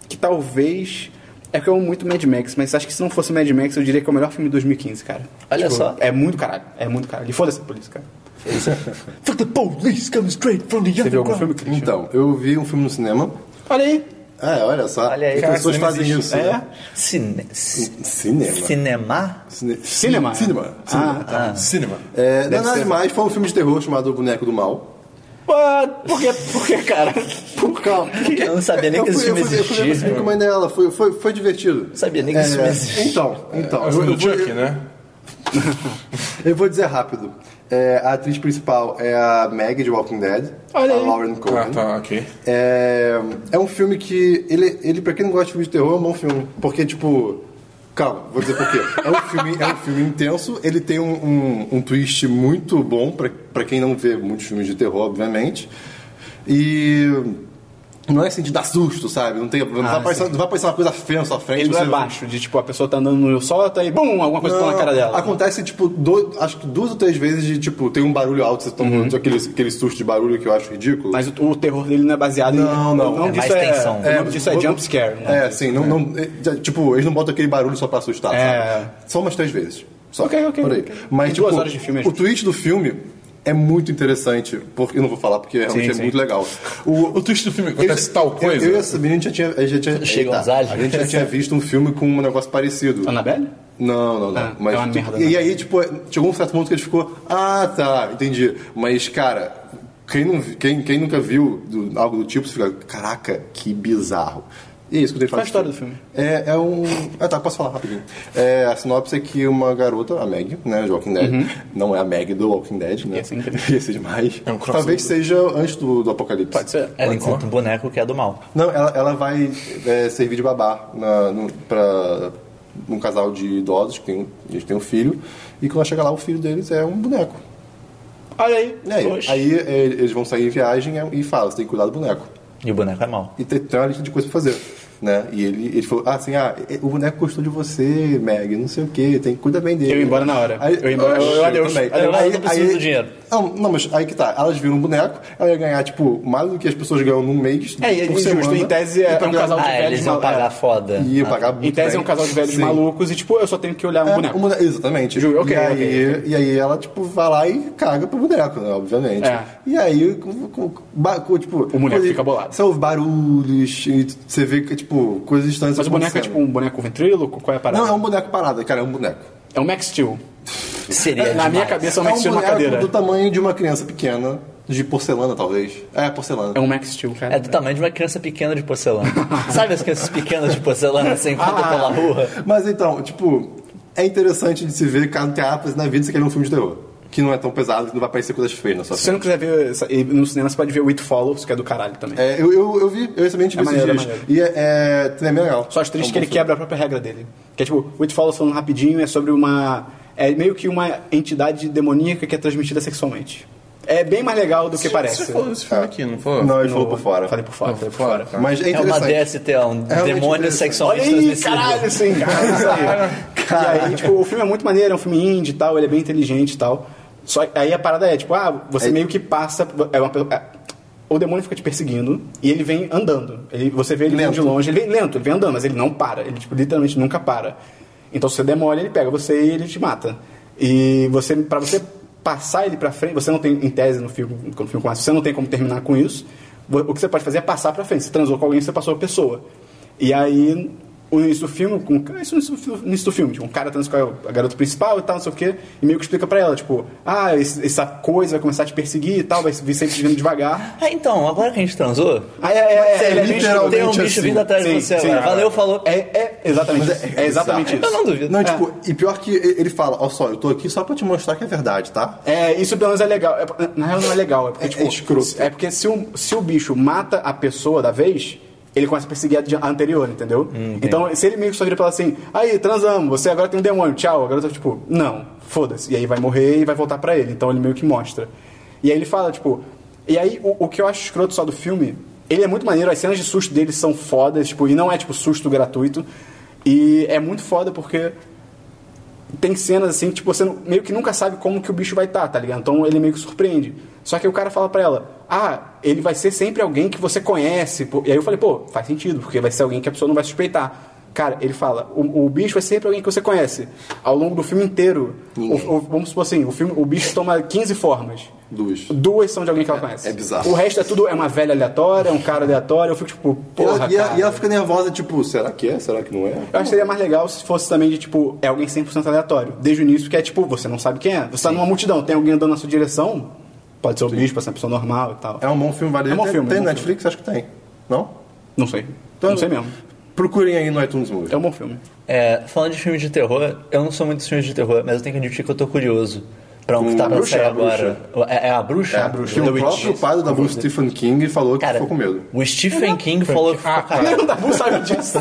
que talvez... É porque eu amo muito Mad Max, mas acho que se não fosse Mad Max, eu diria que é o melhor filme de 2015, cara.
Olha só. É
É muito caralho, é muito caralho. E foda-se a polícia, cara.
Fuck the police coming straight from the
Você viu algum
underground.
filme, Christian?
Então, eu vi um filme no cinema.
Olha aí.
Ah, olha só.
Olha aí.
As
Cara,
pessoas
cinema
fazem
existe.
isso.
É?
né?
Cine, ci-
Cinema.
É? cinema?
Cine-
Cinema.
Cinema.
Ah,
Cinema.
tá.
Cinema.
É, não
Deve
é nada
ser.
demais, foi um filme de terror chamado O Boneco do Mal.
What? Por que, por que, cara?
Por calma.
Eu não sabia nem que esse
eu
filme
fui, eu fui ver com
existia.
esse filme com a mãe dela, foi, foi, foi divertido. Não
sabia nem que esse filme existia.
Então, então.
É o
eu,
filme
eu
do
vou,
Chuck, né?
eu vou dizer rápido. É, a atriz principal é a Maggie de Walking Dead,
Olha
a
aí.
Lauren Cohen.
Ah, tá, ok.
É, é um filme que. Ele, ele, pra quem não gosta de filme de terror, é um bom filme. Porque, tipo. Calma, vou dizer por quê. É um filme, é um filme intenso, ele tem um, um, um twist muito bom, pra, pra quem não vê muitos filmes de terror, obviamente. E. Não é assim de dar susto, sabe? Não, tem, não, vai, aparecer, não vai aparecer uma coisa feia na sua frente.
Ah, Ele não é
você-
baixo, de tipo, a pessoa tá andando no solta e bum, alguma coisa tá na cara dela.
Acontece, tipo, do- acho que duas ou três vezes de, tipo, tem um barulho alto, você toma aquele, aquele susto de barulho que eu acho ridículo.
Uhum. Mas o, o terror dele não é baseado em.
Não, não.
O nome
É
disso
mais tensão.
O nome disso é jump scare. né?
É, assim, não, não- é, já, tipo, eles não botam aquele barulho só pra assustar,
É.
sabe? Só umas três vezes. Só.
Ok, ok,
Por aí.
ok.
Mas,
Em duas
tipo,
horas de filme, é
o
justo.
twist do filme é muito interessante, porque eu não vou falar porque realmente
Sim,
é
sim.
muito legal. O,
O twist do filme acontece
eu-
tal coisa.
Eu, eu e essa menina já tinha, a gente já tinha,
Chega
eita,
uns alhos.
a gente já tinha visto um filme com um negócio parecido.
Annabelle?
Não, não, não.
Ah,
Mas,
é uma
tipo,
merda,
E
né?
aí, tipo, chegou um certo ponto que a gente ficou, ah, tá, entendi. Mas, cara, quem, não, vi- quem, quem nunca viu do- algo do tipo, você fica, caraca, que bizarro. E é isso que eu tenho
Qual
pra
a história
dizer.
do filme?
É, é um. Ah, tá, posso falar rapidinho. É, a sinopse é que uma garota, a Meg, né, de Walking Dead, não é a Meg do Walking Dead, né?
Uhum. Ia ser incrível.
Ia ser demais.
É um crossover.
Talvez seja antes do, do apocalipse.
Pode ser.
Ela encontra um boneco que é do mal.
Não, ela, ela vai é, servir de babá na, no, pra um casal de idosos que tem, um- eles têm um filho. E quando ela chega lá, o filho deles é um boneco.
Olha aí.
E aí,
Poxa.
aí, é, eles vão sair em viagem é, e fala, você tem que cuidar do boneco.
E o boneco é mal.
E tem, tem uma lista de coisas pra fazer. Né? E ele, ele falou, ah, assim, ah, é- o boneco gostou de você, Meg, não sei o que, tem que cuidar bem dele.
Eu ia embora na hora.
Aí,
Eu ia embora, eu- eu- adeus,
também.
adeus,
eu não preciso do dinheiro.
Não, não, mas aí que tá, elas viram um boneco, ela ia ganhar, tipo, mais do que as pessoas ganham num mês.
É, e é
por
injusto,
semana,
em tese é
e pra
um
ganhar-
casal de
Ah,
velhos
eles vão
mal-
pagar
é.
foda.
E ia pagar muito
Em tese é um
bem.
casal de velhos
Sim.
malucos e, tipo, eu só tenho que olhar um
É,
boneco.
um boneco, Exatamente.
Ju- ok,
e, aí,
ok,
e aí ela, tipo, vai lá e caga pro boneco, né? Obviamente.
É.
E aí, com, com- ba- com, tipo...
O boneco
coisa-
fica bolado.
São os barulhos, e você vê que, tipo, coisas estranhas
Mas o boneco é tipo
acontecendo.
um boneco ventríloco? Qual é a parada?
Não, é um boneco parado, cara, é um boneco.
É um Max Steel.
Seria
Na minha
demais.
cabeça é um
é
Max
um
Steel na cadeira.
boneco do tamanho de uma criança pequena, de porcelana, talvez. É, porcelana.
É um Max Steel, cara.
É do tamanho de uma criança pequena de porcelana. Sabe as crianças pequenas de porcelana que você encontra
Ah.
pela rua?
Mas então, tipo, é interessante de se ver caso tenha árvores na vida você quer ver um filme de terror. Que não é tão pesado, que não vai aparecer coisas feias na sua
Se
frente.
você não quiser ver essa- e no cinema, você pode ver o It Follows, que é do caralho também.
É, eu, eu, eu vi, eu recentemente
É
vi esses
maneiro,
dias.
é maneiro.
E é, é, também é legal.
Só acho triste
É
que
um bom
ele
filme.
quebra a própria regra dele. Que é tipo, o It Follows falando rapidinho é sobre uma. É meio que uma entidade demoníaca que é transmitida sexualmente. É bem mais legal do que parece.
Você falou desse filme
É.
aqui, não falou?
Não, ele
No-
falou por fora.
Falei por fora.
foi fora. cara.
Mas é
É uma
interessante.
DST, é um
realmente
demônio
interessante.
sexualmente
Olha aí,
transmissível.
caralho, sim, cara. é Isso aí. E aí, tipo, o filme é muito maneiro, é um filme indie e tal, ele é bem inteligente e tal. Só que aí a parada é, tipo, ah, você
É-
meio que passa. É uma, pe- é- o demônio fica te perseguindo e ele vem andando. Ele, você vê ele vindo
Lento.
de longe, ele vem lento, ele vem andando, mas ele não para. Ele, tipo, literalmente nunca para. Então se você demora, ele pega você e ele te mata. E você, pra você passar ele pra frente, você não tem, em tese, no filme, quando o filme começa, você não tem como terminar com isso. Vo- O que você pode fazer é passar pra frente. Você transou com alguém, você passou a pessoa. E aí, o início do filme, com, isso no início do fi- início do filme, tipo, um cara transa com a garota principal e tal, não sei o quê, e meio que explica pra ela, tipo, ah, esse- essa coisa vai começar a te perseguir e tal, vai vir sempre vindo devagar.
Ah, então, agora que a gente transou,
Aí é, é,
Mas é
ele bem
literalmente
tem um bicho
assim.
vindo atrás de
Sim,
você
sim,
agora.
cara.
Valeu, falou.
É, é exatamente
Mas é-
isso. É exatamente
Eu
bizarro.
não
isso.
duvido.
Não, tipo, e pior que e- ele fala, ó só, eu tô aqui só pra te mostrar que é verdade, tá?
É, isso pelo menos é legal. É, na real não é legal, é porque,
É-
tipo,
é escroto.
é porque se, o, se o bicho mata a pessoa da vez, ele começa a perseguir a de- a anterior, entendeu? então, se ele meio que só vira e fala assim, aí, transamos, você agora tem um demônio, tchau. A garota, tipo, não, foda-se. E aí vai morrer e vai voltar pra ele. Então ele meio que mostra. E aí ele fala, tipo. E aí o, o que eu acho escroto só do filme, ele é muito maneiro, as cenas de susto dele são fodas, tipo, e não é tipo susto gratuito. E é muito foda porque tem cenas assim que tipo, você não- meio que nunca sabe como que o bicho vai estar, tá, ligado? Então ele meio que surpreende. Só que o cara fala pra ela, ah, ele vai ser sempre alguém que você conhece. pô." E aí eu falei, pô, faz sentido, porque vai ser alguém que a pessoa não vai suspeitar. Cara, ele fala, o, o bicho vai ser sempre alguém que você conhece. Ao longo do filme inteiro,
Ninguém.
o- o- vamos supor assim, o, filme, o bicho toma 15 formas.
Duas.
Duas são de alguém que ela conhece.
é bizarro.
O resto é tudo, é uma velha aleatória, é um cara aleatório. Eu fico tipo,
E ela-
porra,
e, ela,
cara.
e ela fica nervosa, tipo, será que é? Será que não é?
Eu acho que seria mais legal se fosse também de, tipo, é alguém 100% aleatório. Desde o início, que é tipo, você não sabe quem é. Você tá numa multidão, tem alguém andando na sua direção. Pode ser o bicho, pode ser uma pessoa normal e tal.
É um bom filme, vale
É um bom
Tem-
filme,
Tem
é um bom
Netflix? Acho que tem. Não?
Não sei.
Então-
não sei mesmo.
Procurem aí no iTunes Movie.
É um bom filme.
É, falando de filme de terror, eu não sou muito de filme de terror, mas eu tenho que admitir que eu tô curioso pra um
O
que tá pra
Bruxa,
sair
é a
agora. É, é a bruxa?
É,
The
porque o
Witch.
próprio padre da Bruce Stephen King falou que
Cara,
ficou com medo.
o Stephen King falou que ficou
Ah,
com medo.
Não, Dabu sabe disso, tá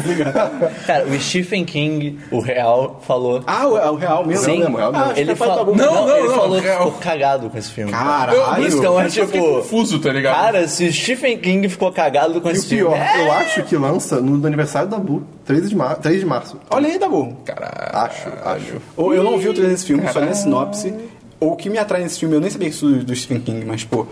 ligado?
Cara, o Stephen King, o real, falou.
Ah, o, é o real mesmo.
Sim,
lembro, real,
Ah,
não.
acho que
ele
é Padre
fala-
Dabu.
Não, não,
ele
não,
falou que
real.
ficou cagado com esse filme.
Eu, por
Caralho.
isso que eu
é
acho que eu fiquei
tipo-
confuso, tá ligado?
Cara, se o Stephen King ficou cagado com
E o
esse
pior,
filme. é-
eu acho que lança no aniversário da Bu, 13 de, mar 3 de março.
Olha aí, Dabu.
Caralho.
Acho,
é,
acho.
Ou eu não vi o trailer desse filme, só li a sinopse. Ou o que me atrai nesse filme, eu nem sabia isso do, do Stephen King, mas, pô,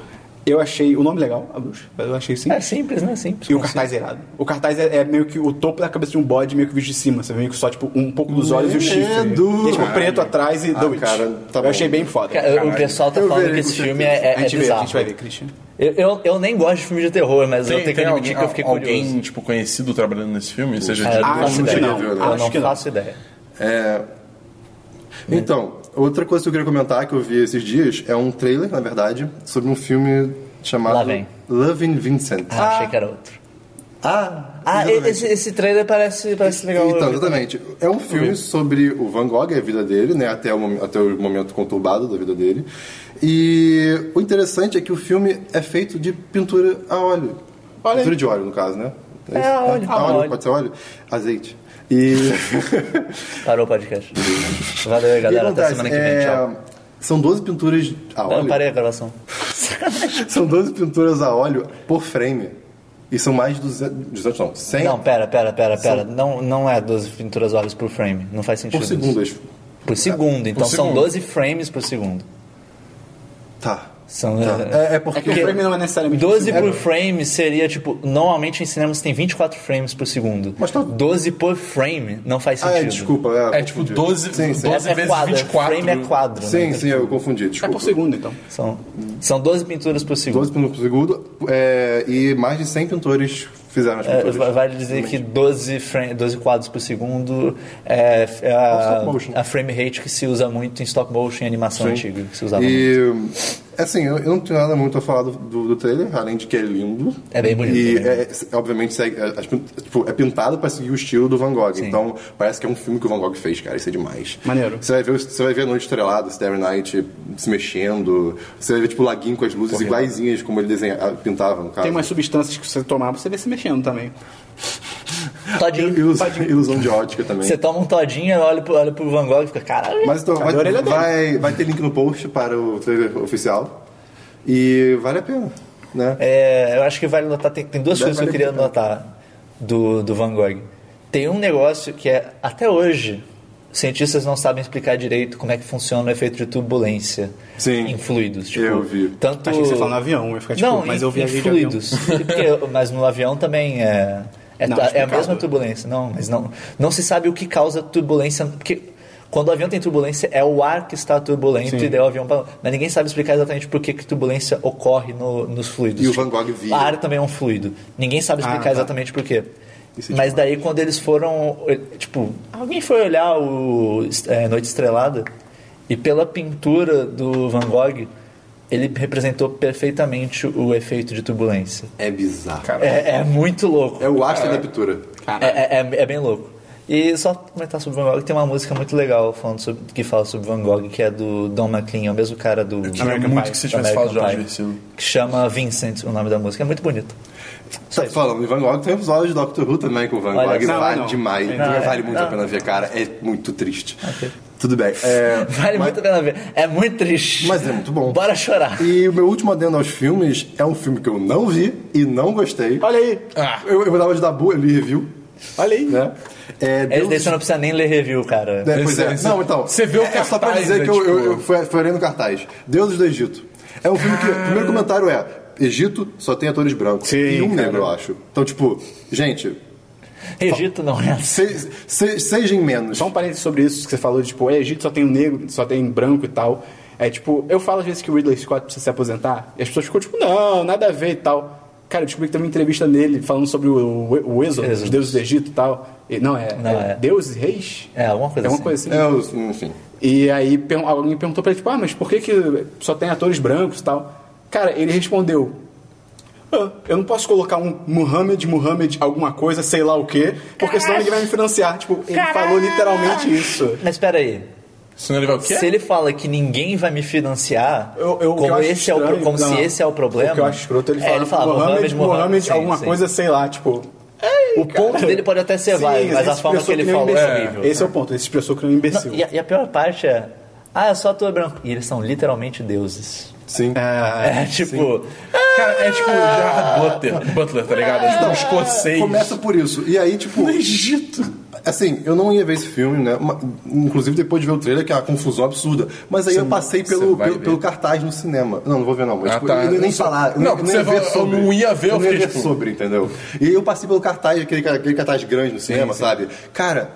eu achei o nome legal, a bruxa. mas Eu achei sim.
É simples, né? Simples.
E o
conciso.
cartaz irado. O cartaz é, é meio que o topo da cabeça de um bode, meio que visto de cima. Você vê meio que só, tipo, um pouco dos olhos e o chifre.
Medo.
E é, tipo, preto atrás e
Ah,
do it.
cara, tá
eu
bom.
achei bem foda.
Cara, o pessoal tá
Eu
falando
verei
que
com
esse filme é,
certeza.
é,
a, gente
é
vê, a
bizarro.
gente vai ver, Christian.
Eu, eu, eu nem gosto de filme de terror, mas eu
Tem,
tenho que
tem
admitir
alguém,
que eu fiquei
alguém,
curioso.
tipo, conhecido trabalhando nesse filme? Seja
Cara, eu
de...
não
Acho
faço
que
ideia.
não,
Eu
acho
não
que não.
faço ideia.
É...
É.
Então, outra coisa que eu queria comentar que eu vi esses dias é um trailer, na verdade, sobre um filme
Lá
chamado
vem.
Loving Vincent.
Ah, achei que era outro.
Ah,
Ah,
exatamente.
esse, esse trailer parece, parece legal.
Então, exatamente. É um
Uhum.
filme sobre o Van Gogh e a vida dele, né? Até o, mom- até o momento conturbado da vida dele. E o interessante é que o filme é feito de pintura a óleo.
Olha aí.
pintura de óleo, no caso, né?
É,
isso?
a óleo.
A
A
óleo,
óleo.
pode ser óleo? Azeite. E...
Parou o podcast. Valeu aí,
E
galera. Até
acontece,
semana que vem.
é,
Tchau.
São 12 pinturas a
Não,
óleo.
parei a gravação.
São 12 pinturas a óleo por frame. E são mais de 200... 200 não, 100
Não, pera, pera, pera, pera. Não, não é 12 pinturas olhos por frame. Não faz sentido.
por
isso.
segundo. acho.
Por segundo. Então são
segundo.
12 frames por segundo.
Tá.
São,
Tá. É, é porque...
É que o frame não é necessariamente...
12
possível.
por frame seria tipo. Normalmente em cinemas tem 24 frames por segundo.
Mas tá-
12 por frame não faz
Ah,
sentido.
é, desculpa. É,
É tipo
confundi.
12,
Sim, sim.
12
É, é
vezes
quadro.
24.
Frame é quadro. né?
Sim, sim, eu confundi,
É
desculpa.
por segundo, então.
São, são 12 pinturas por segundo.
12 pinturas por segundo é, e mais de 100 pintores fizeram as
É,
pinturas.
va- vale dizer que 12, frame, 12 quadros por segundo é, f- é a,
Stop motion.
a frame rate que se usa muito em stop motion e animação
Sim.
antiga. Que se usava muito.
E, assim, eu, eu não tenho nada muito a falar do, do, do trailer, além de que é lindo.
É bem bonito,
E,
é bem
é, é, obviamente, segue- é, as pin- tipo, é pintado para seguir o estilo do Van Gogh. Então, parece que é um filme que o Van Gogh fez, cara. Isso é demais.
Maneiro.
Você vai ver, você vai ver a noite estrelada, Starry Night se mexendo. Você vai ver, tipo, o laguinho com as luzes iguaizinhas como ele desenha, ah, pintava, no caso.
Tem umas substâncias que você tomar pra você ver se mexendo também.
Todinho.
Ilusão, ilusão de ótica também.
Você toma um todinho, olha pro, olha pro Van Gogh e fica, caralho.
Mas então, vai,
a orelha dele?
vai, vai ter link no post para o trailer oficial. E vale a pena, né?
É, eu acho que vale notar, tem, tem duas
Deve
coisas que eu queria
valer a
notar do, do Van Gogh. Tem um negócio que é, até hoje, os cientistas não sabem explicar direito como é que funciona o efeito de turbulência
Sim.
em fluidos. Tipo,
Eu vi.
Tanto...
Achei que você falou no avião, eu ia ficar tipo,
não,
mas
em,
eu vi
em
ali de
fluidos. Porque- mas no avião também é, é,
Não,
tu- é a
explicado.
mesma turbulência. Não, mas não, não se sabe o que causa turbulência, porque... Quando o avião tem turbulência, é o ar que está turbulento e daí o avião... pa- Mas ninguém sabe explicar exatamente por que, que turbulência ocorre no- nos fluidos.
E o Van Gogh via.
Ar também é um fluido. Ninguém sabe explicar
Ah, tá.
exatamente por quê.
Isso é
Mas daí quando eles foram, eh, tipo, alguém foi olhar o est- eh, Noite Estrelada e pela pintura do Van Gogh, ele representou perfeitamente o efeito de turbulência.
É bizarro.
É, é muito louco.
É o astro da pintura.
É, é, é- é bem louco. E só comentar sobre Van Gogh, tem uma música muito legal falando sobre, que fala sobre Van Gogh, que é do Don McLean, é o mesmo cara do
Queria
American
muito
Pie.
que você
do
tivesse falado de
American
Jorge
Pie,
Versilo.
que chama Vincent, o nome da música. É muito bonito.
Tá falando em Van Gogh, tem um episódio de Doctor Who também com o Van
Olha
Gogh.
só.
vale
Não, não.
demais.
Não,
vale
é-
muito a pena ver, cara. É muito triste. Tudo bem. É,
Vale muito a pena ver. É muito triste.
Mas é muito bom.
Bora chorar.
E o meu último adendo aos filmes é um filme que eu não vi e não gostei.
Olha aí,
Ah,
Eu, eu dava de Dabu, eu li review,
olha aí.
né? É,
Eles
Deus-
daí você não precisa nem ler review, cara.
É, pois é.
Esse-
Não, então.
Você vê o
é só pra
cartaz,
dizer
né,
que eu, eu,
tipo-
eu fui, fui olhando o cartaz. Deuses do Egito. É um filme que. O primeiro comentário é: Egito só tem atores brancos.
Sim,
e um
cara.
negro, eu acho. Então, tipo, gente,
Egito não é assim.
se, se, sejam menos.
Só um parênteses sobre isso que você falou, de, tipo, é Egito só tem o negro, só tem branco e tal. É tipo, eu falo às vezes que o Ridley Scott precisa se aposentar, e as pessoas ficam tipo, não, nada a ver e tal. Cara, eu descobri que tem uma entrevista nele falando sobre o, o, o Êxodo,
Êxodo.
os deuses do Egito e tal. E, não, é,
Não,
é
é.
deuses e reis?
É, alguma coisa
É uma
assim.
um
coisa assim.
É, eu- enfim.
E aí per- alguém perguntou pra ele, tipo, ah, mas por que, que só tem atores brancos e tal? Cara, ele respondeu, "Ah, eu não posso colocar um Muhammad, Muhammad, alguma coisa, sei lá o quê, porque senão ninguém vai me financiar. Tipo, ele falou literalmente isso.
Mas espera aí.
senão ele vai o quê?
Se ele fala que ninguém vai me financiar,
Eu, eu, o que eu
como,
acho
esse é o pro-
estranho-
como
não,
se esse é o problema.
O que eu acho escroto, ele
é,
fala,
ele fala
Mohamed,
Mohamed,
Mohamed,
sim,
alguma
sim.
coisa, sei lá, tipo... o ponto
dele pode até ser válido, mas a forma que ele falou
é
horrível.
Esse é o ponto, ele se expressou que é um
Não,
imbecil.
e, a, e a pior parte é. Ah, é só tu é branco. E eles são literalmente deuses.
Sim.
É, tipo.
Cara, é tipo Gerard Butler, Butler, tá ligado? É tipo um escocês.
Começa por isso. E aí, tipo. No Egito. Assim, eu não ia ver esse filme, né? Uma- Inclusive depois de ver o trailer, que é uma confusão absurda. Mas aí eu passei pelo,
você vai
pelo,
ver.
pelo cartaz no cinema. Não, não vou ver, não. Mas,
Ah,
tipo,
tá.
eu nem- nem
Não,
falar. Eu nem-
não,
eu nem
você
ia ver
falou, eu
sobre.
não ia ver, eu
não ia
fiquei,
ver
tipo-
sobre, entendeu? E aí eu passei pelo cartaz, aquele, ca- aquele cartaz grande no cinema, sabe? Cara,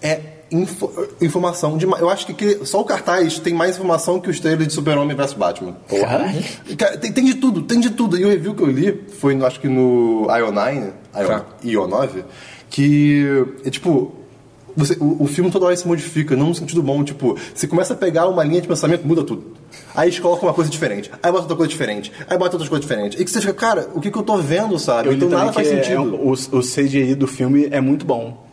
é. info- informação demais. Eu acho que aquele- só o cartaz tem mais informação que os trailers de Super-Homem vs Batman.
Caralho.
Cara, tem, tem de tudo, tem de tudo. E o review que eu li foi, no- acho que no IO9, IO,
Tá.
IO9, que é tipo. você- o, o filme toda hora se modifica, não no sentido bom. Tipo, você começa a pegar uma linha de pensamento, muda tudo. Aí eles colocam uma coisa diferente, aí bota outra coisa diferente, aí bota outra coisa diferente. E que você fica, cara, o que, que eu tô vendo, sabe?
Eu li
então
também
nada faz
que é-
sentido.
é um- o, o CGI do filme é muito bom.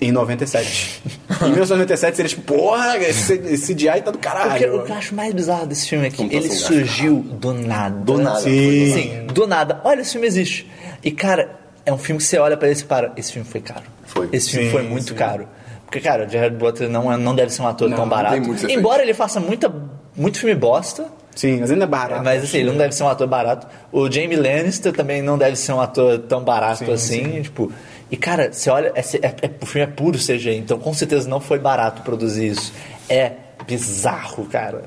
Em 97. em 1997, eles, tipo, porra, esse, esse CGI tá do
O que, o
caralho.
que eu acho mais bizarro desse filme é que
Como tá
ele
sendo
surgiu do nada.
Do nada.
Sim.
Sim, do nada. Olha, esse filme existe. E, cara, é um filme que você olha pra ele e para. Esse filme foi caro.
Foi.
Esse filme
Sim,
foi muito
sim.
caro. Porque, cara, o Jared Butler não, é- não deve ser um ator
Não,
tão
não
barato.
tem muito esse
Embora ele faça muita, muito filme bosta,
Sim, mas ainda é barato.
mas assim, ele não deve ser um ator barato. O Jamie Lannister também não deve ser um ator tão barato assim. Tipo, e cara, você olha, é, é- é- o filme é puro CGI, então com certeza não foi barato produzir isso. É bizarro, cara.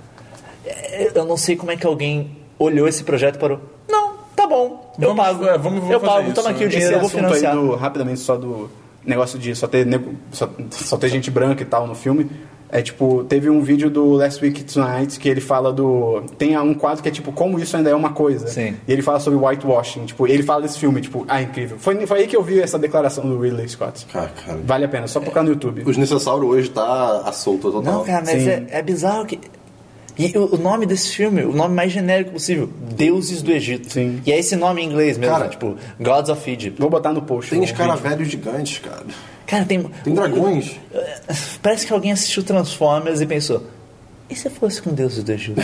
É- Eu não sei como é que alguém olhou esse projeto e parou. Não, tá bom, eu
Vamos-
pago.
é, vamos- vamos
eu
fazer
pago,
isso,
toma
né?
aqui o
Esse é
dinheiro, é eu vou
assunto aí
financiar.
do, rapidamente só do negócio de só ter, nego- só, só ter gente branca e tal no filme. É tipo, teve um vídeo do Last Week Tonight que ele fala do. Tem um quadro que é tipo, como isso ainda é uma coisa.
Sim.
E ele fala sobre whitewashing. Tipo, ele fala desse filme, tipo, ah, incrível. Foi, foi aí que eu vi essa declaração do Ridley Scott.
Ah, cara.
Vale a pena, só procurar no YouTube.
O dinossauro hoje tá à solta total.
Não, cara, mas
Sim.
é, é bizarro que. E o, o nome desse filme, o nome mais genérico possível, Deuses do Egito.
Sim.
E é esse nome em inglês mesmo,
Cara,
tipo, Gods of Egypt.
Vou botar no post.
Tem
o vídeo.
escaravelhos gigantes, cara.
Cara, tem.
Tem dragões.
Parece que alguém assistiu Transformers e pensou. E se fosse com deuses do Egito?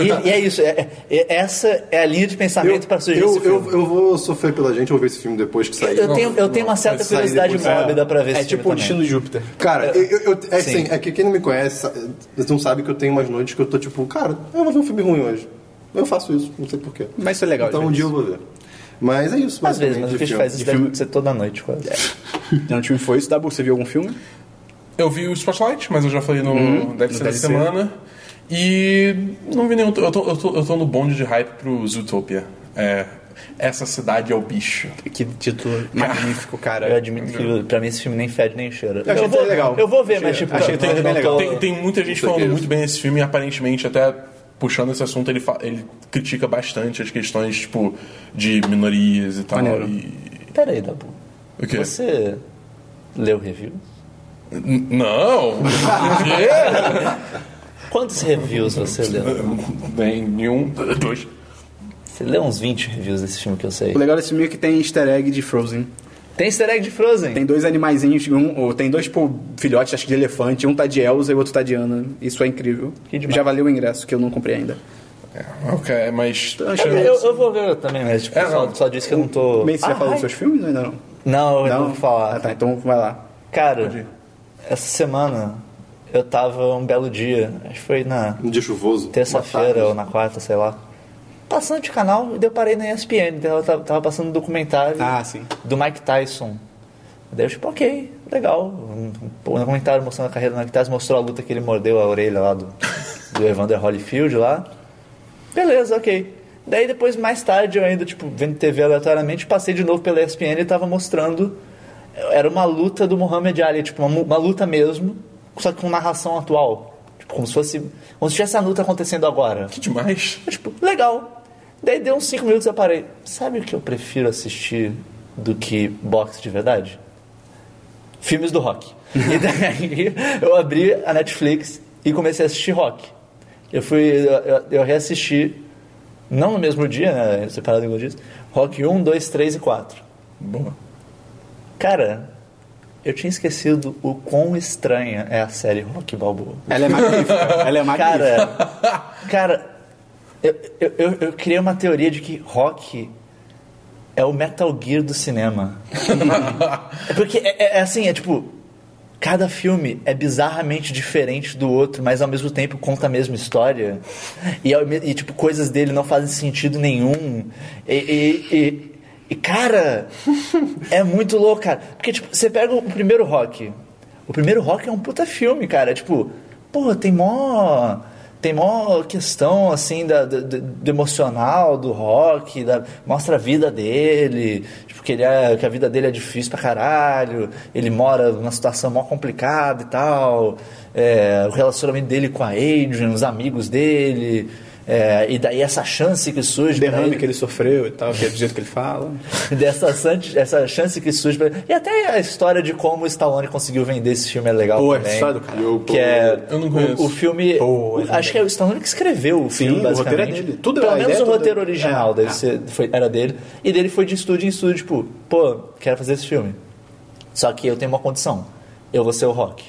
e, e é isso, é- é- essa é a linha de pensamento para surgir
eu,
esse filme.
eu, eu vou sofrer pela gente, eu vou ver esse filme depois que sair.
Eu tenho, eu tenho uma certa
vai sair
curiosidade
depois, é.
mórbida pra ver
É
esse
tipo o
filme
destino
também.
de Júpiter.
Cara, eu, eu- eu- é
Sim.
assim, é que quem não me conhece, sabe- vocês não sabem que eu tenho umas noites que eu tô tipo, cara, eu vou ver um filme ruim hoje. Eu faço isso, não sei porquê.
Mas isso é legal,
Então
às
um dia eu
vezes.
vou ver. Mas é isso,
Às vezes, mas o
basicamente,
que a gente
filme.
faz isso
de
deve
filme.
ser toda noite quase.
Não, time um foi isso. Dabu, você viu algum filme?
Eu vi o Spotlight, mas eu já falei no Deve
Uhum. no
Ser da
Deve Ser.
Semana. E não vi nenhum. Eu tô, eu, tô, eu tô no bonde de hype pro Zootopia. É, essa cidade é o bicho.
Que título
Ah.
magnífico, cara.
Eu admito que pra mim esse filme nem fede nem cheira.
é. achei
vou,
bem legal.
eu vou ver, mas
Achei-
tipo,
achei
não-
é
tá
bem
não
legal.
tô-
Tem, tem muita gente
Não sei o que é
falando
isso.
muito bem desse filme, e aparentemente, até puxando esse assunto, ele, fa- ele critica bastante as questões, tipo, de minorias e tal.
Maneiro.
E...
Pera aí, Dabu.
O quê?
Você leu o review?
N- Não! O quê?
Quantos reviews você leu?
É, Bem, um. nenhum. Dois.
Você leu uns 20 reviews desse filme que eu sei.
O legal desse filme é que tem easter egg de Frozen.
Tem easter egg de Frozen.
Tem dois animaizinhos, um, ou tem dois tipo, filhotes acho que de elefante, um tá de Elsa e o outro tá de Anna. Isso é incrível.
Que demais.
Já valeu o ingresso, que eu não comprei ainda.
Ok, mas.
Eu, eu- eu vou ver também, mas tipo,
É,
só,
não.
só disse que eu não tô.
Bem, você já
Ah,
falou
ai.
dos seus filmes? Não, ainda não.
Não, eu não vou
Ah,
falar.
tá, então vai lá.
Cara, essa semana eu tava um belo dia, acho que foi na
Um dia chuvoso. uma tarde.
terça-feira ou na quarta, sei lá, passando de canal e daí eu parei na ESPN, daí ela tava, tava passando um documentário
Ah, sim.
do Mike Tyson. Daí eu, tipo, ok, legal. Um um documentário mostrando a carreira do Mike Tyson, mostrou a luta que ele mordeu a orelha lá do, do Evander Holyfield lá. Beleza, ok. Daí depois, mais tarde, eu ainda, tipo, vendo TV aleatoriamente, passei de novo pela ESPN e tava mostrando. Era uma luta do Muhammad Ali, tipo, uma, mu- uma luta mesmo, só que com narração atual. Tipo, como se fosse. Como se tivesse a luta acontecendo agora.
Que demais.
Eu, tipo, legal. Daí deu uns 5 minutos e eu parei. Sabe o que eu prefiro assistir do que boxe de verdade? Filmes do rock. e daí eu abri a Netflix e comecei a assistir rock. Eu fui. Eu, eu- eu reassisti, não no mesmo dia, né? Separado em alguns dias, rock 1, 2, 3 e 4.
Boa.
Cara, eu tinha esquecido o quão estranha é a série Rock Balboa.
Ela é magnífica. Ela é magnífica.
Cara, cara eu, eu, eu, eu criei uma teoria de que rock é o Metal Gear do cinema. É Porque é, é- é assim, é tipo. Cada filme é bizarramente diferente do outro, mas ao mesmo tempo conta a mesma história. E, ao me- e, tipo, coisas dele não fazem sentido nenhum. E, e- e- e, cara, é muito louco, cara. Porque, tipo, você pega o primeiro rock. O primeiro rock é um puta filme, cara. É, Tipo, porra, tem mó. Tem mó questão, assim, da, da- da- do emocional do rock, da- mostra a vida dele, tipo, que, ele é, que a vida dele é difícil pra caralho, ele mora numa situação mó complicada e tal, é, o relacionamento dele com a Adrian, os amigos dele, é, e daí essa chance que surge...
O
pra
derrame
ele-
que ele sofreu e tal, que é do jeito que ele fala.
dessa san- essa chance que surge. pra- E até a história de como o Stallone conseguiu vender esse filme é legal
Pô,
também.
essa história do cara.
Eu,
Que é
Eu não
o,
conheço.
o filme.
Pô,
o-
é
acho que é o Stallone que escreveu o filme,
o roteiro é
basicamente.
dele. Tudo-
Pelo
a
menos
ideia
o
toda-
roteiro original
É,
deve
é.
ser- foi- era dele. E dele foi de estúdio em estúdio, tipo, pô, quero fazer esse filme. Só que eu tenho uma condição. Eu vou ser o rock.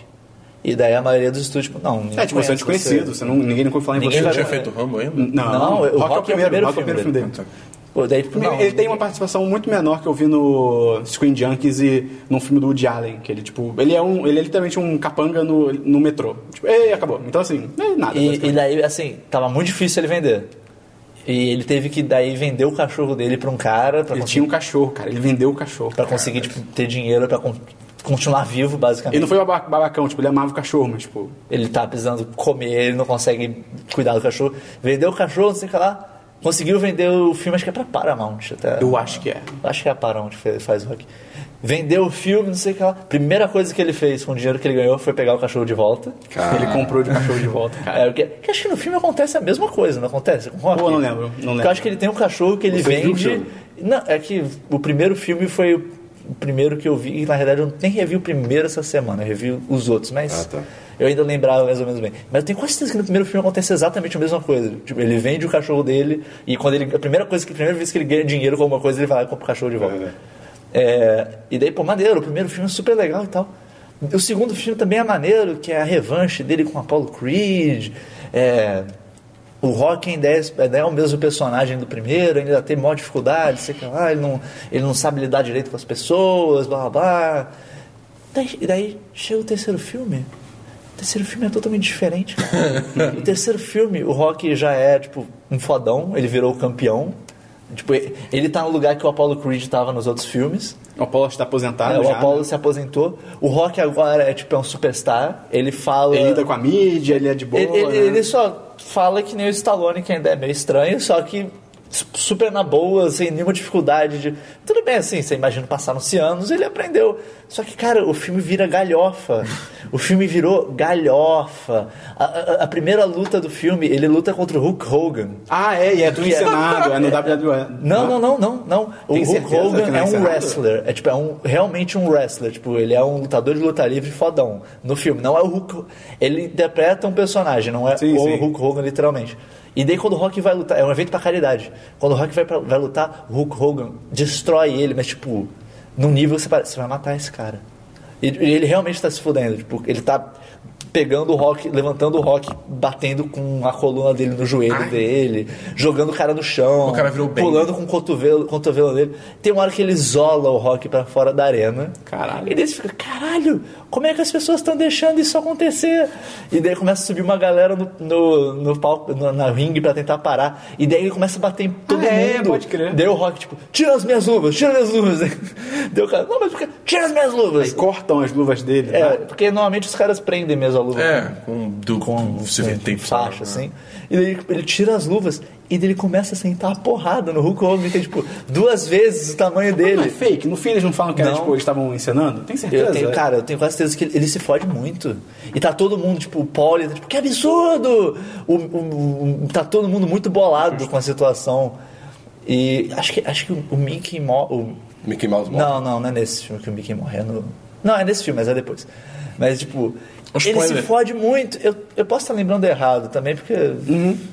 E daí a maioria dos estúdios, tipo, não.
É, tipo, você é desconhecido, você não, ninguém nunca ouviu falar em
Ninguém
você.
vai-
Tinha feito o Rambo ainda?
Não,
Não, o Rock é o primeiro
Rock é o primeiro
filme
filme dele.
Tá.
Pô, daí, tipo, não.
ele tem uma participação muito menor que eu vi no Screen Junkies e num filme do Woody Allen, que ele, tipo, ele é um. Ele é literalmente um capanga no, no metrô. Tipo, e acabou. Então assim, é nada.
E, e
basicamente.
daí, assim, tava muito difícil ele vender. E ele teve que daí vender o cachorro dele pra um cara pra
Ele
conseguir,
tinha um cachorro, cara. Ele vendeu o cachorro.
pra conseguir tipo, ter dinheiro pra con- continuar vivo, basicamente.
Ele não foi baba- babacão, tipo, ele amava o cachorro, mas tipo.
Ele tá precisando comer, ele não consegue cuidar do cachorro. Vendeu o cachorro, não sei o que lá. Conseguiu vender o filme, acho que é pra Paramount até.
Eu acho que é.
Acho que é a Paramount que fe- faz rock. Vendeu o filme, não sei o que lá. Primeira coisa que ele fez com o dinheiro que ele ganhou foi pegar o cachorro de volta.
Ele comprou de cachorro de volta, cara.
É, porque, que acho que no filme acontece a mesma coisa, não acontece? Com Rock?
Pô, não lembro, não
Porque
lembro.
Eu acho que ele tem um cachorro que ele
Você viu o
vende.
filme?
Não, é que o primeiro filme foi o primeiro que eu vi, e na realidade eu nem revi o primeiro essa semana, eu revi os outros, mas
Ah, tá.
eu ainda lembrava mais ou menos bem. Mas eu tenho quase certeza que no primeiro filme acontece exatamente a mesma coisa. Tipo, ele vende o cachorro dele, e quando ele. A primeira coisa que a primeira vez que ele ganha dinheiro com alguma coisa, ele vai lá e compra o cachorro de volta. É, e daí, pô, maneiro, o primeiro filme é super legal e tal. O segundo filme também é maneiro, que é a revanche dele com Apollo Creed. É, o Rock ainda é, ainda é o mesmo personagem do primeiro, ainda tem maior dificuldade, sei que lá, ele não, ele não sabe lidar direito com as pessoas, blá blá blá. Daí, e daí chega o terceiro filme. O terceiro filme é totalmente diferente. cara. o terceiro filme, o Rock já é, tipo, um fodão, ele virou o campeão. Tipo, e- ele tá no lugar que o Apollo Creed tava nos outros filmes.
O Apollo está aposentado.
É, o
já, né?
Apollo se aposentou. O Rock agora é, tipo, é um superstar. Ele fala...
Ele lida com a mídia, ele é de boa.
Ele, ele-
né?
ele só fala que nem o Stallone, que ainda é meio estranho, só que su- super na boa, sem nenhuma dificuldade de... Tudo bem, assim, você imagina passaram-se anos, ele aprendeu. Só que, cara, o filme vira galhofa. O filme virou galhofa. A, a- a primeira luta do filme, ele luta contra o Hulk Hogan.
Ah, é, e é tudo
Que é-
encenado, é no WWE.
Não, não, não, não, não. O Hulk
Tem certeza que
Hogan
não é
é um
encerrado?
wrestler. É tipo, é um, realmente um wrestler. Tipo, ele é um lutador de luta livre fodão. No filme, não é o Hulk. Ele interpreta um personagem, não é
Sim,
o
sim.
Hulk Hogan, literalmente. E daí quando o Rock vai lutar, é um evento pra caridade. Quando o Rock vai, pra- vai lutar, o Hulk Hogan destrói ele, mas tipo, num nível que você, para, você vai matar esse cara. E, e ele realmente tá se fudendo, tipo, ele tá pegando o rock, levantando o rock, batendo com a coluna dele no joelho
Ai.
dele, jogando o cara no chão,
O cara virou bem.
pulando com o cotovelo, cotovelo dele. Tem uma hora que ele isola o rock pra fora da arena.
Caralho.
E daí você fica, caralho, como é que as pessoas estão deixando isso acontecer? E daí começa a subir uma galera no, no, no palco, no- na ringue pra tentar parar. E daí ele começa a bater em todo
Ah, é,
mundo.
pode crer.
Daí o rock, tipo, tira as minhas luvas, tira as minhas luvas. Deu o cara, não, mas por que? Tira as minhas luvas.
Cortam as luvas dele.
É,
tá?
porque normalmente os caras prendem mesmo a luva.
É, com, do,
Com
você
é,
vê, tem né?
faixa, assim. E daí ele tira as luvas e daí ele começa a sentar a porrada no Hulk Hogan, que tem, tipo, duas vezes o tamanho
Não é
dele.
fake? No fim eles não falam que era,
Não.
tipo, eles estavam encenando? Tem certeza? é.
Eu tenho, cara, eu tenho quase certeza que ele, ele se fode muito. E tá todo mundo, tipo, o Paul, ele tá, tipo, que absurdo! O, o- o- tá todo mundo muito bolado com a situação. E acho que, acho que o Mickey morre.
Mickey
Tá
Mouse morre.
Não, não, não é nesse filme que o Mickey morre. é no- Não, é nesse filme, mas é depois. Mas, tipo,
O
ele se
spoiler.
fode muito. Eu, eu posso estar lembrando errado também, porque.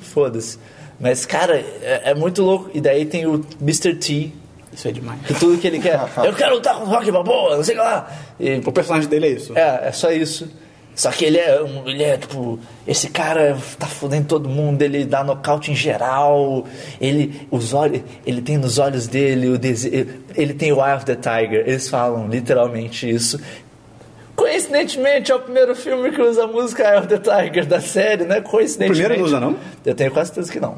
Foda-se. Mas, cara, é, é muito louco. E daí tem o Mr. T,
Isso é demais.
que tudo que ele quer. eu quero lutar com o Rock Balboa, não sei o que lá. E,
O personagem dele é isso.
é, é só isso. Só que ele é, um- ele é tipo, esse cara tá fudendo todo mundo, ele dá nocaute em geral, ele, os olhos, ele tem nos olhos dele o desejo, ele tem o Eye of the Tiger, eles falam literalmente isso. Coincidentemente é o primeiro filme que usa a música Eye of the Tiger da série, né? Coincidentemente.
Primeiro não usa, não?
Eu tenho quase certeza que não.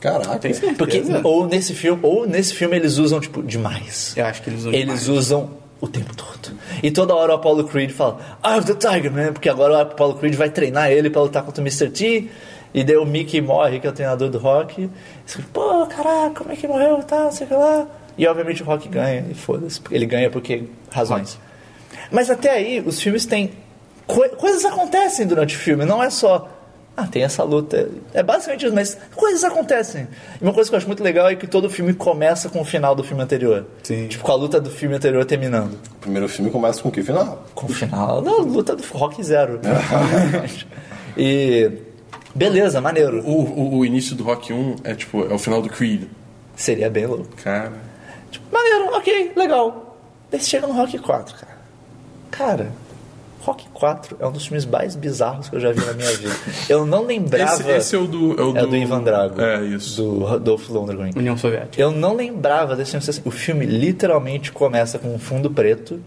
Caraca.
Porque
Certeza?
ou nesse filme, ou nesse filme eles usam tipo demais.
Eu acho que eles usam
Eles usam o tempo todo. E toda hora o Apollo Creed fala: "I have the Tiger Man", porque agora o Apollo Creed vai treinar ele pra lutar contra o Mr. T. E daí o Mickey morre, que é o treinador do Rock. E você fica, Pô, caraca, como é que morreu e tal, sei o que lá. E obviamente o Rock ganha, e foda-se. porque Ele ganha porque razões. Mas até aí, os filmes têm. coi- coisas acontecem durante o filme, não é só. Ah, tem essa luta. É basicamente isso, mas coisas acontecem. E uma coisa que eu acho muito legal é que todo filme começa com o final do filme anterior.
Sim.
Tipo, com a luta do filme anterior terminando.
O primeiro filme começa com que final?
Com o final da luta do Rock Zero. e. Beleza, maneiro.
O, o, o início do Rock 1 é tipo, é o final do Creed.
Seria bem louco.
Cara.
Tipo, maneiro, ok, legal. Daí você chega no Rock 4, cara. Cara, Rock 4 é um dos filmes mais bizarros que eu já vi na minha vida. Eu não lembrava.
Esse, esse é o do. É o
É do Ivan Drago.
É, isso.
Do Rodolfo Lundgren.
União Soviética.
Eu não lembrava desse filme. O filme literalmente começa com um fundo preto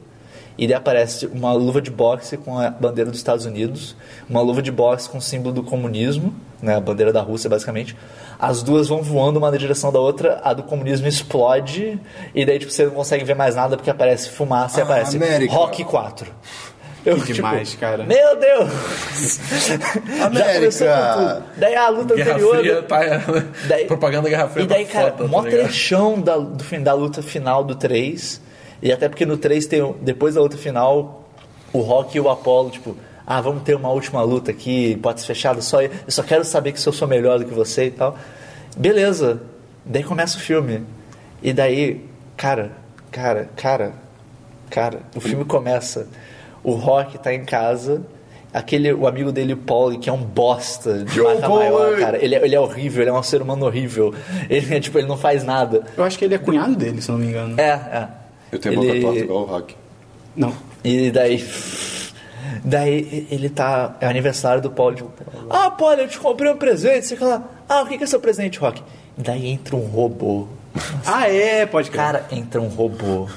e daí aparece uma luva de boxe com a bandeira dos Estados Unidos, uma luva de boxe com o símbolo do comunismo, né, a bandeira da Rússia basicamente. As duas vão voando uma na direção da outra, a do comunismo explode e daí tipo, você não consegue ver mais nada porque aparece fumaça e
Ah,
aparece
América.
Rock 4. Eu, tipo,
Que demais, cara.
Meu Deus! Já
América!
começou com tudo. Daí a luta
Guerra
anterior.
Fria tá.
Daí-
propaganda Guerra Fria
E daí,
tá
cara,
foda,
mó
tá ligado?
trechão da, do fim da luta final do 3. E até porque no 3 tem. o- Depois da luta final, o Rock e o Apollo, tipo, ah, vamos ter uma última luta aqui, pode ser fechada, só eu só quero saber que se eu sou melhor do que você e tal. Beleza. Daí começa o filme. E daí, cara, cara, cara, cara, o filme começa. O Rock tá em casa. Aquele, o amigo dele, o Paul, que é um bosta de
Joe
mata maior,
Paul!
cara. Ele, é- ele é horrível, ele é um ser humano horrível. Ele é tipo, ele não faz nada.
Eu acho que ele é cunhado dele, se não me engano.
É, é.
Eu tenho a boca
Ele-
torta igual o Rock.
Não.
E daí. Daí ele tá. É aniversário do Paul. Tipo, ah, Paul, eu te comprei um presente. Você fala, ah, o que que é seu presente, Rock? Daí entra um robô.
Ah, é, pode crer.
Cara, entra um robô.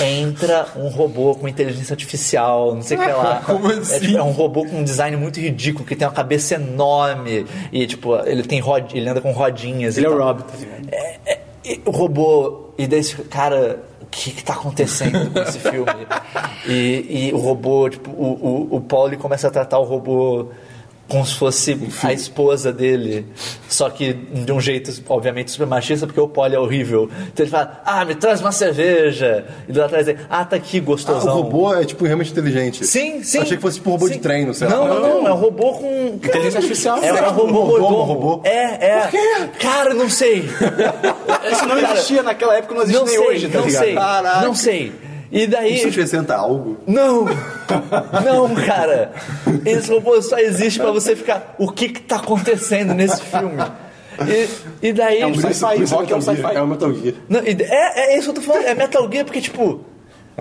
Entra um robô com inteligência artificial, não sei o que lá.
Como
É,
assim?
tipo, é um robô com um design muito ridículo, que tem uma cabeça enorme. E, tipo, ele tem rod... ele anda com rodinhas.
ele é
e
o
tal.
Rob, tá ligado?
É, E o robô. E daí, você- cara, o que que tá acontecendo com esse filme? E, e o robô, tipo, o, o, o Paul ele começa a tratar o robô como se fosse a esposa dele. Só que de um jeito, obviamente, super machista, porque o Paul é horrível. Então ele fala, ah, me traz uma cerveja. E do lado atrás ele, ah, tá aqui,
Ah, o
gostosão.
robô é, tipo, realmente inteligente.
Sim, sim.
Achei que fosse, tipo, um robô
Sim.
de treino, sei
não,
lá.
Não, não, é um robô com...
Inteligência artificial.
É um robô
Mordomo,
mordomo.
robô?
É, é. Por quê? Cara, não sei.
Isso não existia naquela época, não existe
Tá, Não
nem
sei,
hoje, tá
não
ligado?
sei,
Caraca.
não sei. E daí...
Isso acrescenta algo?
Não! Não, cara! Esse robô só existe pra você ficar. O que que tá acontecendo nesse filme? E, e daí.
É um
Por isso,
Sci-fi,
por isso
Rock é um
Metal Gear.
sci-fi.
É o Metal Gear.
Não, e- é, é isso que eu tô falando, é Metal Gear, porque tipo.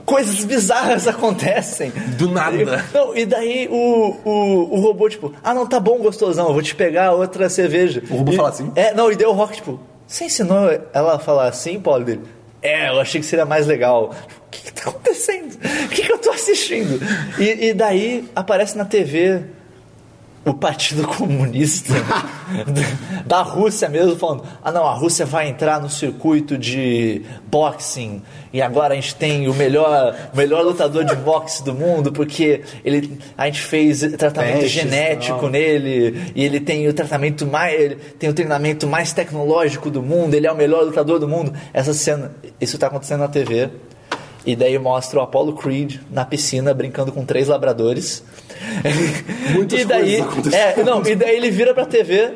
coisas bizarras acontecem.
Do
né?
nada.
E, não, e daí o, o, o robô, tipo, ah, não, tá bom, gostosão, eu vou te pegar outra cerveja.
O robô
E-
fala assim?
É, não, e deu o Rock, tipo, você ensinou ela a falar assim, Paulo? Dele, é, eu achei que seria mais legal. O que, que tá acontecendo? O que, que eu tô assistindo? E, e daí aparece na TV o Partido Comunista da- da Rússia mesmo, falando: ah, não, a Rússia vai entrar no circuito de boxing e agora a gente tem o melhor, o melhor lutador de boxe do mundo porque ele, a gente fez tratamento
Testes,
genético
não.
nele e ele tem o tratamento mais, ele tem o treinamento mais tecnológico do mundo, ele é o melhor lutador do mundo. Essa cena, isso tá acontecendo na TV. E daí mostra o Apollo Creed na piscina brincando com três labradores.
Muitas
e daí,
coisas acontecendo.
é, não, e daí ele vira pra TV,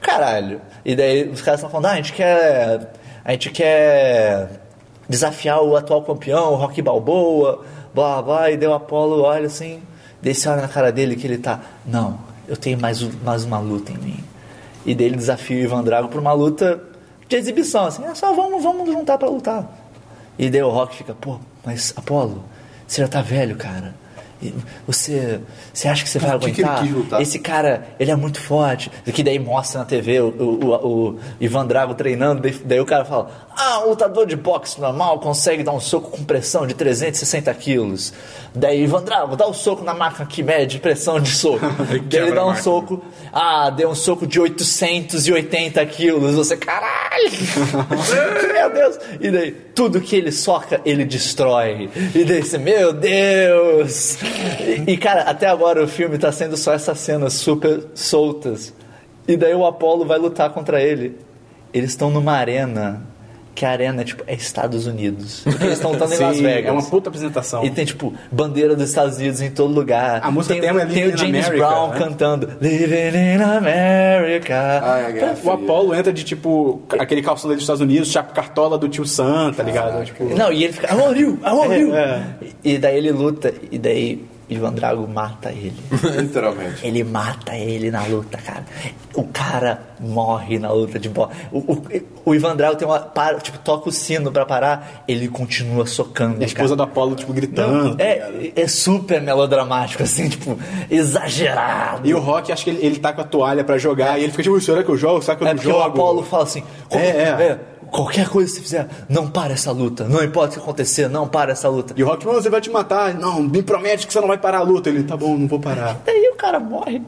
caralho. E daí os caras estão falando, ah, a gente quer. A gente quer desafiar o atual campeão, o Rock Balboa, blá blá, blá. e deu Apollo, olha assim, daí você olha na cara dele que ele tá. Não, eu tenho mais, um- mais uma luta em mim. E dele desafia o Ivan Drago pra uma luta de exibição, assim, é só vamos, vamos juntar pra lutar. E daí o Rock fica, pô, mas Apolo, você já tá velho, cara. E Você, você acha que você vai
Por que que ele
aguentar?
quis
tá?
lutar?
Ah, Esse cara, ele é muito forte. E que daí mostra na TV o, o, o- o Ivan Drago treinando. daí- Daí o cara fala: Ah, um lutador de boxe normal consegue dar um soco com pressão de 360 quilos. Daí Ivan Drago dá um soco na máquina que mede pressão de soco. daí ele
quebra
dá
a
um
máquina.
soco, ah, deu um soco de 880 quilos. Você, caralho! meu Deus! E daí, tudo que ele soca, ele destrói. E daí você, meu Deus! E, e, cara, até agora o filme tá sendo só essas cenas super soltas. E daí o Apollo vai lutar contra ele. Eles estão numa arena, que a arena tipo, é Estados Unidos. Porque eles estão lutando em
Sim,
Tá Las Vegas.
É uma puta apresentação.
E tem, tipo, bandeira dos Estados Unidos em todo lugar.
A música
tem,
tema é Living
Tem
in
o James
America,
Brown
né?
cantando Living in America.
Ah, é a guerra
O
fria.
Apollo entra de tipo aquele calção dele dos Estados Unidos, chapo cartola do tio Sam, tá ligado? Tipo,
Não, e ele fica, I want you, I want
É,
you.
é.
E daí ele luta, e daí Ivan Drago mata ele.
Literalmente.
Ele mata ele na luta, cara. O cara morre na luta de bola. O, o, o Ivan Drago tem uma. Para, tipo, toca o sino pra parar, ele continua socando.
e a esposa
cara.
do Apollo, tipo,
Não,
gritando. tá ligado?
é, é super melodramático, assim, tipo, exagerado.
E o Rock, acho que ele, ele tá com a toalha pra jogar, e ele fica tipo, será que eu jogo? Será que eu
É
não
porque
jogo?
o Apolo fala assim: qual-
É, é.
é, qualquer coisa que você fizer, não para essa luta. Não importa o que acontecer, não para essa luta.
E o Rock, mano, você vai te matar. Não, me promete que você não vai parar a luta. Ele, tá bom, não vou parar.
Daí o cara morre.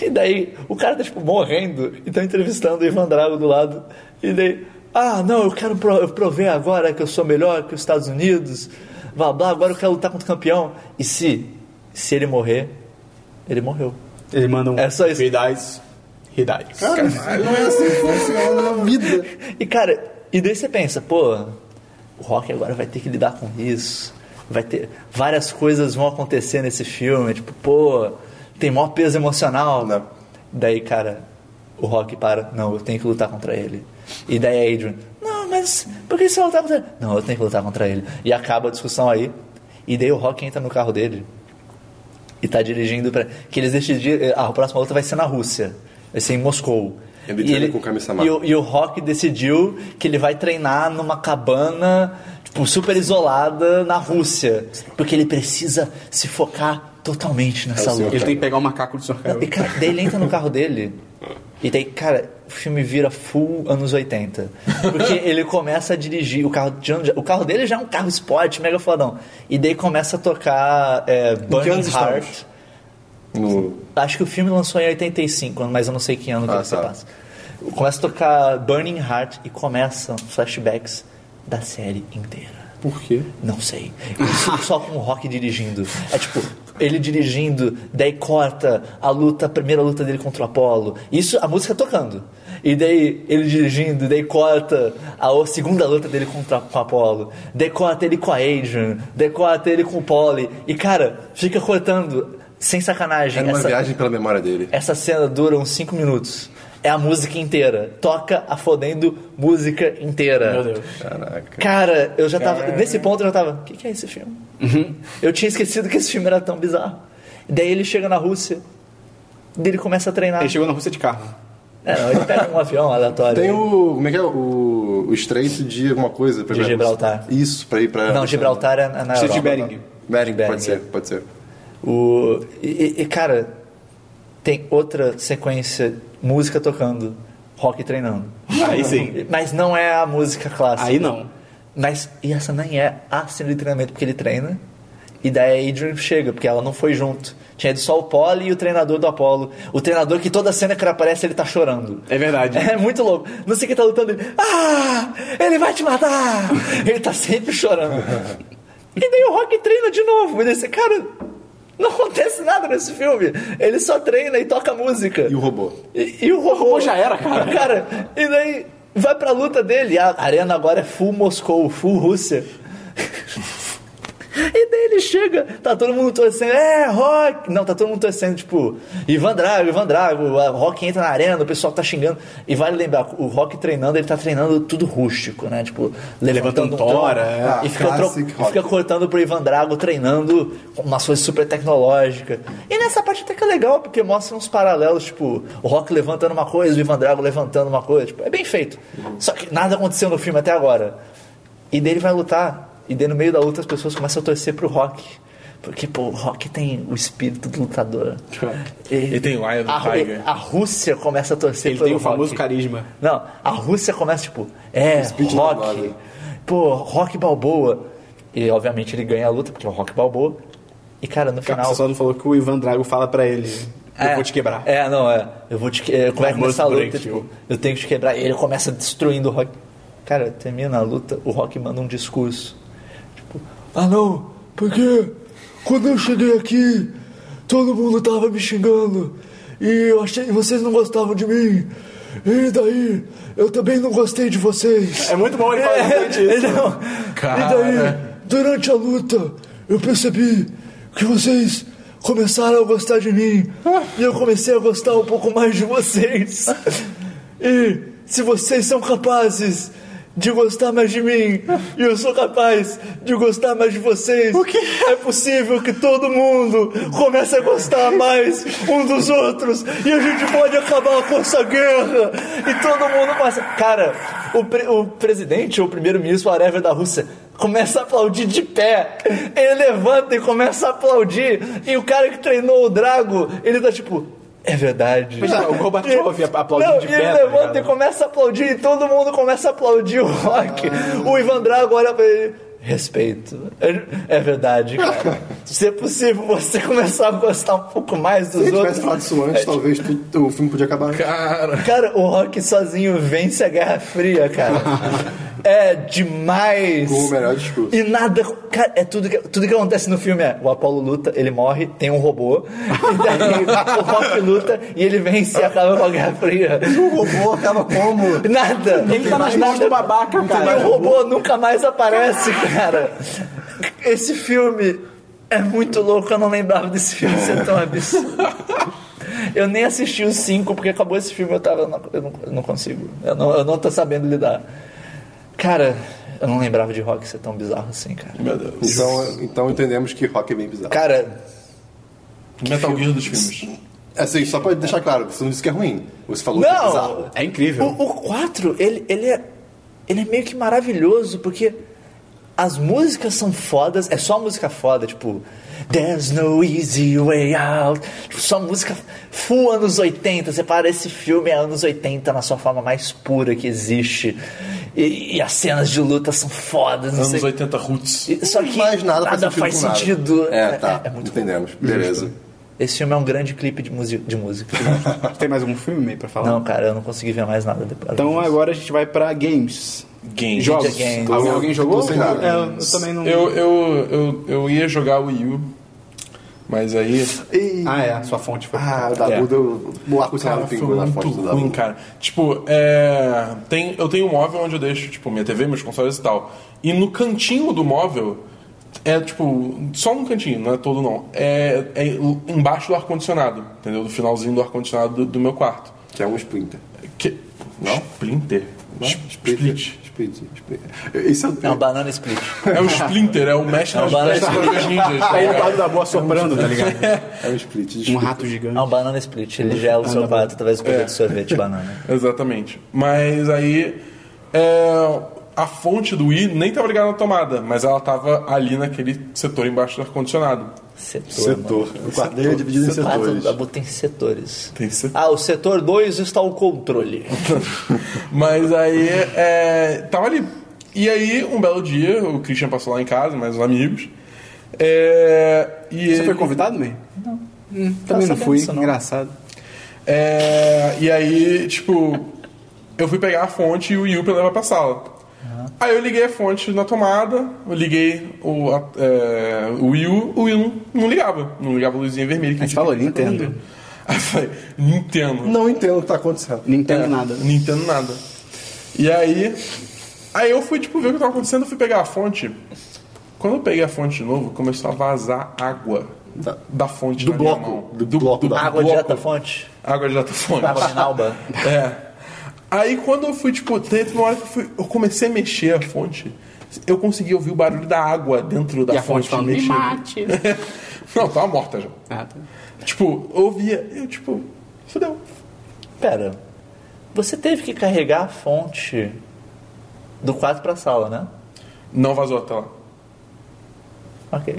E daí o cara tá tipo morrendo e tá entrevistando o Ivan Drago do lado. E daí, ah, não, eu quero pro- eu prover agora que eu sou melhor que os Estados Unidos. Blá blá, agora eu quero lutar contra o campeão. E se, se ele morrer, ele morreu.
Ele manda um.
É só isso.
He dies. He dies.
Caralho, não é assim que funciona na vida.
E cara, e daí você pensa, pô, o Rock agora vai ter que lidar com isso. Vai ter. Várias coisas vão acontecer nesse filme. Tipo, pô, tem maior peso emocional.
Não.
Daí, cara, o Rock para. Não, eu tenho que lutar contra ele. E daí a Adrian, não, mas por que você vai lutar contra ele? Não, eu tenho que lutar contra ele. E acaba a discussão aí. E daí o Rock entra no carro dele e tá dirigindo pra. que eles decidiram, eh, a próxima luta vai ser na Rússia, vai ser em Moscou.
Ele
e
treina com o Kami-sama.
e, o, e o Rock decidiu que ele vai treinar numa cabana tipo, super isolada na Rússia, porque ele precisa se focar totalmente nessa
É o seu
luta.
Ele tem que pegar o macaco do Sr.
Não, e
Caio.
cara, daí ele entra no carro dele. E daí, cara, o filme vira full anos 80. Porque ele começa a dirigir o carro. de ano- O carro dele já é um carro esporte, mega fodão. E daí começa a tocar é,
anos
Burning
estamos?
Heart.
No...
Acho que o filme lançou em 85, mas eu não sei que ano que
Ah,
ele se
tá.
passa. Começa a tocar Burning Heart e começam flashbacks da série inteira.
Por quê?
Não sei. Isso só com o Rock dirigindo. É tipo, ele dirigindo, daí corta a luta, a primeira luta dele contra o Apollo. Isso, a música tocando. E daí ele dirigindo, daí corta a o- segunda luta dele contra com o Apollo. Daí corta ele com a Adrian, daí corta ele com o Polly. E cara, fica cortando, sem sacanagem.
Era É uma
essa-
viagem pela memória dele.
essa cena dura uns 5 minutos. É a música inteira. Toca a fodendo música inteira.
Meu Deus.
Caraca.
Cara, eu já tava. Nesse ponto eu já tava. O que, que é esse filme?
Uhum.
Eu tinha esquecido que esse filme era tão bizarro. Daí ele chega na Rússia. Daí ele começa a treinar.
Ele chegou na Rússia de carro.
É, não, ele pega um avião aleatório.
Tem o. Como é que é? O, o Estreito de alguma coisa. Pra
De Gibraltar.
Isso, pra ir pra.
Não, Gibraltar é na- na
Estreito de
Europa.
Bering.
Bering,
Bering, é.
pode ser, pode ser.
O, e- e, e, cara, tem outra sequência, música tocando, rock treinando.
Aí sim.
Mas não é a música clássica.
Aí não.
Mas e essa nem é a cena de treinamento porque ele treina. E daí a Adrian chega, porque ela não foi junto. Tinha ido só o Polly e o treinador do Apollo. O treinador que toda cena que ele aparece, ele tá chorando.
É verdade.
É muito louco. Não sei quem tá lutando, ele. Ah! Ele vai te matar! ele tá sempre chorando. e daí o Rock treina de novo. E daí você, cara, não acontece nada nesse filme. Ele só treina e toca música.
E o robô?
E, e o robô
Pô, já era, cara.
Cara, e daí vai pra luta dele. A arena agora é full Moscou, full Rússia. E daí ele chega, tá todo mundo torcendo, é, Rock! Não, tá todo mundo torcendo, tipo, Ivan Drago, Ivan Drago, a Rock entra na arena, o pessoal tá xingando. E vale lembrar, o Rock treinando, ele tá treinando tudo rústico, né? Tipo, levantando um
tora,
tronco,
é.
e fica, tro-
Classic
e fica
Rock.
cortando pro Ivan Drago treinando com umas coisas super tecnológicas. E nessa parte até que é legal, porque mostra uns paralelos, tipo, o Rock levantando uma coisa, o Ivan Drago levantando uma coisa. Tipo, é bem feito. Só que nada aconteceu no filme até agora. E dele vai lutar. E daí no meio da luta as pessoas começam a torcer pro Rock. Porque, pô, o Rock tem o espírito do lutador.
É.
E-
Ele tem o Eye of the
a,
Tiger.
a Rússia começa a torcer
Ele
pelo
tem o famoso
um Rock.
carisma.
Não, a Rússia começa tipo, é,
Speech da
rock.
Bárbara.
Pô, rock balboa. E obviamente ele ganha a luta, porque é o rock balboa. E cara, no
Cara,
final.
você só não falou que o Ivan Drago fala pra ele.
É,
Eu vou te quebrar.
É, não, é. Eu vou te quebrar. Como é que
must
começa a luta?
break
Tipo,
you.
eu tenho que te quebrar. E ele começa destruindo o rock. Cara, termina a luta, o rock manda um discurso. Tipo, ah não, porque quando eu cheguei aqui, todo mundo tava me xingando. E eu achei que vocês não gostavam de mim. E daí, eu também não gostei de vocês.
É muito bom ele falar exatamente isso.
Então,
Cara.
E daí, durante a luta, eu percebi que vocês começaram a gostar de mim. E eu comecei a gostar um pouco mais de vocês. E se vocês são capazes de gostar mais de mim, e eu sou capaz de gostar mais de vocês, é possível que todo mundo comece a gostar mais um dos outros. E a gente pode acabar com essa guerra. E todo mundo começa. Cara, o, pre- o presidente, ou o primeiro-ministro, whatever da Rússia, começa a aplaudir de pé. Ele levanta e começa a aplaudir. E o cara que treinou o Drago, ele tá tipo. É verdade.
Mas, tá, o Gorbachev aplaudindo
Não,
de
e ele
pé. tá
levanta e
ligado?
começa a aplaudir, e todo mundo começa a aplaudir o rock. O Ivan Drago olha pra ele. Respeito. É, é verdade, cara. Se é possível você começar a gostar um pouco mais dos
Se ele
outros.
tivesse falado isso antes, talvez tu- o filme podia acabar.
Cara,
Cara, o rock sozinho vence a Guerra Fria, cara. é demais.
Com o melhor discurso.
E nada. Cara, é tudo que, tudo que acontece no filme é: o Apollo luta, ele morre, tem um robô. E daí o rock luta e ele vence e acaba com a Guerra Fria.
O robô acaba como?
Nada.
Ele tá nas mãos do babaca,
E o
cara.
robô nunca mais aparece, cara. Esse filme é muito louco. Eu não lembrava desse filme ser tão absurdo. Eu nem assisti os cinco, porque acabou esse filme eu tava. Eu não, eu não- eu não consigo. Eu não, eu não tô sabendo lidar. Cara, eu não lembrava de rock ser tão bizarro assim, cara.
meu Deus.
Então, então entendemos que rock é bem bizarro.
Cara,
Metal Gear é um dos filmes.
Assim, só pra deixar claro, você não disse que é ruim. Você falou que é bizarro.
não!
É incrível.
O, o 4, ele, ele, é, ele é meio que maravilhoso, porque as músicas são fodas, é só música foda, tipo. There's no easy way out. Tipo, só música full anos 80. Você para esse filme é anos 80 na sua forma mais pura que existe. E, e as cenas de luta são fodas. Não
Anos
sei.
80 Roots.
E- Só que
Mas nada, um
faz
com nada.
sentido.
É, tá.
é- é muito bom.
Entendemos. Beleza.
Esse filme é um grande clipe de, musi- de música.
Tem mais algum filme aí pra falar?
não, cara, eu não consegui ver mais nada depois.
Então agora a gente vai pra games.
Games.
Jogos.
Games.
Alguém, alguém jogou?
Tô sem nada.
É, eu também não.
Eu, eu, eu, eu ia jogar o Wii U, mas aí.
E...
Ah, é, sua fonte foi.
Ah, o Dabu
É.
deu o arco
Cara,
do
foi
pingo na
muito
fonte do Dabu.
ruim, cara. Tipo, é, tem, eu tenho um móvel onde eu deixo, tipo, minha TV, meus consoles e tal. E no cantinho do móvel, é tipo, só um cantinho, não é todo não. É, é embaixo do ar-condicionado, entendeu? Do finalzinho do ar-condicionado do, do meu quarto.
Que é um Splinter.
Que...
Não?
Splinter?
Não,
Sp-
Splinter.
Split.
Expedi, expedi. Isso é,
É um banana split.
É o Splinter, é o mestre
É o
das
Banana
das Tartarugas Ninjas. tá
Aí o
ligado?
lado da boa soprando, tá ligado?
é um split.
Um
desculpa.
rato gigante.
É um banana split. Ele gela o seu prato através do poder de sorvete de banana.
Exatamente. Mas aí é, a fonte do I nem estava ligada na tomada, mas ela estava ali naquele setor embaixo do ar-condicionado.
Setor.
Setor. né?
mano.
O quadrinho é dividido em
Seu quarto
setores.
da boa tem setores.
Tem setor.
Ah, o setor 2 está o controle.
Mas aí é, tava ali. E aí, um belo dia, o Christian passou lá em casa, mais os amigos. É,
Você
e ele-
foi convidado, May? Não. também tá não
sabendo
fui.
disso, não.
Engraçado.
É, e aí, tipo, eu fui pegar a fonte e o Yuppie levar pra sala. Aí eu liguei a fonte na tomada, eu liguei o, a, é, o Wii U, o Wii não, não ligava. Não ligava a luzinha vermelha. Que
A gente falou,
tinha que
Nintendo.
acender. Aí eu falei, Nintendo.
Não entendo o que tá acontecendo.
Nem entendo é nada. né?
Nintendo nada. E aí. Aí eu fui, tipo, ver o que tava acontecendo, eu fui pegar a fonte. Quando eu peguei a fonte de novo, começou a vazar água
Tá.
da fonte
Do
na minha
bloco,
mão.
do bloco da-
Água
bloco.
direto da fonte.
Água de data fonte.
Água minalba.
É. Aí quando eu fui, tipo, dentro, uma hora que eu, fui, eu comecei a mexer a fonte, eu consegui ouvir o barulho da água dentro da
E a fonte falando, "Me
mate. Não, tava morta já.
Ah, tá.
Tipo, eu ouvia, eu tipo, fudeu.
Pera. Você teve que carregar a fonte do quarto pra sala, né?
Não vazou até lá.
Ok.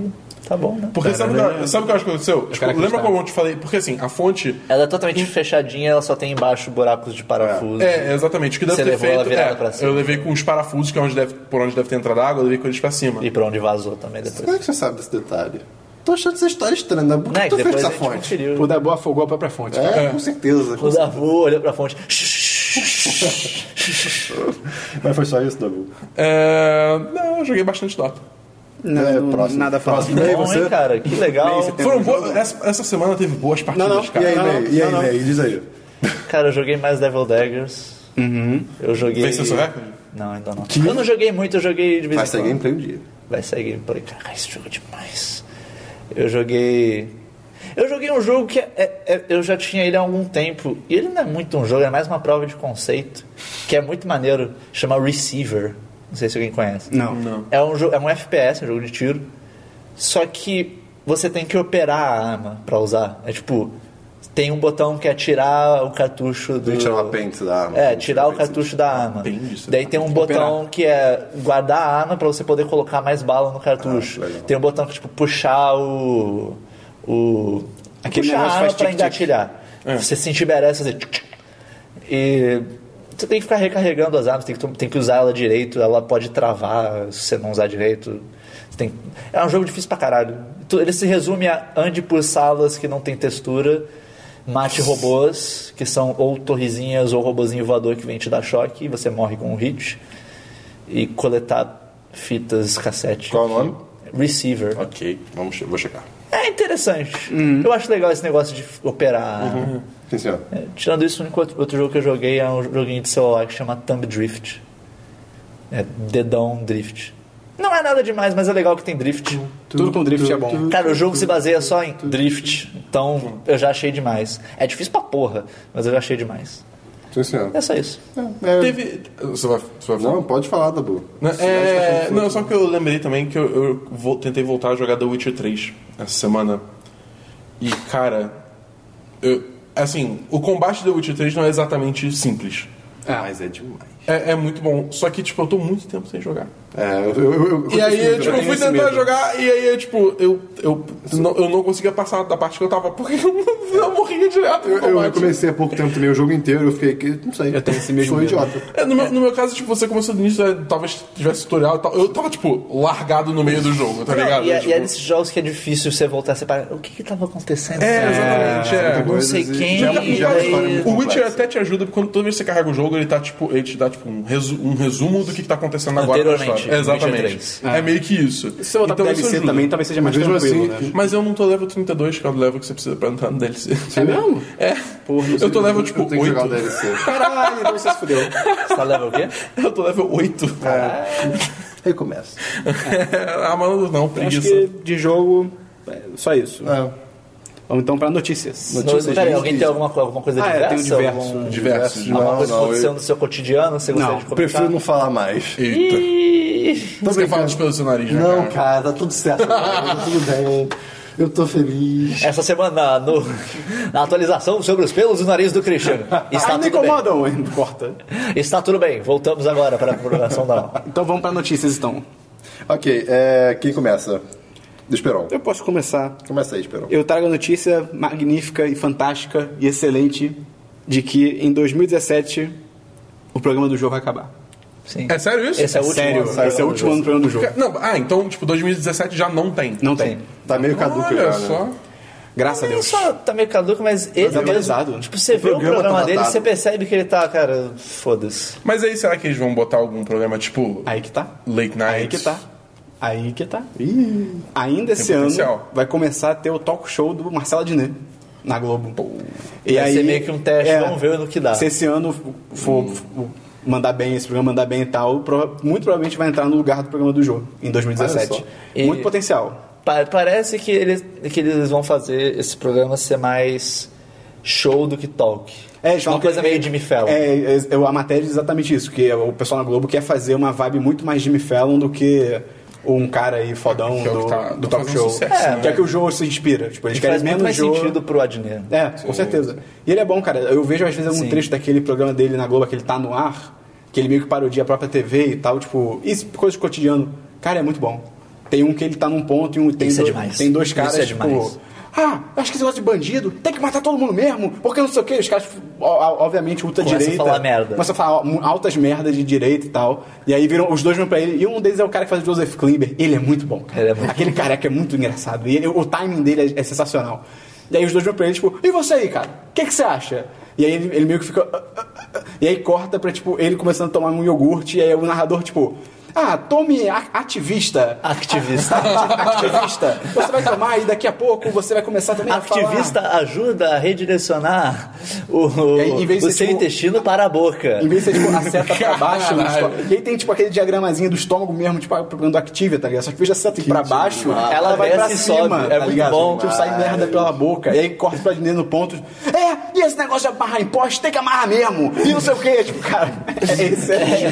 Tá bom, né?
Porque sabe o que- sabe o que eu acho que aconteceu? Tipo,
caras
lembra
acreditaram.
como eu te falei? Porque assim, a fonte.
Ela é totalmente fechadinha, ela só tem embaixo buracos de parafuso.
É, exatamente. O que deve
Você
ter
levou ela
feito.
virada
é,
pra cima.
eu levei com os parafusos, que é onde deve, por onde deve ter entrado a água, eu levei com eles pra cima.
E pra onde vazou também
Como
depois.
é que você sabe desse detalhe? Tô achando essa história estranha, né? Por que
Né,
tu
que depois
fez essa
a gente
fonte?
conferiu.
O da boa afogou a própria fonte. cara.
É, com certeza.
O Davu olhou pra fonte.
Mas foi só isso, Dabu.
É, não, eu joguei bastante Dota.
Não,
É,
não-
próximo.
nada fácil.
Próximo. E aí,
Bom,
você?
hein, cara? Que legal.
Foram boas, essa, essa semana teve boas partidas,
Não, não.
E
cara.
aí,
Não,
Ney? E aí,
não, não.
Ney? Diz aí.
Cara, eu joguei mais Devil Daggers.
Uhum.
Eu joguei.
Venceu seu recorde?
Não, ainda não. Eu não joguei muito, eu joguei de vez
é? Vai
em
ser
quando.
gameplay um dia.
Vai sair gameplay. Cara, esse jogo é demais. Eu joguei. Eu joguei um jogo que é- é- é- eu já tinha ele há algum tempo. E ele não é muito um jogo, é mais uma prova de conceito. Que é muito maneiro. Chama Receiver. Não sei se alguém conhece.
Não.
É um, jo- é um FPS, um jogo de tiro. Só que você tem que operar a arma pra usar. É tipo, tem um botão que é tirar o cartucho do.
Tem que tirar o apêndice da arma.
É, tirar o cartucho da arma.
é
Apêndice?
Daí tem um botão que é guardar a arma pra você poder colocar mais bala no cartucho.
Ah, legal.
tem um botão que, tipo, puxar o. o
Aquele
puxar a
negócio
arma
faz É.
pra
tic-tic.
engatilhar. Você se entiberece, fazer. tch, tch. E você tem que ficar recarregando as armas, tem que, to- tem que usar ela direito, ela pode travar se você não usar direito. Você tem- É um jogo difícil pra caralho. Tu- Ele se resume a ande por salas que não tem textura, mate robôs, que são ou torrezinhas ou robozinho voador que vem te dar choque e você morre com um hit, e coletar fitas, cassete.
Qual o nome?
Receiver.
Ok, vamos, vou checar.
É interessante.
Uhum.
Eu acho legal esse negócio de operar.
Sim, senhor.
É, tirando isso, o único outro, outro jogo que eu joguei é um joguinho de celular que chama Thumb Drift. É Dedão Drift. Não é nada demais, mas é legal que tem drift.
Tudo com drift é bom.
Cara, o jogo se baseia só em drift. Então eu já achei demais. É difícil pra porra, mas eu já achei demais.
Sim, senhor.
É só isso.
É,
Teve. Você vai, você vai falar?
Não, pode falar, Dabu.
Não, é,
Não,
não, só que eu lembrei também que eu, eu vou- tentei voltar a jogar The Witcher 3 essa semana. E, cara, eu- assim, o combate do The Witcher 3 não é exatamente simples.
Mas é demais.
É, é muito bom, só que, tipo, eu tô muito tempo sem jogar.
É, eu... eu, eu, eu
E aí, eu, tipo,
tenho
fui
esse
tentar
medo.
jogar e aí, eu, tipo, eu, eu, não, eu não conseguia passar da parte que eu tava, porque eu não, eu morria direto no
Eu, eu
combate.
comecei há pouco tempo também o jogo inteiro, eu fiquei aqui, não sei.
Eu tenho esse mesmo
Sou um
medo.
idiota.
É, no, meu, no meu caso, tipo, você começou no início, é, talvez tivesse tutorial e tal. Eu tava, tipo, largado no meio do jogo, tá ligado?
e, é,
Tipo,
e é desses jogos que é difícil você voltar a separar. O que que tava acontecendo?
É, exatamente. É.
Não sei
Coisas e-
quem.
Já- já
daí-
é uma história muito
O Witcher
complexa.
até te ajuda, porque quando toda vez que você carrega o jogo, ele, tá, tipo, ele te dá tipo, um, resu- um resumo do que, que tá acontecendo agora na
Anteriormente,
história.
no Witcher
Exatamente.
3.
É meio que isso. Então,
Se eu botar pro
isso
DLC
ajuda.
Então também, tá talvez seja mais
Mas mesmo
tranquilo,
assim,
né?
Mas eu não tô level 32, que é o level que você precisa pra entrar no DLC.
É mesmo?
É.
Porra, não sei
eu
mesmo.
tô level, tipo,
Eu tenho que jogar o
8.
DLC.
Caralho, então você se fudeu.
Você tá level o quê?
Eu tô level 8.
Recomeça.
ah, mano, não,
Acho
preguiça.
que de jogo, é só isso.
É.
Vamos então pra notícias.
No- Peraí, alguém tem alguma, co- alguma coisa
Ah, é,
diversa?
tem o diverso.
Algum-
Diversos.
Não,
alguma coisa
um não,
acontecendo
eu-
no seu cotidiano? Você gostaria
Não,
de
Eu
comentar?
prefiro não falar mais.
Eita.
Tô
Você quer falar
brincando.
dos pelos do seu nariz, né,
Não,
cara?
cara, tá tudo certo. cara, tá tudo bem. Eu tô feliz.
Essa semana, no- na atualização sobre os pelos e o nariz do Christian. Está
Ah, não
tudo bem.
incomodam, hein? corta.
Está tudo bem. Voltamos agora para a programação normal.
Então vamos pra notícias, então.
Ok, é, quem começa? Esperon.
Eu posso começar.
Começa aí, Esperon.
Eu trago a notícia magnífica e fantástica e excelente de que em 2017 o programa do jogo vai acabar.
Sim.
É sério isso?
Esse é o último
Sério,
ano do
esse é o
programa
último ano do
do
programa do jogo.
Não, ah, então, tipo, 2017 já não tem.
Não tem.
Sim.
Tá meio caduco
Olha
já, né?
só.
Graças a
Ele
Deus.
só tá meio caduco, mas ele
atualizado.
mesmo, tipo, você
O
vê o
programa
programa
tá
dele e
datado.
você percebe que ele tá, cara, foda-se.
Mas aí, será que eles vão botar algum programa, tipo,
Aí que tá.
Late Night?
Aí que tá. Aí que tá. Ainda esse ano
potencial.
vai começar a ter o talk show do Marcelo Adnet na Globo. E é,
Vai ser meio que um teste, vamos ver no que dá.
Se esse ano for
Hum.
for mandar bem, esse programa mandar bem e tal, prova- muito provavelmente vai entrar no lugar do programa do jogo em 2017.
Olha
só.
Muito
E-
potencial.
Pa- parece que eles, que eles vão fazer esse programa ser mais show do que talk.
eles falam
Uma
que-
coisa meio Jimmy Fallon.
É, é, é, a matéria diz exatamente isso, que é o pessoal na Globo quer fazer uma vibe muito mais Jimmy Fallon do que um cara aí fodão
Que é o que
do,
tá-
do
tá
talk
fazendo
show.
sucesso,
é,
né?
que é que o jogo se inspira. Tipo, eles
que
querem
faz muito
menos
mais
jogo.
sentido pro Adnet.
É, com certeza. E ele é bom, cara. Eu vejo às vezes algum
Sim.
trecho daquele programa dele na Globo que ele tá no ar, que ele meio que parodia a própria TV e tal, tipo, isso, coisa de cotidiano. Cara, é muito bom. Tem um que ele tá num ponto e um, tem,
Isso é
dois-
demais.
tem dois
Isso
caras,
é
tipo.
demais.
Ah, acho que esse negócio de bandido tem que matar todo mundo mesmo, porque não sei o que. Os caras, ó, ó, obviamente, ultra-direita.
Começa a falar merda.
Começa a falar ó, mu- altas merdas de direita e tal. E aí viram, os dois vão pra ele. E um deles é o cara que faz o Joseph Klimber. Ele é muito bom, cara.
Ele é muito
Aquele careca é muito engraçado. E ele- o timing dele é, é sensacional. E aí os dois vão pra ele, tipo, e você aí, cara? O que que você acha? E aí ele, ele meio que fica. "Ah, ah, ah", E aí corta pra, tipo, ele começando a tomar um iogurte, e aí o narrador, tipo. Ah, tome a- ativista.
Activista.
Ati- ativista. Você vai tomar e daqui a pouco você vai começar também a falar.
Activista ajuda a redirecionar o,
E aí, em vez de
o
ser
seu
tipo-
intestino para a boca.
Em vez de ser, tipo, a seta pra baixo. no
Caralho.
estômago. E aí tem, tipo, aquele diagramazinho do estômago mesmo, tipo, procurando Activia, tá ligado? Só que veja a seta ir pra baixo,
demais.
ela,
Ela
vai pra
desce e
cima,
sobe. É
tá
muito
ligado?
bom. Ah.
Tipo, sai
Caralho.
merda pela boca. E aí corta pra dentro no ponto. É, e esse negócio de amarrar em poste, tem que amarrar mesmo. E não sei o quê. Tipo, cara, é, esse, é,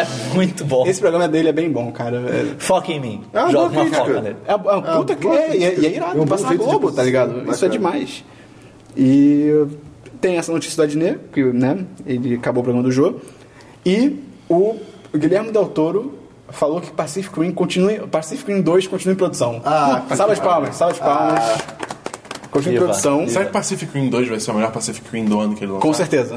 É muito bom.
esse programa dele é bem bom, cara. É,
Foca em mim.
É uma
Joga
boa
uma
crítica.
foca nele.
é, uma puta que
Ah, boa
é, e é, e é irado.
É um
passa
bom
na
jeito de
Globo, tá ligado?
posição,
Isso é
bacana.
demais. E tem essa notícia do Adnet, que, né, ele acabou o programa do jogo. E o Guilherme Del Toro falou que Pacific Rim, continue, Pacific Rim 2 continua em produção.
Ah, que
salva de
demais.
palmas, salva de palmas. Continua em
Viva,
produção.
Será que Pacific Rim 2 vai ser o melhor Pacific Rim do ano que ele lançou?
né? Com certeza.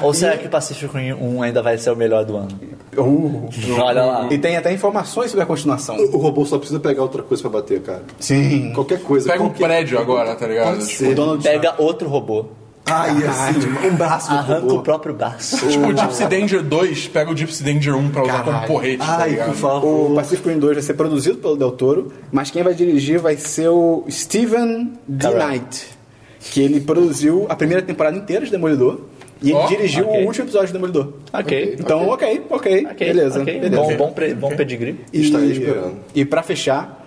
Ou será que Pacific Rim 1 ainda vai ser o melhor do ano?
Uh.
Olha lá.
E tem até informações sobre a continuação.
O robô só precisa pegar outra coisa pra bater, cara.
Sim.
Qualquer coisa.
Pega um
qualquer...
prédio agora, tá ligado?
Pode
Tipo,
ser.
Donald
Pega outro robô.
Ah, e assim, um braço do
Arranca
robô.
o próprio braço.
tipo, o Gypsy Danger 2, pega o Gypsy Danger 1 pra usar
Caralho.
como porrete, tá
Ai,
ligado?
por favor.
O Pacific Rim 2 vai ser produzido pelo Del Toro, mas quem vai dirigir vai ser o Steven D.
Caralho.
Knight, que ele produziu a primeira temporada inteira de Demolidor e ele
Ó,
dirigiu
ok.
o último episódio de Demolidor.
Ok.
Então, ok, ok,
Ok,
beleza,
ok.
beleza.
Bom, bom, pre- bom pedigree.
E,
Estarei esperando.
E pra fechar,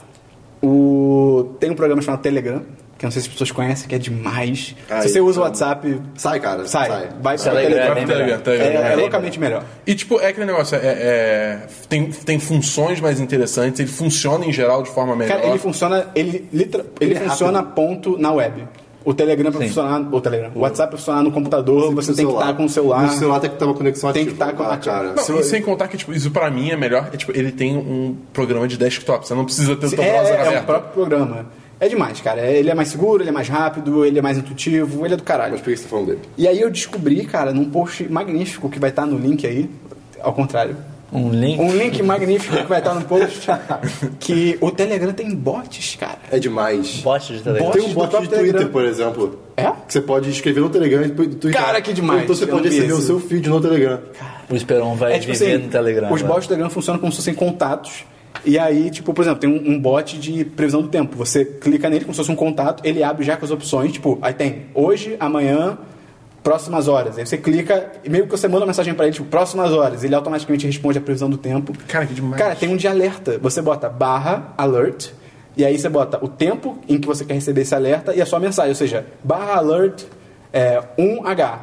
o... tem um programa chamado Telegram, que eu não sei se as pessoas conhecem, que é demais.
Aí,
se você usa o
então.
WhatsApp,
Sai, cara.
sai,
Sai.
vai
Telegram,
pro Telegram.
bem
Telegram,
melhor.
Telegram. né?
É, é
bem
loucamente melhor.
E tipo, é aquele negócio, é, é- tem, tem funções mais interessantes, ele funciona em geral de forma melhor.
Cara, ele funciona, ele, literal- ele
Ele é
funciona
rápido.
ponto na web. O Telegram pra
Sim.
funcionar, o Telegram, o WhatsApp pra funcionar no computador, você,
No
tem que
um celular.
estar com o celular.
No celular tem que estar uma conexão
Tem
ativa.
que estar com-
Ah,
ativa.
cara.
Não,
Seu-
e sem contar que, tipo, isso pra mim é melhor. É, tipo, ele tem um programa de desktop. Você não precisa ter o teu
É,
browser
é, é o
aberto.
próprio programa. É demais, cara. Ele é mais seguro, ele é mais rápido, ele é mais intuitivo, ele é do caralho.
Mas por que você tá falando dele?
E aí eu descobri, cara, num post magnífico que vai estar no link aí, ao contrário.
Um link.
Um link magnífico que vai estar no post, que o Telegram tem bots, cara.
É demais.
Bote de Telegram.
Bote?
Tem um
do
bot de
próprio
Twitter,
Telegram.
por exemplo.
É?
Que você pode escrever no Telegram e twittar.
Cara, que demais.
Então você
Eu
pode
não vi
receber o
esse.
seu feed no Telegram.
O Esperon vai
É tipo
viver
assim,
no Telegram. né?
os
agora.
bots do Telegram funcionam como se fossem contatos. E aí, tipo, por exemplo, tem um, um bot de previsão do tempo. Você clica nele como se fosse um contato, ele abre já com as opções, tipo, aí tem hoje, amanhã, próximas horas. Aí você clica, e meio que você manda uma mensagem pra ele, tipo, próximas horas. Ele automaticamente responde a previsão do tempo.
Cara, que demais.
Cara, tem um de alerta. Você bota barra alert, E aí você bota o tempo em que você quer receber esse alerta e a sua mensagem, ou seja, barra alert é, 1H,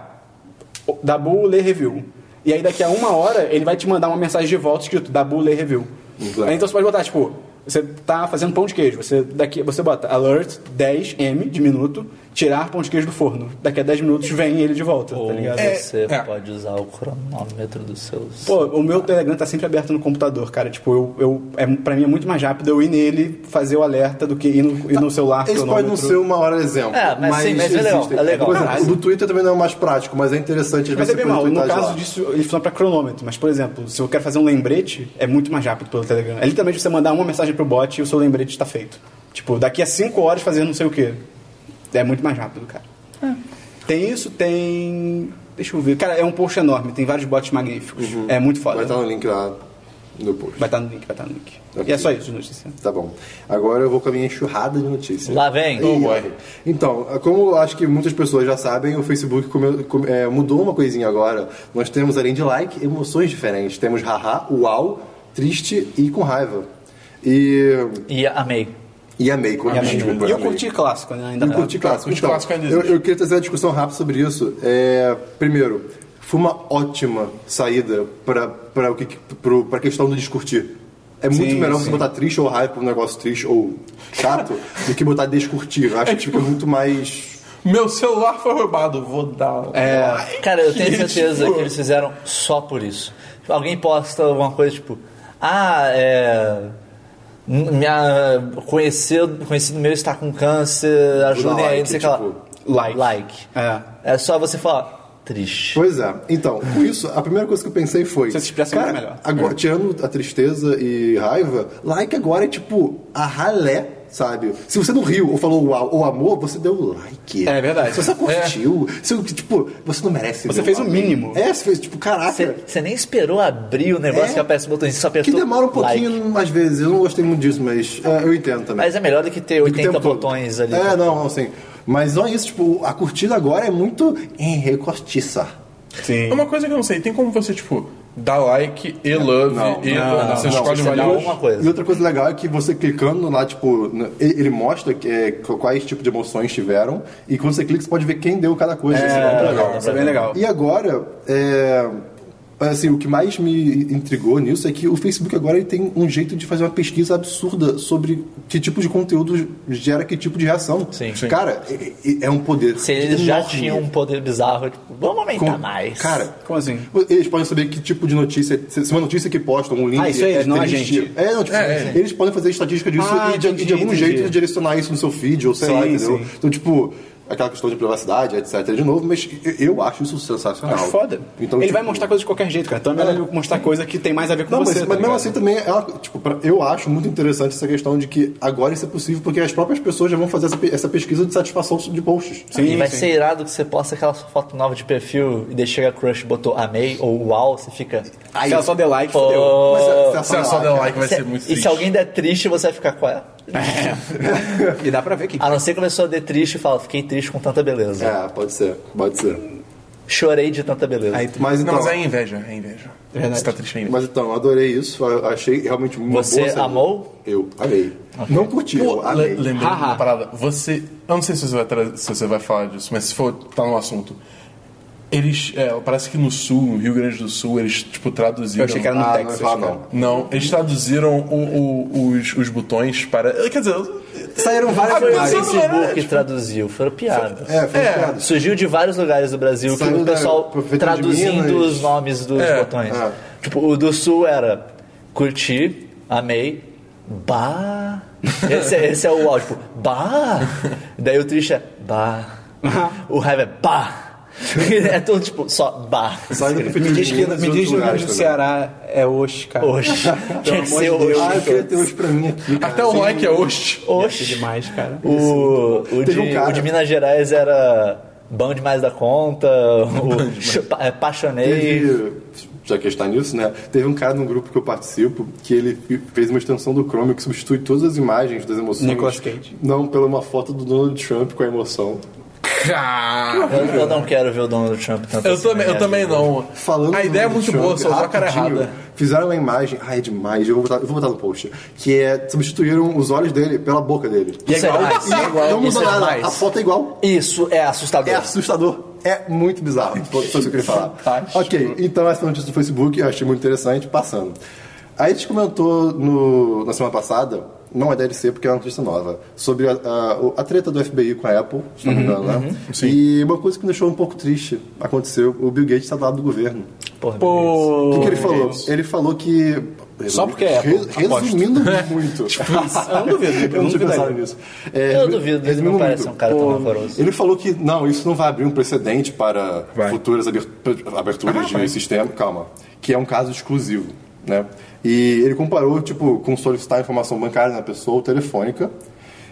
o- Dabu lê review. E aí daqui a uma hora ele vai te mandar uma mensagem de volta escrito Dabu lê review.
Exato.
Aí, então você pode botar, tipo, você tá fazendo pão de queijo, você, daqui, você bota alert 10M de minuto, tirar pão de queijo do forno. Daqui a 10 minutos vem ele de volta,
Ou
tá ligado?
você
É.
pode usar o cronômetro dos seus.
Pô, o meu Telegram tá sempre aberto no computador, cara. Tipo, eu, eu, é, pra mim é muito mais rápido eu ir nele, fazer o alerta, do que ir no, ir no celular.
Isso pode não
cronômetro.
ser uma hora de exemplo.
É, mas sim, mas é legal,
existem.
é legal.
Por exemplo,
Caralho.
o do Twitter também não é o mais prático, mas é interessante às
Mas
vezes
é bem
você
mal. No
tweetar de
caso
lá.
disso, ele funciona pra cronômetro. Mas, por exemplo, se eu quero fazer um lembrete, é muito mais rápido pelo Telegram. É literalmente você mandar uma mensagem pro bot e o seu lembrete tá feito. Tipo, daqui a 5 horas fazer não sei o quê. É muito mais rápido, cara. Tem isso, tem... Deixa eu ver. Cara, é um post enorme. Tem vários bots magníficos. É muito foda.
Uhum. Vai estar no link lá no post.
Vai estar no link, vai estar no link.
Ok.
E é só isso de notícia.
Tá bom. Agora eu vou com a minha enxurrada de notícias.
Lá vem.
Ih, lá vem. Então, como eu acho que muitas pessoas já sabem, o Facebook come- come- eh, mudou uma coisinha agora. Nós temos, além de like, emoções diferentes. Temos haha, uau, triste e com raiva. E,
E amei.
e amei, com
Amei.
E eu curti clássico, né? Ainda
Eu curti clássico.
Curti
Então,
clássico ainda
eu,
existe.
eu queria trazer uma discussão rápida sobre isso. É, primeiro, foi uma ótima saída para o que que- pro- pra questão do discutir. É muito
Sim,
melhor
sim.
você botar triste ou raiva pra um negócio triste ou chato do que botar descurtir. Eu acho que fica muito mais.
Meu celular foi roubado, vou dar. um.
É,
Cara, eu tenho certeza
tipo-
que eles fizeram só por isso. Tipo, Alguém posta alguma coisa tipo, ah, é. n- Minha conhecido, conhecido meu está com câncer, ajudem
like,
aí, não sei o que lá.
tipo,
like.
Like.
É.
É só você falar, triste.
Pois é. Então, com isso, a primeira coisa que eu pensei foi.
Você se expressa
cara,
muito melhor.
agora- tirando a tristeza e raiva, like agora é tipo a ralé. Sabe? Se você não riu ou falou uau ou amor, você deu like.
É verdade. É.
Se você curtiu, se, tipo, você não merece.
Você
ver
fez o
like.
mínimo.
É, você fez, tipo, caraca.
Você você nem esperou abrir o negócio
É.
que aparece o botãozinho, só
Que
apertou
demora um
like.
pouquinho, às vezes. Eu não gostei muito disso, mas é, eu entendo também.
Mas é melhor do que ter
O
80
tempo todo.
botões ali.
um É, não, não, assim. Mas não é isso, tipo, a curtida agora é muito em recostiça.
Sim.
É uma coisa que eu não sei, tem como você, tipo, dar like e love
não,
e
não,
você
não,
escolhe
você
uma
dá
luz?
uma coisa.
E outra coisa legal é que você clicando lá, tipo, n- ele ele mostra que, é, quais tipos de emoções tiveram. E quando você clica, você pode ver quem deu cada coisa. Isso é muito legal.
Isso é bem legal.
E agora, é, assim, o que mais me intrigou nisso é que o Facebook agora ele tem um jeito de fazer uma pesquisa absurda sobre que tipo de conteúdo gera que tipo de reação.
Sim.
Sim.
Cara, é- é, é um poder.
Se eles já
enorme.
tinham um poder bizarro, tipo, vamos
Com-
aumentar mais.
Cara,
Como assim?
eles podem saber que tipo de notícia, se se uma notícia que postam, um link
Ah, isso é eles, não a
triste.
gente.
É, não, tipo,
É,
eles podem fazer estatística disso
Ah,
e de,
entendi,
de algum
entendi.
jeito direcionar isso no seu feed, ou sei lá,
Sim,
entendeu?
sim.
Então, tipo, aquela questão de privacidade, etc, de novo, mas eu- eu acho isso sensacional.
Acho é foda.
Então,
ele
tipo,
vai mostrar coisa de qualquer jeito, cara. Então é melhor ele mostrar coisa que tem mais a ver com
Não, mas,
você. tá
mas mesmo
ligado?
assim também, ela, tipo, pra- eu acho muito interessante essa questão de que agora isso é possível, porque as próprias pessoas já vão fazer essa, pe- essa pesquisa de satisfação de posts.
Sim,
e vai
sim.
ser irado que você posta aquela sua foto nova de perfil e daí chega a crush botou amei ou uau, você fica.
Se ela só der like,
Pô.
fodeu.
Mas
Se é só dar like, vai
Se-
ser muito
e
triste.
se alguém der triste, você vai ficar qual é?
E dá pra ver
Ah,
que.
A não ser que a pessoa dê triste e fala, fiquei triste com tanta beleza.
É, pode ser, pode ser.
Chorei de tanta beleza.
Aí tu-
Mas
Não,
então,
mas é inveja, é inveja.
Verdade.
Você tá triste ainda.
mas então, eu adorei isso, eu achei realmente muito
Você amou?
Eu amei. Não curti,
Pô,
eu amei.
le- lembrei de
Haha.
uma parada. Você. Eu não sei se você vai, tra- se você vai falar disso, mas se for, tá no assunto. Eles. é, parece que no sul, no Rio Grande do Sul, eles, tipo, traduziram.
Eu achei que era no
Ah,
Texas.
não,
cara.
não.
Não, eles traduziram o- o- os, os botões para. Quer dizer.
Saíram
Ah,
várias
mas
o
isso
imagens.
não era,
Facebook
tipo-
traduziu, foram piadas.
É, foi
É.
piada.
Surgiu de vários lugares do Brasil que
Saiu
o
da
pessoal
Prefeitura de
traduzindo
Minas.
os nomes dos
É,
botões.
é.
Tipo, o do sul era curti, amei, bah. Esse, é- esse é o áudio, tipo, bah. Daí o triste é bah. O raiva é bah. É tudo tipo, só bah.
Saíram da
Me
prefeitura
diz
de
que é
Minas
me
e
diz
outros
no Rio
lugares
Grande do
também.
Ceará é Oxe, cara.
Hoje. Tinha que
amor de
ser
Deus.
hoje.
Ah, eu queria ter hoje pra mim aqui. cara.
Até o like é hoje.
Oxe
Hoje.
demais, cara.
O, o, de,
Teve um cara-
o de Minas Gerais era bão demais da conta, o chu- pa- é, apaixonei.
Teve, já que está nisso, né? Teve um cara num grupo que eu participo que ele fi- fez uma extensão do Chrome que substitui todas as imagens das emoções.
Nicolas Cage.
Não, pela uma foto do Donald Trump com a emoção.
Cara.
Eu, eu não quero ver o Donald Trump tanto
Eu
assim na
também, eu
minha
também
vida.
não.
Falando
a ideia é
do
muito
Trump,
boa, só usou a cara
rapidinho,
errada.
Fizeram uma imagem, ai, é demais, eu vou, botar, eu vou botar no post, que é, substituíram os olhos dele pela boca dele.
E é igual, isso é igual,
não
isso
mudou
é
nada,
mais.
a foto é igual.
Isso é assustador.
É assustador. É muito bizarro. Foi isso que eu queria falar.
Fantástico.
Ok, então essa notícia do Facebook eu achei muito interessante, passando. Aí a gente comentou no- na semana passada, não é DLC porque é uma notícia nova, sobre a, a- o- a treta do FBI com a Apple, se
Uhum,
não me engano, né? E uma coisa que me deixou um pouco triste aconteceu: o Bill Gates está do lado do governo.
Porra,
O que,
Pô.
que ele falou? Ele falou que.
Só porque é Apple,
Resumindo muito.
Eu não duvido, eu não
tinha
duvido.
pensado nisso. É,
Eu duvido, ele não
resumindo
parece
muito,
um cara tão
pô,
rancoroso.
Ele falou que não, isso não vai abrir um precedente para
Vai.
futuras abert- aberturas de sistema. Calma. Que é um caso exclusivo, né? E ele comparou, tipo, com solicitar informação bancária na pessoa ou telefônica.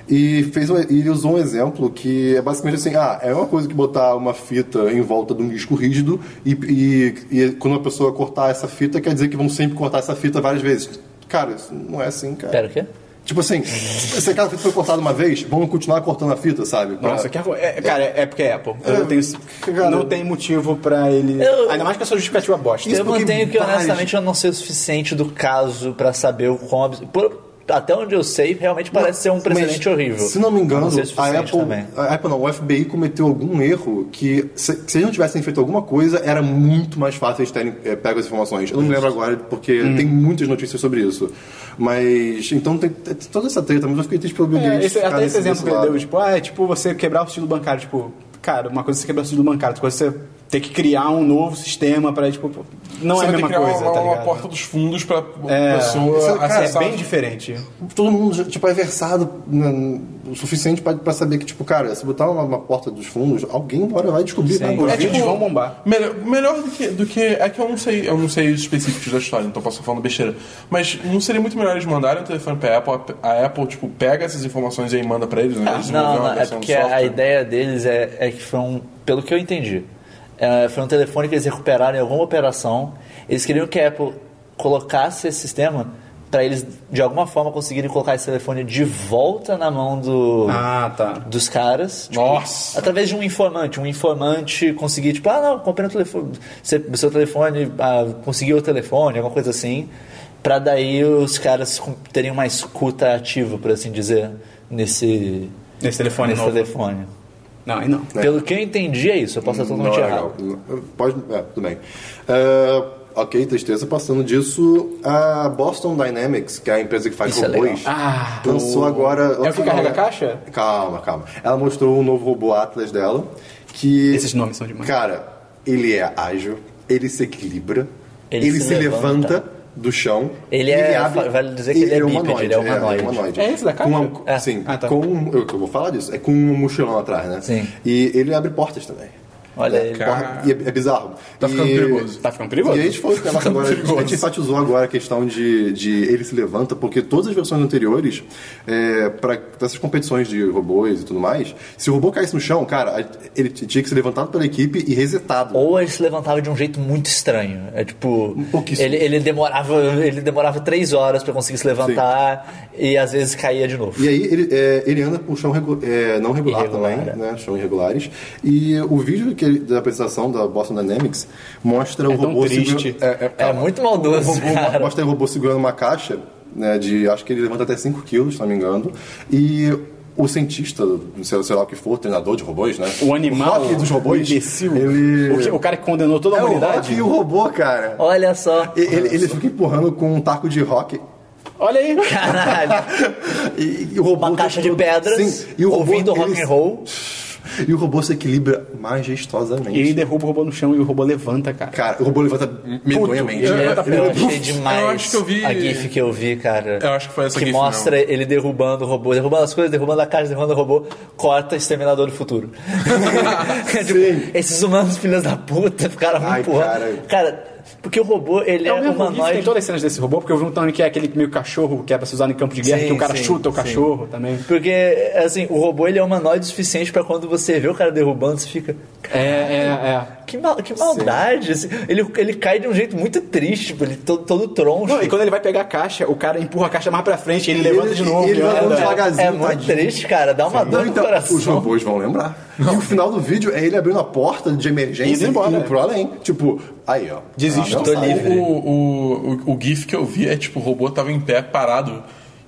E fez um, e ele usou um exemplo que é basicamente assim, ah, é uma coisa que botar uma fita em volta de um disco rígido e, e, e quando uma pessoa cortar essa fita, quer dizer que vão sempre cortar essa fita várias vezes. Cara, isso não é assim, cara.
Pera, o quê?
Tipo assim, se aquela fita foi cortada uma vez, vamos continuar cortando a fita, sabe? Pra-
Nossa, que arro- é, cara, é porque é Apple. Eu
É,
não tenho,
cara,
não tem motivo pra ele.
Eu-
Ainda mais com essa justificativa bosta.
Isso
eu
porque
mantenho que,
vários-
honestamente, eu não sei o suficiente do caso pra saber o quão... abs- por- Até onde eu sei, realmente parece ser um precedente
Mas,
horrível.
Se não me engano,
Eu sei o
a
suficiente
Apple,
também.
a Apple não, o FBI cometeu algum erro que se, se eles não tivessem feito alguma coisa, era muito mais fácil eles terem eh, pego as informações. Eu não me lembro agora porque
Hum.
tem muitas notícias sobre isso. Mas então tem, tem toda essa treta, mas eu fiquei triste pelo Bill
É,
Gates.
esse-
ficar
até esse
nesse-
exemplo que
desse
ele
lado.
deu, tipo, ah, é tipo você quebrar o estilo bancário. Tipo, cara, uma coisa é você quebrar o estilo bancário, outra coisa é você ter que criar um novo sistema pra, tipo, não
Você
é a
vai ter
mesma
que criar
coisa,
uma,
tá
uma
ligado?
porta dos fundos pra
É,
pessoa
isso, cara,
É
acessar.
bem diferente.
todo mundo já, tipo, é versado né, o suficiente pra, pra saber que, tipo, cara, se botar uma, uma porta dos fundos, alguém uma hora vai descobrir. né?
Os
Por
vídeos
vídeo.
vão bombar.
É tipo Melhor, melhor do, que, do que. É que eu não sei, eu não sei os específicos da história, então posso estar falando besteira. Mas não seria muito melhor eles mandarem o telefone pra Apple, a a Apple, tipo, pega essas informações e aí manda pra eles, né? Eles
Não,
desenvolveram uma
não, é
versão do
porque a
software.
ideia deles é, é que foi um. Pelo que eu entendi, é, foi um telefone que eles recuperaram em alguma operação. Eles queriam que a Apple colocasse esse sistema para eles, de alguma forma, conseguirem colocar esse telefone de volta na mão do,
Ah, tá.
dos caras. tipo,
Nossa!
Através de um informante. Um informante conseguir, tipo, ah, não, comprei um telefone. Seu, seu telefone, ah, conseguiu o telefone, alguma coisa assim. Pra daí os caras com- terem um uma escuta ativa, por assim dizer, nesse,
Nesse telefone
nesse
novo.
telefone.
Não, aí não.
Pelo que eu entendi, é isso. Eu posso estar totalmente
Não, é
errado.
legal. Pode, é, tudo bem. Ah, ok, tristeza. Passando disso, a Boston Dynamics, que é a empresa que faz
Isso é
robôs,
legal.
Ah,
lançou agora...
É o que carrega a caixa?
Calma, calma. Ela mostrou um novo robô Atlas dela, que...
Esses nomes são demais.
Cara, ele é ágil, ele se equilibra,
Ele
ele,
se
se, levanta.
levanta
do chão.
Ele
e
é-
abre-
vale dizer que ele é bípede, ele é humanoide.
É esse da
Com
caixa?
uma-
É.
Sim,
Ah, tá.
com um- eu, eu vou falar disso. É com um mochilão atrás, né?
Sim.
E ele abre portas também.
Olha
É,
ele.
porra- e é, é bizarro.
Tá
E-
ficando perigoso.
Ah. Tá ficando perigoso.
E a gente falou que ela agora, a gente enfatizou agora a questão de, de ele se levanta, porque todas as versões anteriores, é, para essas competições de robôs e tudo mais, se o robô caísse no chão, cara, a- ele t- tinha que ser levantado pela equipe e resetado.
Ou ele se levantava de um jeito muito estranho. É tipo.
pouquíssimo.
Ele, ele demorava ele demorava três horas pra conseguir se levantar e às vezes caía de novo.
E aí ele, é, ele anda por chão regu- é, não regular
Irregular, é.
também, né? Chão irregulares. E o vídeo que ele- da apresentação da Boston Dynamics mostra o
É tão
robô
triste.
segura- é, é,
É
calma.
muito maldoso,
robô,
cara.
mostra o robô segurando uma caixa, né, de, acho que ele levanta até 5 quilos, se não me engano, e o cientista, sei, lá- sei lá o que for, treinador de robôs, né?
É O animal,
O Rocky dos robôs,
o imbecil,
ele...
o, que- o cara que condenou toda a
é o Rock
né?
humanidade.
e o robô, cara.
Olha só.
E- Ele, ele fica empurrando com um taco de rock.
Olha aí.
Caralho.
E, e o robô tá
Uma caixa de
todo-
pedras,
Sim, e o robô,
ouvindo rock
ele-
and roll.
E o robô se equilibra majestosamente.
E ele derruba o robô no chão e o robô levanta, cara.
Cara, o robô levanta medonhamente.
Eu,
Ele-
eu
ele-
achei demais
Eu acho que eu vi-
a GIF que eu vi, cara.
Eu acho que foi essa
Que
GIF
mostra ele derrubando o robô, derrubando as coisas, derrubando a caixa, derrubando o robô, corta Exterminador do Futuro. Tipo,
Sim.
esses humanos filhas da puta ficaram me
Ai,
empurrando.
cara.
Cara, porque o robô, ele é,
É o mesmo humanoide. Tem
humanoide.
todas as cenas desse robô, porque eu vi um também que é aquele meio cachorro que é pra ser usado em campo de guerra,
Sim,
que o cara
sim,
chuta o
sim.
cachorro também.
Porque, assim, o robô, ele é humanoide o suficiente pra quando você vê o cara derrubando, você fica...
É, é, é.
Que, mal, que maldade! assim. Ele, ele cai de um jeito muito triste, tipo, ele todo, todo troncho.
Não, e quando ele vai pegar a caixa, o cara empurra a caixa mais pra frente, ele
E
levanta
ele-
de novo.
e ele
e
vai
anda.
andando devagar.
é
devagarzinho,
muito
tadinho.
triste, cara. Dá uma
tá
dor
Não,
no
então, os
coração.
robôs vão lembrar. E o final do vídeo é ele abrindo a porta de emergência
Indo
e
embora,
indo
né?
pro além. Tipo, aí, ó.
Desisto,
Ah,
tô
não,
livre.
sabe?
O, o, o, o GIF que eu vi é tipo, o robô tava em pé, parado,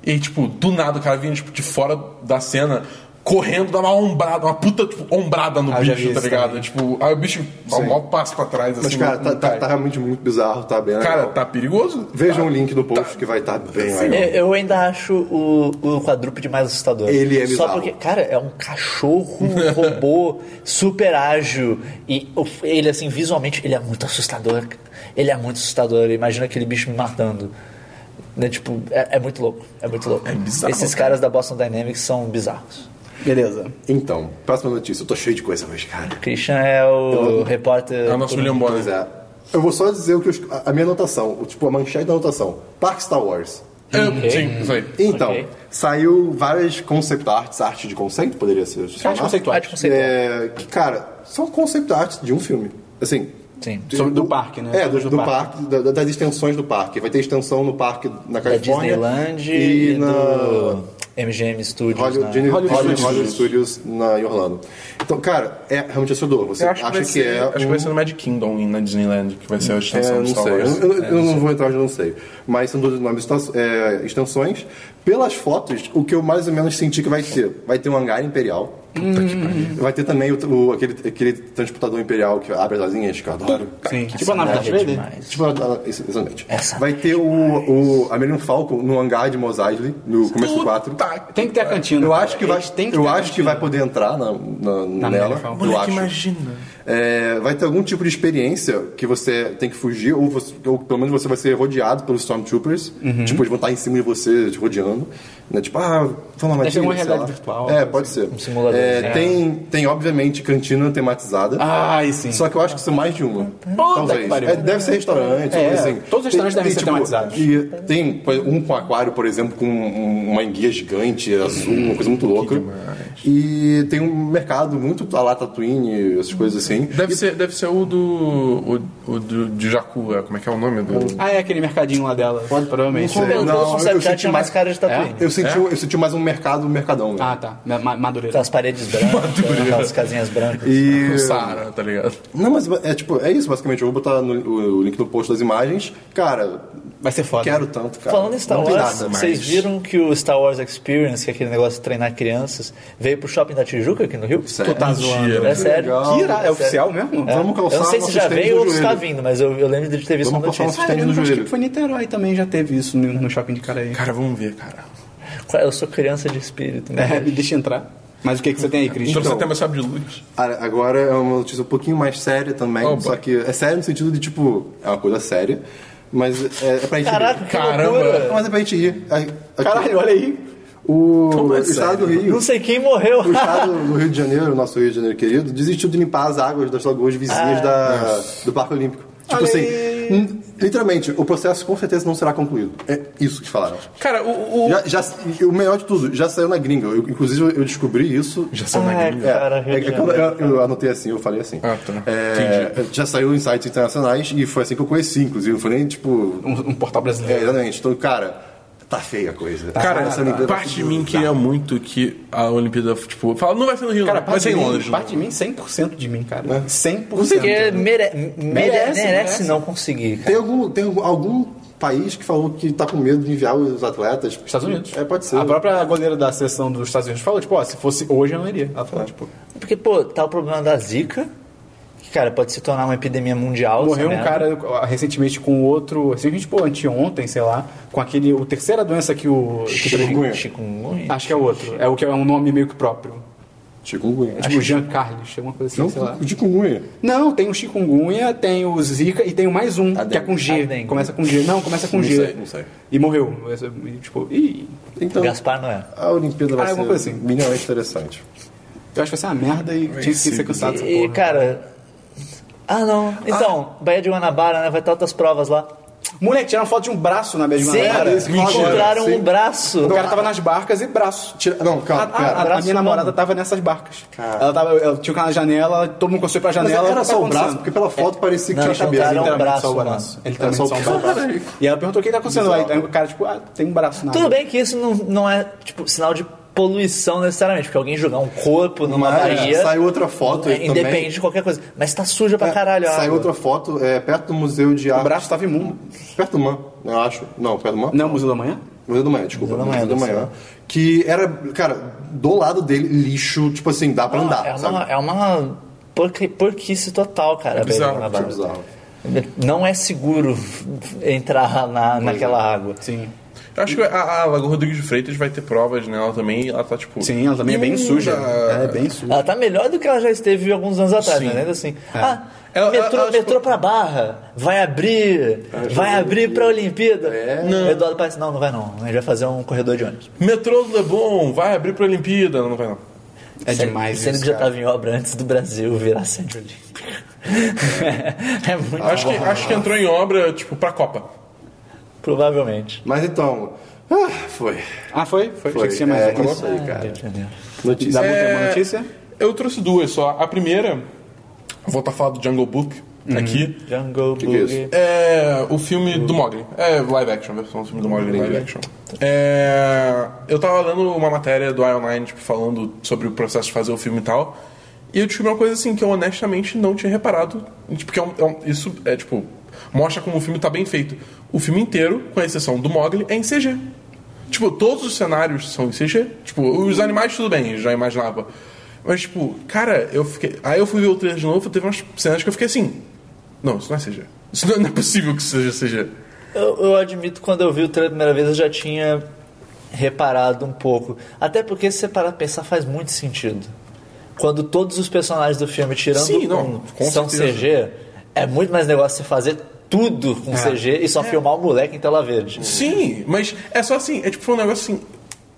e tipo, do nada o cara vinha tipo, de fora da cena, correndo, dava uma ombrada, uma puta tipo, ombrada no
Ah, eu já vi
bicho, tá
isso
ligado?
também.
Tipo, aí o bicho dá um
Sim.
mau passo pra trás,
Mas,
assim.
cara,
não-
tá,
não
tá-
cai.
tá realmente muito bizarro, tá bem
Cara,
legal.
tá perigoso.
Vejam o link do post que vai estar bem legal.
É, Eu ainda acho o, o quadrúpede mais assustador.
Ele é
Só
bizarro.
porque, cara, é um cachorro um robô super ágil. E o- ele, assim, visualmente, ele é muito assustador. Ele é muito assustador. Imagina aquele bicho me matando. Né, tipo, é, é muito louco. É muito louco.
É bizarro,
Esses
cara.
caras da Boston Dynamics são bizarros.
Beleza.
Então, próxima notícia. Eu tô cheio de coisa hoje, cara.
O Christian é o repórter.
É o nosso William
Pois
Bonner.
é. Eu vou só dizer o que eu, es- a- a minha anotação, o- tipo, a manchete da anotação. Parque Star Wars.
É, Sim, isso aí.
Então,
Ok.
saiu várias concept arts, arte de conceito, poderia ser. chamar.
Arte conceitual.
Arte conceitual.
É, que, cara, são concept arts de um filme. Assim.
Sim.
de-
Sobre- do parque, né?
É, do,
Do
do
parque.
parque, da- das extensões do parque. Vai ter extensão no parque na
da
Califórnia.
Disneyland
e,
e,
na
do MGM Studios.
Hollywood,
né?
Disney-
Hollywood
Hollywood
Studios.
Studios na, em Orlando. Então, cara, é realmente assustador. Você
Eu
acha
acho que, vai
que,
ser,
é.
acho que
um-
vai ser no Magic Kingdom e na Disneyland, que vai ser a
É,
extensão
eu não
de Star
sei. Eu,
Wars.
eu- eu não vou entrar onde eu não sei. Mas são dois nomes esta- é, extensões. Pelas fotos, o que eu mais ou menos senti que vai ter. Vai ter um hangar imperial. Vai ter também o, o- aquele, aquele transportador imperial que abre as asinhas, que eu adoro.
Sim. Tipo a nave da
Cidade é
Vader.
demais.
Tipo, a- a- isso- exatamente.
Essa
vai ter o, o a Millennium Falcon no hangar de Mos Eisley, no começo do 4.
Tem que ter a cantina.
Eu acho que vai,
Tem que
eu
ter Tá. a
acho que
cantina.
vai poder entrar na, na- né? nela.
Millennium Falcon.
Eu
Moleque,
acho.
imagina.
É, vai ter algum tipo de experiência que você tem que fugir, ou, você- ou pelo menos você vai ser rodeado pelos Stormtroopers. Tipo, eles vão estar em cima de você, te rodeando. Né? Tipo, ah, vamos lá,
Deve ser uma
sei
realidade
lá.
virtual,
É,
assim.
pode ser.
Um simulador,
É,
né?
tem, tem, obviamente, cantina tematizada.
Ah, aí sim.
Só que eu acho que são mais de uma.
que
talvez.
pariu.
É, deve ser restaurante.
É,
talvez, assim.
todos os restaurantes devem ser tematizados.
E tem por exemplo, um com aquário, por exemplo, com um- uma enguia gigante azul, uma coisa muito louca. E tem um mercado muito a lá Tatooine, essas coisas assim.
Deve ser, deve ser o do. O, o do, de Jakku, é, como é que é o nome do.
Ah, é aquele mercadinho lá dela. Pode, provavelmente. É?
Não sei.
Meu Deus,
Não,
o
eu
Snapchat
senti
tinha é mais
mais- É?
cara de Tatooine.
Eu senti, eu senti mais um mercado, um mercadão. né?
Ah, tá. Ma- ma- Madureira.
Aquelas paredes brancas, né? aquelas casinhas brancas.
E...
O Sara, tá ligado?
Não, mas é tipo, é isso basicamente. Eu vou botar no- o, o link no post das imagens. Cara,
Vai ser foda.
quero tanto, cara.
Falando em Star
Não tem
Wars,
nada.
vocês
mais.
viram que o Star Wars Experience, que é aquele negócio de treinar crianças, veio pro shopping da Tijuca aqui no Rio?
Sério.
Tá zoando.
É
Mentira.
sério.
legal.
Que irado. É oficial mesmo?
É.
Vamos calçar
Eu não sei se
nossos
já
tênis
veio
no
ou se
joelho.
tá vindo, mas eu, eu lembro de ter visto uma
Vamos calçar
notícia.
nossos
Ah,
tênis
eu
no
não acho
joelho.
que foi Niterói também, já teve isso no, no shopping de Caraí.
Cara, vamos ver, cara.
um-
Eu sou criança de espírito. né?
É, me deixa entrar. Mas o que, que você tem aí, Christian?
Então, você tem uma sabe de luz.
Ah, Agora é uma notícia um pouquinho mais séria também,
Oh, boy.
só que é séria no sentido de tipo, é uma coisa séria, mas é, é pra gente
Caraca, que
Caramba.
loucura.
rir. Mas é pra gente rir. Aí, aqui,
Caralho, olha aí.
o
é
estado do
Não
Rio,
sei quem morreu.
o estado do Rio de Janeiro, o nosso Rio de Janeiro querido, desistiu de limpar as águas das lagoas vizinhas da, do Parque Olímpico. Tipo
Ah. Olha
assim,
aí.
hum, literalmente, o processo com certeza não será concluído. É isso que falaram.
Cara, o. o-
Já, já, e o melhor de tudo, já saiu na gringa. Eu, inclusive, eu descobri isso
Já saiu na
Ai,
gringa.
cara, Rio
é
de
que quando
Janeiro.
eu, eu anotei assim, eu falei assim.
Ah, tá.
É, já saiu em sites internacionais e foi assim que eu conheci, inclusive. Não foi nem tipo.
Um, um portal
É,
brasileiro.
exatamente. Então, cara, tá feia a coisa.
Cara,
Essa Olimpíada tá
parte de mim
bizarra.
queria muito que a Olimpíada, tipo, fala, não vai ser no Rio,
É. Cara,
vai
parte
ser
de,
em
mim,
Londres. né?
parte de mim, 100% de mim, cara. 100%.
Porque
né?
mere- mere- merece,
Merece,
não conseguir. cara.
Tem algum, tem algum- algum país que falou que tá com medo de enviar os atletas?
Estados Unidos.
É, pode ser.
A própria goleira da seleção dos Estados Unidos falou, tipo, ó, se fosse hoje eu não iria. Ela falou, tipo,
Porque, pô, tá o problema da zika, que, cara, pode se tornar uma epidemia mundial.
morreu
essa
um
né?
merda.
cara ó, recentemente com outro, recentemente, pô, anteontem, sei lá, com aquele, o terceira doença que o... que
Chikungunya.
Chikungunya.
Chikungunya?
Ah,
Acho que é o outro. É o que é um nome meio que próprio.
Chikungunya.
É tipo Jean Carlos, alguma coisa assim, sei lá.
Não, o chikungunya.
Não, tem o chikungunya, tem o zika e tem mais um,
dengue.
que é com G.
A dengue.
Começa com G. Não, começa com
Não
G.
sei, não sei.
E morreu. Essa- e, Tipo, ih,
Então,
Gaspar não é.
a Olimpíada vai
Ah,
ser
alguma coisa assim.
minimamente interessante.
eu acho que vai ser uma merda e tinha que
Ah,
sim.
ser cancelado essa
E,
porra.
cara, Ah, não. Então, Baía de Guanabara, né? Vai ter outras provas lá.
Moleque, tiraram foto de um braço na Bad
Sim,
Manhattan.
isso que eu falo agora,
encontraram
sim.
um braço.
O cara tava nas barcas e braço.
Tira- Não,
A,
calma,
a- a- a
Ah, cara.
Braço
minha namorada
humano.
tava nessas barcas.
Cara.
Ela, tava, ela tinha o cara na janela, todo mundo conseguiu pra
Mas
janela.
era
o que tá
só o braço,
acontecendo?
porque pela foto parecia que
Não,
tinha
eles
cabeça.
Era um
Literalmente só
braço, tá
o braço.
mano.
Ele também só
Era
o
só o
braço.
braço.
E ela perguntou o que tá acontecendo. Aí,
Bizarro.
aí o cara, tipo, ah, tem um braço na
Tudo bem que isso não, não é, tipo, sinal de poluição necessariamente, porque alguém jogar um corpo numa
Mas
Bahia
saiu outra foto
é,
aí
independe
também. É,
de qualquer coisa. Mas tá suja pra caralho Um a
Saiu
água.
outra foto é, perto do Museu de
O
Arte.
braço tava imundo.
Perto do Man, eu acho. Não, perto do Man?
Não, Museu da Manhã?
Museu do Manhã, desculpa.
Museu do
Museu do
Manhã,
Manhã. Que era, cara, do lado dele, lixo, tipo assim, dá pra andar,
É
sabe?
uma, é uma porqui- porquice total, cara. a Baía de
bizarro,
Guanabara.
é bizarro.
Não é seguro entrar na, naquela água.
Sim.
Eu acho que a, a Lagoa Rodrigues de Freitas vai ter provas nela também. e Ela tá tipo.
Sim, ela também é bem
imunda.
suja. Ela é bem suja.
Ela tá melhor do que ela já esteve alguns anos atrás,
Sim.
né? Ainda assim. Ah,
Ela-
metrô,
ela- ela-
metrô pra Barra, vai abrir, vai abrir pra Olimpíada. Não. Eduardo Paes, não, não vai não. A gente vai fazer um corredor de ônibus.
Metrô do Leblon vai abrir pra Olimpíada. Não, não vai não.
É
Sendo-
demais
Sendo
isso,
que já
cara.
tava em obra antes do Brasil virar centro olímpico. é muito
Tá
Acho que,
bom.
acho que entrou em obra, tipo, pra Copa.
Provavelmente.
Mas então, ah, foi.
Ah, foi? Foi. Achei que tinha
é,
mais uma.
isso aí, cara.
Entendeu?
Dá
Notícia.
pra ter uma
É,
notícia?
Eu trouxe duas só. A primeira, vou estar falando do Jungle Book
Uhum.
aqui.
Jungle
que é
Boogie.
isso?
É o filme do Mogli. É live action, versão do filme do Mogli live action. É, eu tava lendo uma matéria do Ionline, tipo, falando sobre o processo de fazer o filme e tal. E eu descobri uma coisa assim que eu honestamente não tinha reparado. Tipo, que é um- é um- isso é tipo. Mostra como o filme tá bem feito. O filme inteiro, com exceção do Mogli, é em CG. Tipo, todos os cenários são em CG. Tipo, os animais tudo bem, já imaginava. Mas, tipo, cara, eu fiquei. Aí eu fui ver o trailer de novo, teve umas cenas que eu fiquei assim. Não, isso não é CG. Isso não não é possível que isso seja CG.
Eu, eu admito quando eu vi o trailer a primeira vez eu já tinha reparado um pouco. Até porque se você parar pra pensar faz muito sentido. Quando todos os personagens do filme, tirando
Sim, não,
um,
com
são
certeza.
CG, é muito mais negócio você fazer tudo
É.
com CG e só filmar o moleque em tela verde.
Sim, mas é só assim, é tipo, foi um negócio assim.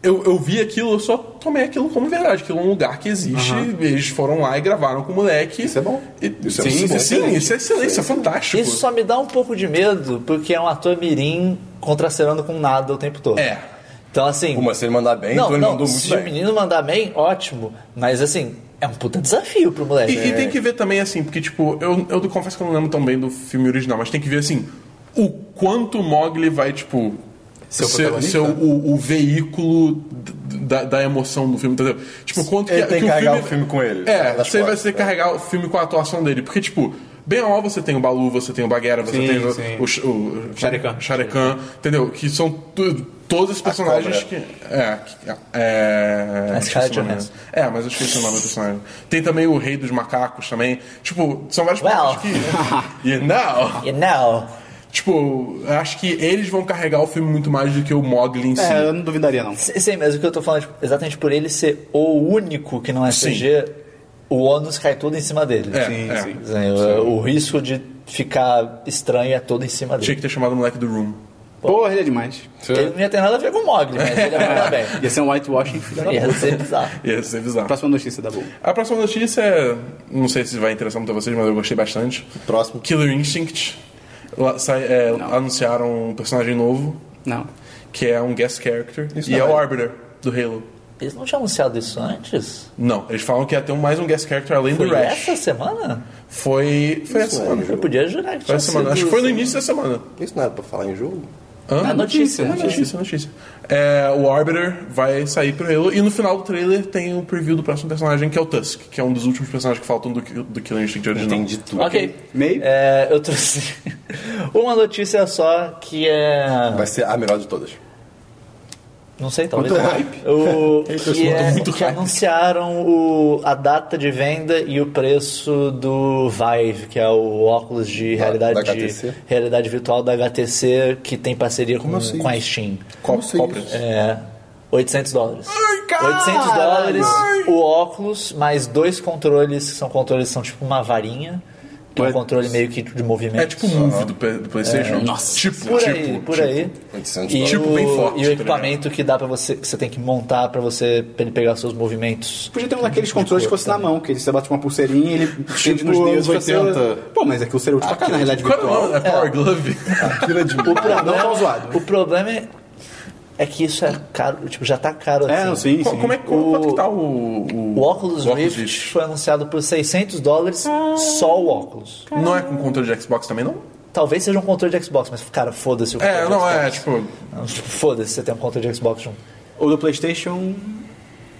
Eu, eu vi aquilo, eu só tomei aquilo como verdade. Aquilo é um lugar que existe, eles foram lá e gravaram com o moleque.
Isso é bom.
E-
Isso é
sim,
muito bom.
sim, isso é excelente, isso é fantástico.
Isso só me dá um pouco de medo, porque é um ator mirim contracenando com nada o tempo todo.
É.
Então, assim...
Mas se ele mandar bem,
não,
então ele
não, é
mandou muito
se o
bem.
menino mandar bem, ótimo. Mas, assim, é um puta desafio pro
É,
moleque.
E, e tem que ver também, assim, porque, tipo, eu, eu confesso que eu não lembro tão bem do filme original, mas tem que ver, assim, o quanto o Mogli vai, tipo,
Ser o
ser,
protagonista?
ser o, o veículo d- da, da emoção do filme, entendeu? Tipo, quanto
Ele
que,
tem
que
que carregar o filme com ele, né?
É,
nas
você vai
costas,
ter que carregar o filme com a atuação dele, porque, tipo, bem ou mal você tem o Balu, você tem o Baguera, você
Sim,
tem o-
sim.
o, Sh- o,
Sharekan.
Sharekan, entendeu? Que são tu- todos os personagens que...
cobra.
É, que- é...
A Scarlett
esqueci o nome, né?
Johansson.
É, mas eu esqueci o nome do personagem. Tem também o Rei dos Macacos também. Tipo, são vários
Well.
personagens que. you know!
E não...
Tipo, eu acho que eles vão carregar o filme muito mais do que o Mogli em si.
É, eu não duvidaria, não.
Sei, sei, mas o que eu tô falando, tipo, exatamente por ele ser o único que não é
Sim.
CG, o ônus cai todo em cima dele.
É,
Sim,
é.
sim.
Assim, o, o risco de ficar estranho é todo em cima
Tinha
dele.
que ter chamado o moleque do Room.
Porra, ele é demais.
Ele não ia ter nada a ver com o Mogli, mas ele ia mandar bem.
Ia ser um whitewashing, filho da
Ia
puta.
ser bizarro.
Ia ser bizarro.
Próxima notícia da boa.
A próxima notícia é. Não sei se vai interessar muito a vocês, mas eu gostei bastante.
Próximo.
Killer Instinct. Lá- sai- é, anunciaram um personagem novo,
Não.
que é um guest character.
Isso
e
não
é
é.
o Arbiter do Halo.
Eles não tinham anunciado isso antes?
Não, eles falam que ia ter um- mais um guest character além
Foi
do Rash.
essa semana?
Foi. Foi essa
é,
semana.
jogo.
Eu podia jurar que
Foi
tinha
essa semana.
sido
Acho que foi no início da semana.
Isso não era pra falar em jogo?
Hã?
Na notícia,
Na notícia, na notícia. É, o Arbiter vai sair pro Halo e no final do trailer tem o preview do próximo personagem, que é o Tusk, que é um dos últimos personagens que faltam do, do Killer Instinct original.
Entendi tudo.
Ok.
Meio?
É, eu trouxe uma notícia só que é.
Vai ser a melhor de todas.
Não sei, talvez.
Muito hype.
O, que é,
muito
que
hype.
anunciaram o, a data de venda e o preço do Vive, que é o óculos de
Da-
realidade,
da HTC.
realidade virtual da HTC, que tem parceria com,
eu sei
com a
isso?
Steam.
Como sei
cobra.
isso?
É, 800 dólares. 800
caralho!
dólares o óculos, mais dois controles, que são controles que são tipo uma varinha, Que é um
Mas-
controle meio que de movimento.
É tipo o Move do, P- do PlayStation.
Nossa.
Tipo,
É. Por
tipo.
aí, por
tipo.
aí.
800
E,
Tipo,
o,
bem forte,
e
tá
o
ligado?
equipamento que dá para você, que você tem que montar para você pra ele pegar os seus movimentos.
Podia ter um daqueles controles que fosse na mão, que ele você bate com uma pulseirinha e ele prende nos dedos.
anos
você-
80.
Pô, mas aquilo seria útil pra caralho na realidade
Qual é o
virtual.
nome? É Power Glove?
Aquilo é de
O problema,
não tão zoado.
O problema é, é que isso é caro, tipo, já tá caro
É,
assim.
não, sim,
Co-
sim.
Como é que, quanto
O-
que tá o... O,
O Oculus
o
Rift foi anunciado por 600 dólares só o óculos.
Não é com controle de Xbox também, não?
Talvez seja um controle de Xbox, mas cara, foda-se o controle
É,
de
não,
Xbox.
é, tipo...
Não, tipo, Foda-se, você tem um controle de Xbox junto.
O do Playstation...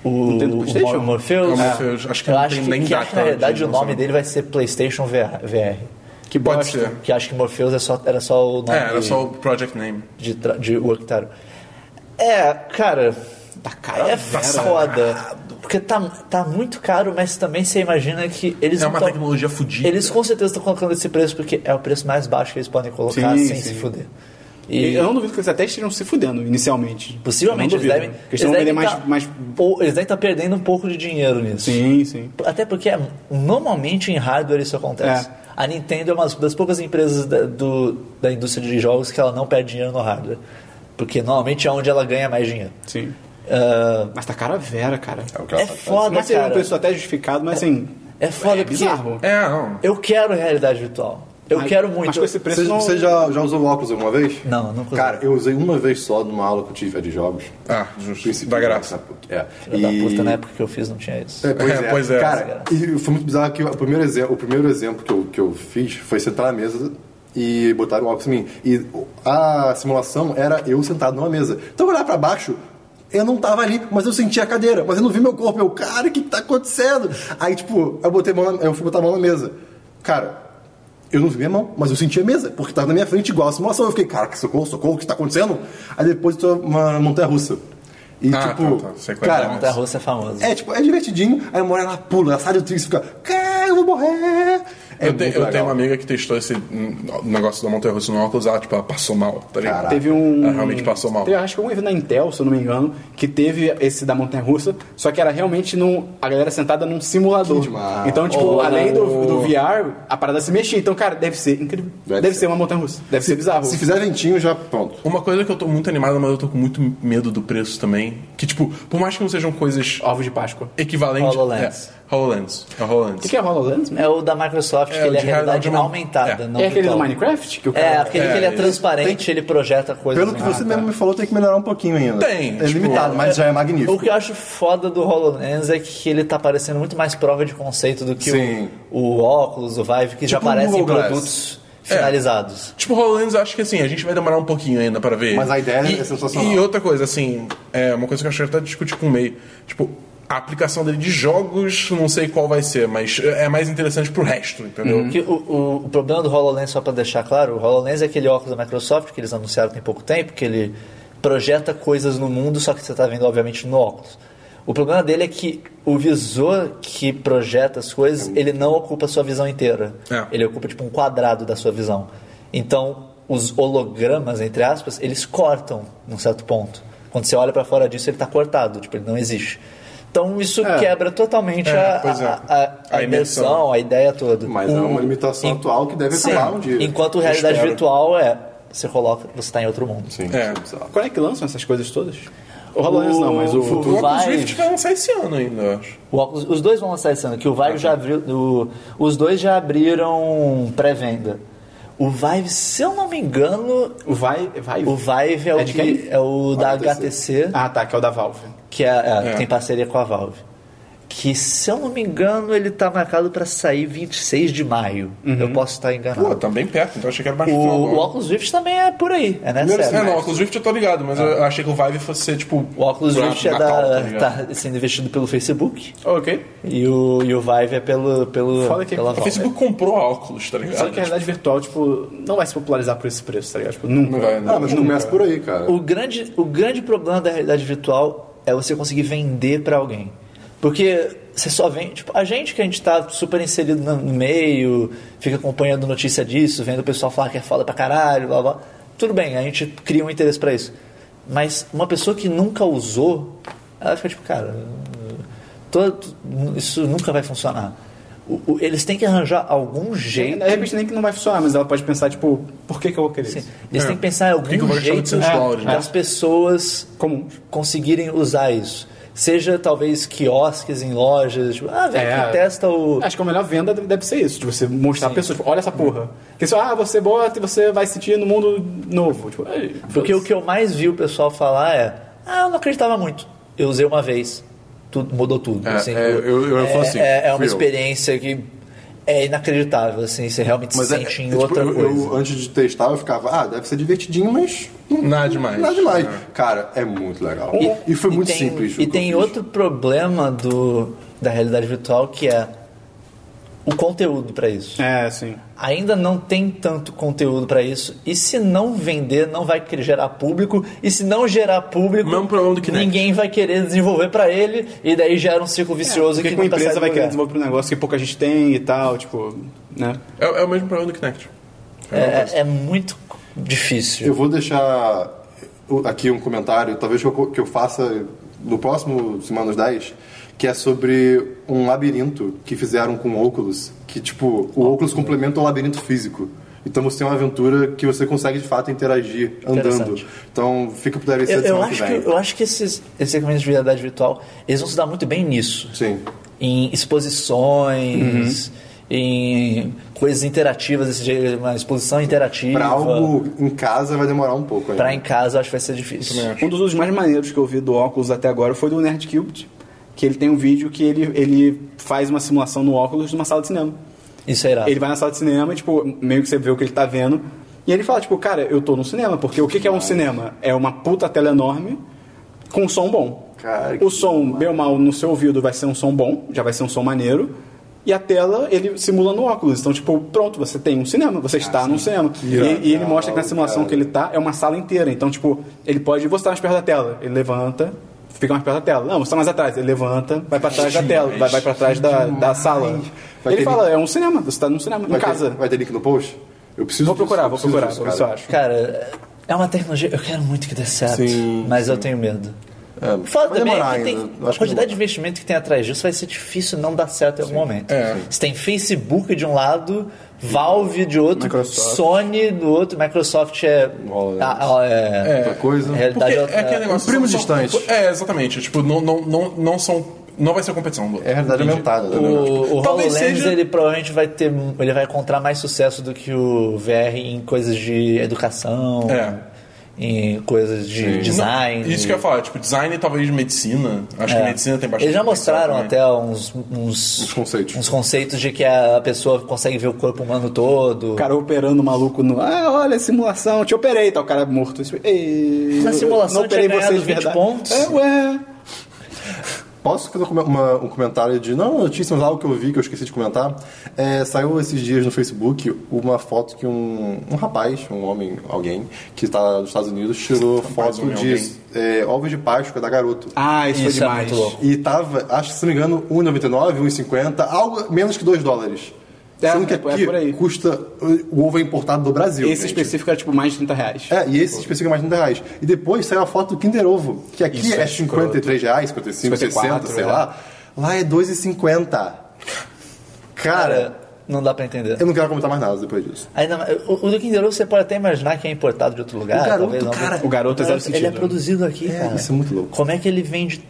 O,
tem do
o
PlayStation?
Mor- Morpheus.
É, Morpheus, acho que
eu
não
acho
tem
que,
nem
que acho que,
data
na realidade
de
o nome
lançamento.
dele vai ser PlayStation VR.
Que
Pode
bosta.
ser.
Que acho que Morpheus é só, era só o nome
É, era só o Project Name.
de, tra- de Octaro. É, cara. Tá caro. É foda. Porque tá, tá muito caro, mas também você imagina que eles.
É
não
uma
tão-
tecnologia fodida.
Eles com certeza estão colocando esse preço porque é o preço mais baixo que eles podem colocar
Sim,
sem
sim.
se fuder.
E
E
eu não duvido que eles até estejam se fudendo inicialmente.
possivelmente
Eu não
eles
duvido.
devem.
Porque eles vão
eles devem
vender mais,
tá-
mais...
Ou eles devem estar perdendo um pouco de dinheiro nisso.
Sim, sim.
Até porque é- normalmente em hardware isso acontece.
É.
A Nintendo é uma das poucas empresas da, do- da indústria de jogos que ela não perde dinheiro no hardware. Porque normalmente é onde ela ganha mais dinheiro.
Sim.
Ah,
Mas tá cara a vera, cara.
É o que ela
é
sabe fazer.
foda,
Mas seria um
cara.
preço até justificado, mas assim...
É foda
é
porque
bizarro.
É, não.
eu quero realidade virtual. Eu
Mas-
quero muito.
Mas com esse preço
Você,
não...
você já, já usou óculos alguma vez?
Não, nunca usei.
Cara, eu usei uma vez só numa aula que eu tive é de jogos.
Ah, justo.
Princípio
Da
de jogos,
graça.
sabe? É.
Filha da puta, né? na época que eu fiz não tinha isso.
É, pois
É,
é.
pois é.
Cara, e foi muito bizarro que o primeiro exemplo, o primeiro exemplo que, eu, que eu fiz foi sentar na mesa e botar o óculos em mim. E a simulação era eu sentado numa mesa. Então eu olhava pra baixo, eu não tava ali, mas eu sentia a cadeira, mas eu não vi meu corpo. Eu, cara, o que que tá acontecendo? Aí, tipo, eu, botei a mão na- eu fui botar a mão na mesa. Cara, eu não vi minha mão, mas eu senti a mesa, porque tava na minha frente igual a simulação. Eu fiquei, cara, que socorro, socorro, o que tá acontecendo? Aí depois eu tô uma montanha russa. E
Ah,
tipo,
tá, tá, sei qual é a
cara,
montanha-russa.
Da Rússia é famosa.
é, tipo, é divertidinho. Aí uma hora ela pula, ela sai do trilho e fica... Cara, eu vou morrer! É
eu, te-
muito
eu
legal.
tenho uma amiga que testou esse hum, negócio da montanha russa no óculos, ela, tipo, ela passou mal, tá ligado?
Caraca.
Teve um.
Ela realmente passou mal.
Teve, acho que algum evento na Intel, se eu não me engano, que teve esse da Montanha Russa, só que era realmente num, a galera sentada num simulador.
Que demais.
Então, tipo,
Oh.
além do, do VR, a parada se mexia. Então, cara, deve ser incrível.
Deve
Deve,
ser.
ser. uma montanha russa. Deve ser bizarro.
Se fizer ventinho, já pronto.
Uma coisa que eu tô muito animado, mas eu tô com muito medo do preço também, que, tipo, por mais que não sejam coisas
Ovos de Páscoa.
equivalentes...
HoloLens.
É, HoloLens. É
O
HoloLens.
que, que é HoloLens? mesmo?
É o da Microsoft, que
É, o
ele é
de
realidade
realidade aumen-
aumentada.
é.
não
É aquele do
virtual.
Minecraft? Que o cara...
É, aquele
É,
que ele é
isso.
transparente, ele projeta coisas.
Pelo que
no-
você mesmo me falou, tem que melhorar um pouquinho ainda.
Tem,
É
tipo,
limitado, mas já é magnífico.
O que eu acho foda do HoloLens é que ele tá parecendo muito mais prova de conceito do que
Sim.
o, o óculos, o Vive, que já
Tipo um
parecem
Google Glass. É.
produtos finalizados.
Tipo, HoloLens, eu acho que assim, a gente vai demorar um pouquinho ainda para ver.
Mas a ideia é
e,
sensacional.
E outra coisa, assim, é uma coisa que eu acho que eu até discuti com o meio. Tipo, a aplicação dele de jogos, não sei qual vai ser, mas é mais interessante pro resto, entendeu?
Uhum.
Que o, o- o problema do HoloLens, só pra deixar claro, o HoloLens é aquele óculos da Microsoft que eles anunciaram tem pouco tempo, que ele projeta coisas no mundo, só que você tá vendo, obviamente, no óculos. O problema dele é que o visor que projeta as coisas, ele não ocupa a sua visão inteira.
É.
Ele ocupa, tipo, um quadrado da sua visão. Então, os hologramas, entre aspas, eles cortam num certo ponto. Quando você olha pra fora disso, ele tá cortado, tipo, ele não existe. Então, isso quebra totalmente
É,
a,
pois é.
a- a- a
A imersão.
imersão, a ideia toda.
Mas é uma limitação atual que deve
Sim.
acabar um dia.
Enquanto realidade
espero.
virtual é você coloca, você está em outro mundo.
Sim,
É.
isso bizarro.
Quando é que lançam essas coisas todas? O HoloLens não, mas o...
O-
O Oculus
Vai.
Rift vai lançar esse ano ainda, eu acho.
O óculos- os dois vão lançar esse ano, que o Vive já abriu, o- os dois já abriram pré-venda. O Vive, se eu não me engano,
O Vai... Vai...
o Vive é o,
É de
que-
quem?
é o da
HTC.
HTC,
Ah, tá, que é o da Valve.
que é, é,
É.
tem parceria com a Valve. Que, se eu não me engano, ele está marcado para sair 26 de maio.
Uhum.
Eu posso estar enganado.
Pô, tá bem perto, então eu achei que era mais
Ah. o,
final do
o
ano.
Oculus Rift também é por aí, é nessa
Primeiro
época.
É, não, o Oculus Rift eu tô ligado, mas eu achei que o Vive fosse ser, tipo.
O Oculus
pra
Rift é
Natal,
da,
ligado? Ah,
tá sendo investido pelo Facebook
Ok.
e o, e o Vive é pelo, pelo
Foda que-
pela
o
Valve.
O Facebook comprou a Oculus, tá ligado?
Só
é-
que a realidade virtual, tipo, não vai se popularizar por esse preço, tá ligado? Tipo, nunca.
Não vai, né?
Ah, mas começa por aí, cara.
O grande, o grande problema da realidade virtual é você conseguir vender pra alguém. Porque você só vende. Tipo, a gente que a gente tá super inserido no no meio, fica acompanhando notícia disso, vendo o pessoal falar que é foda pra caralho, blá blá. Tudo bem, a gente cria um interesse pra isso. Mas uma pessoa que nunca usou, ela fica tipo, cara, tô- isso nunca vai funcionar. o- o- eles têm que arranjar algum
É,
jeito.
De repente nem que não vai funcionar, mas ela pode pensar, tipo, por que, que eu vou querer
assim,
isso?
eles
É.
têm que pensar em
Por que que eu
algum
vou deixar
jeito
de ser usuário, né?
das pessoas
Comuns.
conseguirem usar isso. Seja talvez quiosques em lojas, tipo, ah, vem
É.
aqui, testa o.
Acho que a melhor venda deve ser isso, de você mostrar a pessoa, tipo, olha essa porra. Porque só, ah, você bota e você vai sentir no mundo novo. Tipo, "Ei,
Porque o que eu mais vi o pessoal falar é: ah, eu não acreditava muito. Eu usei uma vez, tudo, mudou tudo.
É,
assim,
é, eu- eu- eu
é,
falo assim,
é- é uma
fui eu.
experiência que é inacreditável, assim, você realmente se
Mas é,
sente
é,
em
tipo,
outra
eu,
coisa.
eu, antes de testar, eu ficava, ah, deve ser divertidinho, mas. não-
Nada demais.
Nada demais.
É.
Cara, é muito legal.
Ah. E-
E, foi
e
muito
tem-
simples. o
E
que
tem
eu fiz.
outro problema do, da realidade virtual que é o conteúdo para isso.
É, sim.
Ainda não tem tanto conteúdo para isso. E se não vender, não vai querer gerar público. E se não gerar público,
O mesmo problema do Kinect.
ninguém vai querer desenvolver para ele. E daí gera um ciclo vicioso
Porque
que
uma
nunca
empresa
sai
vai
do
querer
lugar.
desenvolver um negócio que pouca gente tem e tal, tipo, né?
É, é o mesmo problema do Kinect. É, uma coisa.
É, é muito difícil.
Eu vou deixar o- aqui um comentário, talvez que eu, co- que eu faça no próximo Semana dos 10, que é sobre um labirinto que fizeram com o Oculus, que tipo, o Oculus complementa o labirinto físico. Então você tem uma aventura que você consegue de fato interagir andando.
Interessante.
Então fica pro DLC
Eu,
de
eu
semana que
acho que,
vem.
eu acho que esses, esses equipamentos de realidade virtual, eles vão se dar muito bem nisso.
Sim.
Em exposições, em coisas interativas, desse jeito, uma exposição interativa.
Pra algo em casa vai demorar um pouco ainda.
Pra em casa, eu acho que vai ser difícil.
Também acho.
Um dos usos mais maneiros que eu vi do óculos até agora foi do Nerd Cubed, que ele tem um vídeo que ele, ele faz uma simulação no óculos numa sala de cinema.
Isso é irado.
Ele vai na sala de cinema, tipo, meio que você vê o que ele tá vendo. E ele fala, tipo, cara, eu tô num cinema, porque o que, que é um cinema? É uma puta tela enorme com som bom.
Cara,
o
que
som, bem ou mal, no seu ouvido vai ser um som bom, já vai ser um som maneiro. E a tela, ele simula no óculos. Então, tipo, pronto, você tem um cinema, você está num cinema. E,
Ah, irado,
e ele mostra que na simulação
cara.
que ele tá, é uma sala inteira. Então, tipo, ele pode, você tá mais perto da tela. Ele levanta, fica mais perto da tela. Não, você tá mais atrás. Ele levanta, vai pra trás da tela, vai, vai pra trás da, da sala.
Vai
ele
ter
fala, é um cinema, você tá num cinema, em
vai ter-
casa.
vai ter link no post? Eu preciso
Vou
disso,
procurar,
eu
vou
preciso
procurar,
disso,
vou ver
cara.
se eu acho.
Cara, é uma tecnologia. Eu quero muito que dê certo,
Sim,
mas eu tenho medo.
É,
Fora também é
vai
que
demorar
tem,
ainda. Eu
a
acho que
quantidade de
demora.
investimento que tem atrás disso vai ser difícil não dar certo em algum momento.
É.
Você tem Facebook de um lado, Valve de outro,
Microsoft.
Sony do outro, Microsoft é.
Olha,
a- a- é-
Outra coisa.
Realidade
Porque
outra-
é aquele negócio.
primo
são- são-
distante.
É, exatamente. Tipo, não, não, não, não são. Não vai ser competição.
É realidade
Entendi.
aumentada. né?
O, o
Talvez
HoloLens
seja-
ele provavelmente vai ter. Ele vai encontrar mais sucesso do que o VR em coisas de educação,
É.
em coisas de design.
Não, isso que eu ia falar, tipo, design talvez de medicina. Acho que medicina tem bastante.
É. Eles já
potencial
mostraram
também.
até uns, uns,
Uns conceitos.
uns conceitos de que a pessoa consegue ver o corpo humano todo.
O cara operando o maluco no. Ah, olha, simulação, te operei, tá o cara morto. Tipo, "Ei,
Na
eu-
simulação
não operei
tinha ganhado
vocês,
20
verdade."
pontos.
É, ué.
Posso fazer uma- uma- um comentário de. Não, notícia, mas algo que eu vi que eu esqueci de comentar. É, saiu esses dias no Facebook uma foto que um, um rapaz, um homem, alguém, que está nos Estados Unidos, tirou
Rapaz,
foto
homem,
de é, ovos de Páscoa da garoto.
Ah, isso,
Isso é
foi demais.
muito louco.
E tava, acho que se não me engano, 1,99, 1,50, algo menos que 2 dólares.
É,
Sendo que
é por
aqui
aí.
custa. O ovo é importado do Brasil.
Esse
gente.
específico era tipo mais de 30 reais.
É, e esse específico é mais de 30 reais. E depois saiu a foto do Kinder Ovo, que aqui
Isso
é,
é
53 reais, 55,
54,
60, sei
é.
lá. Lá é 2,50. Cara,
não dá pra entender.
eu não quero comentar mais nada depois disso.
Ainda mais- o, o do Kinder Ovo você pode até imaginar que é importado de outro lugar.
O garoto,
talvez, não.
cara,
o garoto é zero
Ele é
sentido.
produzido aqui,
É,
cara.
isso é muito louco.
Como é que ele vende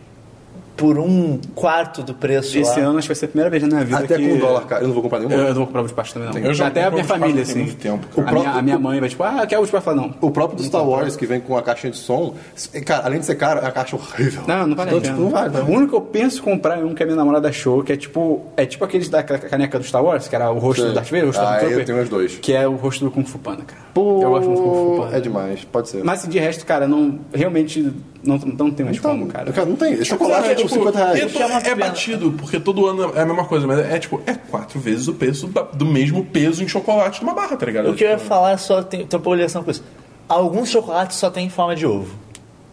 por um quarto do preço
Esse
lá?
ano acho que vai ser a primeira vez na minha vida.
Até
que...
com o dólar, cara. Eu não vou comprar nenhum.
Eu não vou comprar ovo de Páscoa também, não.
Eu já
Até a
comprei
minha
ovo de
família,
Páscoa tem
assim.
muito tempo,
a, minha, a minha mãe vai tipo, ah, quer ovo de Páscoa? Não.
O próprio do Star Wars, que vem com a caixinha de som, é, cara, além de ser caro, é uma caixa horrível.
Não, não vale a pena.
Então, tipo, não vale, tá?
O único que eu penso comprar é um que a minha namorada achou, que é tipo. É tipo aqueles da ca- caneca do Star Wars, que era o rosto
Sei.
do Darth Vader, o rosto
Ah,
do
eu
Trooper.
tenho os dois.
Que é o rosto do Kung Fu Panda, cara.
Pô,
eu gosto muito do Kung Fu Panda.
É demais, pode ser.
Mas assim, de resto, cara, não, realmente não, não tem mais como, cara.
Cara, não tem. É chocolate
É,
por
tipo,
50
é
reais.
to- é batido, porque todo ano é a mesma coisa, mas é tipo, é quatro vezes o peso da- do mesmo peso em chocolate de uma barra, tá ligado?
O que eu ia falar é só tem, tem uma ligação com isso. Alguns chocolates só tem forma de ovo.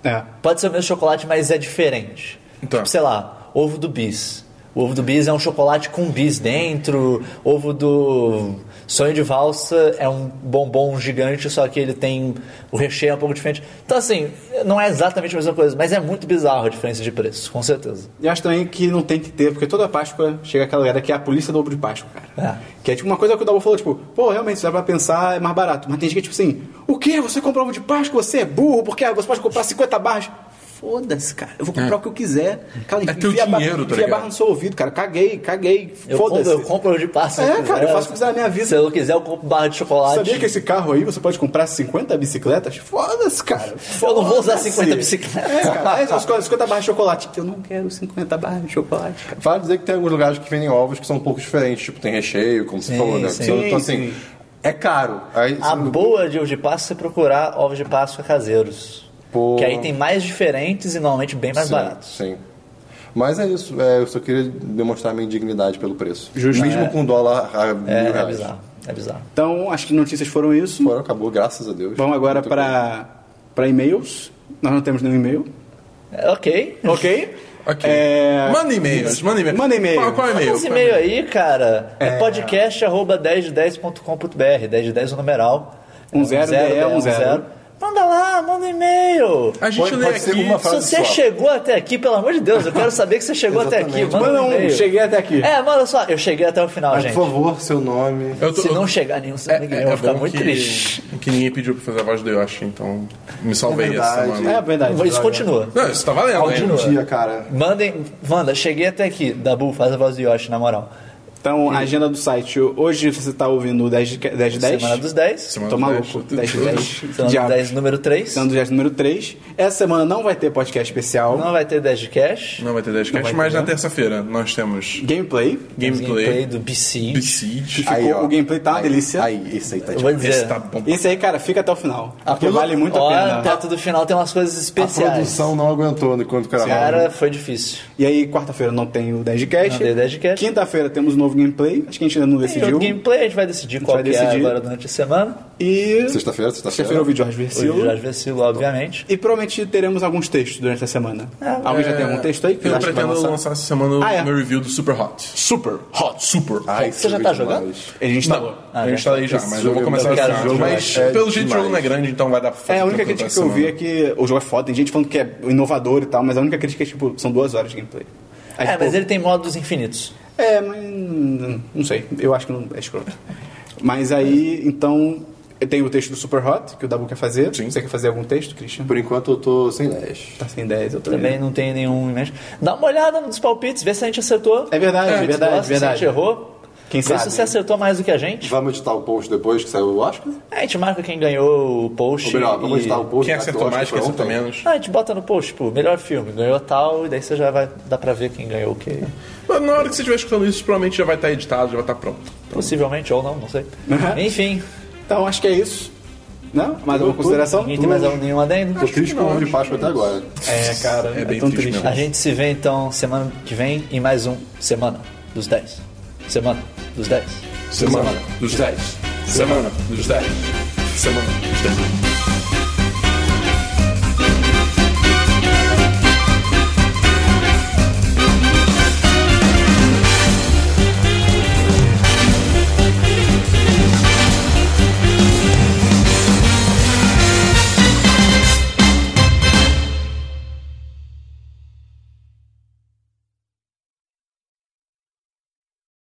É.
Pode ser o mesmo chocolate, mas é diferente.
Então.
Tipo, sei lá, ovo do bis. O ovo do bis é um chocolate com bis dentro. Ovo do Sonho de Valsa é um bombom gigante, só que ele tem. O recheio é um pouco diferente. Então, assim, não é exatamente a mesma coisa, mas é muito bizarro a diferença de preço, com certeza.
E acho também que não tem que ter, porque toda Páscoa chega aquela galera que é a polícia do ovo de Páscoa, cara.
É.
Que é tipo uma coisa que o Dabu falou, tipo, pô, realmente, se dá pra pensar, é mais barato. Mas tem gente que é tipo assim, o quê? Você comprou ovo de Páscoa? Você é burro, porque ah, você pode comprar 50 barras. Foda-se, cara. Eu vou comprar o que eu quiser. Cara,
É teu
enfia a barra-
dinheiro, tá
enfia a
ligado?
barra no seu ouvido, cara. Caguei, caguei.
Eu compro,
Foda-se.
eu compro de passo.
É, cara, eu faço o que quiser na minha vida.
Se eu quiser, eu compro barra de chocolate.
Sabia que esse carro aí você pode comprar 50 bicicletas? Foda-se, cara.
Eu não vou usar
Foda-se.
50 bicicletas.
É, cara. É, só 50 barras de chocolate. Eu não quero 50 barras de chocolate, cara.
Vale dizer que tem alguns lugares que vendem ovos que são um pouco diferentes, tipo, tem recheio, como você
Sim,
falou, né?
sim.
então,
Sim,
assim,
sim.
é caro. Aí,
A
você-
boa de ovo de Páscoa é você procurar ovos de Páscoa caseiros.
Pô.
Que aí tem mais diferentes e normalmente bem mais
sim,
baratos.
Sim. Mas é isso, é, eu só queria demonstrar minha indignidade pelo preço.
Justo.
Mesmo
É.
com dólar a mil
É, é
reais.
bizarro. É bizarro.
Então, acho que notícias foram isso.
Fora, acabou, graças a Deus.
Vamos agora
Muito
para para e-mails. Nós não temos nenhum e-mail.
É, ok.
Ok?
Ok.
É,
Manda e-mails, manda e-mail.
Manda e-mail.
Qual, qual e-mail?
Manda esse e-mail aí, cara. É, podcast arroba 1010.com.br, 1010 é o numeral. né?
Um zero, DE, um zero.
Manda lá, manda um e-mail.
A gente
Pode-
lê
pode ser
aqui.
uma
Se
frase
você
só.
chegou até aqui, pelo amor de Deus, eu quero saber que você chegou até aqui.
Exatamente.
Manda,
Manda um,
e-mail.
cheguei até aqui.
É, manda só. Eu cheguei até o final,
Mas,
gente.
por favor, seu nome.
Eu tô-
Se
eu-
não chegar nenhum, você
é,
ninguém
é,
eu
é
vou ficar
bom
muito
que,
triste.
que ninguém pediu pra fazer a voz do Yoshi, então me salvei essa
verdade.
semana.
É verdade.
Isso continua.
Não, isso tá valendo, né?
Continua.
Bom dia, cara.
Mandem. Wanda, cheguei até aqui. Dabu, faz a voz do Yoshi, na moral.
Então, a agenda do site. Hoje você está ouvindo o 10 de 10.
Semana dos 10.
Semana
Tô
dos
maluco.
dez.
10 de 10.
Semana dos 10, número 3.
Sendo já número 3. Essa semana não vai ter podcast especial.
Não vai ter 10 de cash.
Não vai ter
Não vai
10cast,
ter,
mas na
né?
terça-feira nós temos
Gameplay.
gameplay,
do BC.
Besiege.
Aí, o gameplay tá uma delícia.
Aí, esse aí tá
Eu
tipo.
vou dizer.
Esse tá bom.
Esse aí, cara, fica até o final. Porque
produ-
vale muito a
Ó,
pena.
perto do final tem umas coisas
A
especiais.
produção não aguentou enquanto o
tá
cara
Cara, foi difícil.
E aí, quarta-feira não tem o 10 de cast.
Não tem o 10 de cast.
Quinta-feira temos um novo gameplay. Acho que a gente ainda não
E o
decidiu.
gameplay a gente vai decidir qual
vai
que é
decidir.
agora durante a semana.
E
Sexta-feira, sexta-feira.
sexta-feira o vídeo às
Hoje
Versilo.
já versículo, obviamente.
E provavelmente teremos alguns textos durante a semana.
Ah,
Alguém já
é.
tem algum texto aí que
Eu
acha que vai
pretendo
lançar?
lançar? essa semana o
Ah, é.
meu review do Super Hot. Ah,
Super. Ah,
Hot, super.
Ai,
Você já
isso é
tá
demais.
jogando?
Ele instalou.
Não, eu
tá
instalei tá já, mas eu vou começar
eu
esse
quero
ano.
jogar.
Mas
É
pelo jeito o jogo
demais.
não é grande, então vai dar pra fazer né?
É, a única
tudo
crítica que
essa
eu vi é
semana.
que o jogo é foda, tem gente falando que é inovador e tal, mas a única crítica é que tipo, são duas horas de gameplay. Aí,
É,
tipo,
mas ele tem modos infinitos.
É, mas. hum, Não sei. Eu acho que não é escroto. Mas aí, então. Eu tenho o texto do Super Hot, que o Dabu quer fazer.
Sim.
Você quer fazer algum texto, Christian?
Por enquanto eu tô sem 10.
Tá sem 10, eu também.
Também não tem nenhum imenso. Dá uma olhada nos palpites, vê se a gente acertou.
É verdade,
Se a gente
verdade,
gosta, Se a
verdade.
gente errou.
Quem
vê
sabe?
se você acertou mais do que a gente.
Vamos editar o post depois que saiu o Oscar?
A gente marca quem ganhou o post.
Ou melhor, vamos
e...
editar o post.
Quem
tá
né, que
acertou
eu acho
mais,
que
quem
foi
acertou
ontem.
menos.
Ah, a gente bota no post, tipo, melhor filme, ganhou tal, e daí você já vai dá pra ver quem ganhou o quê.
Mas Na hora que você estiver escutando isso, provavelmente já vai estar editado, já vai estar pronto.
Possivelmente ou não, não sei.
Uhum.
Enfim,
Então acho que é isso. Não? Mais alguma consideração?
ninguém tem mais algum- nenhum adendo.
Tô triste com o ovo de Páscoa até agora.
um. É, cara,
É
é,
bem
tão
triste
triste.
mesmo.
A gente se vê então semana que vem em mais um Semana dos 10. Semana dos 10.
Semana dos 10. Semana dos 10. Semana dos 10.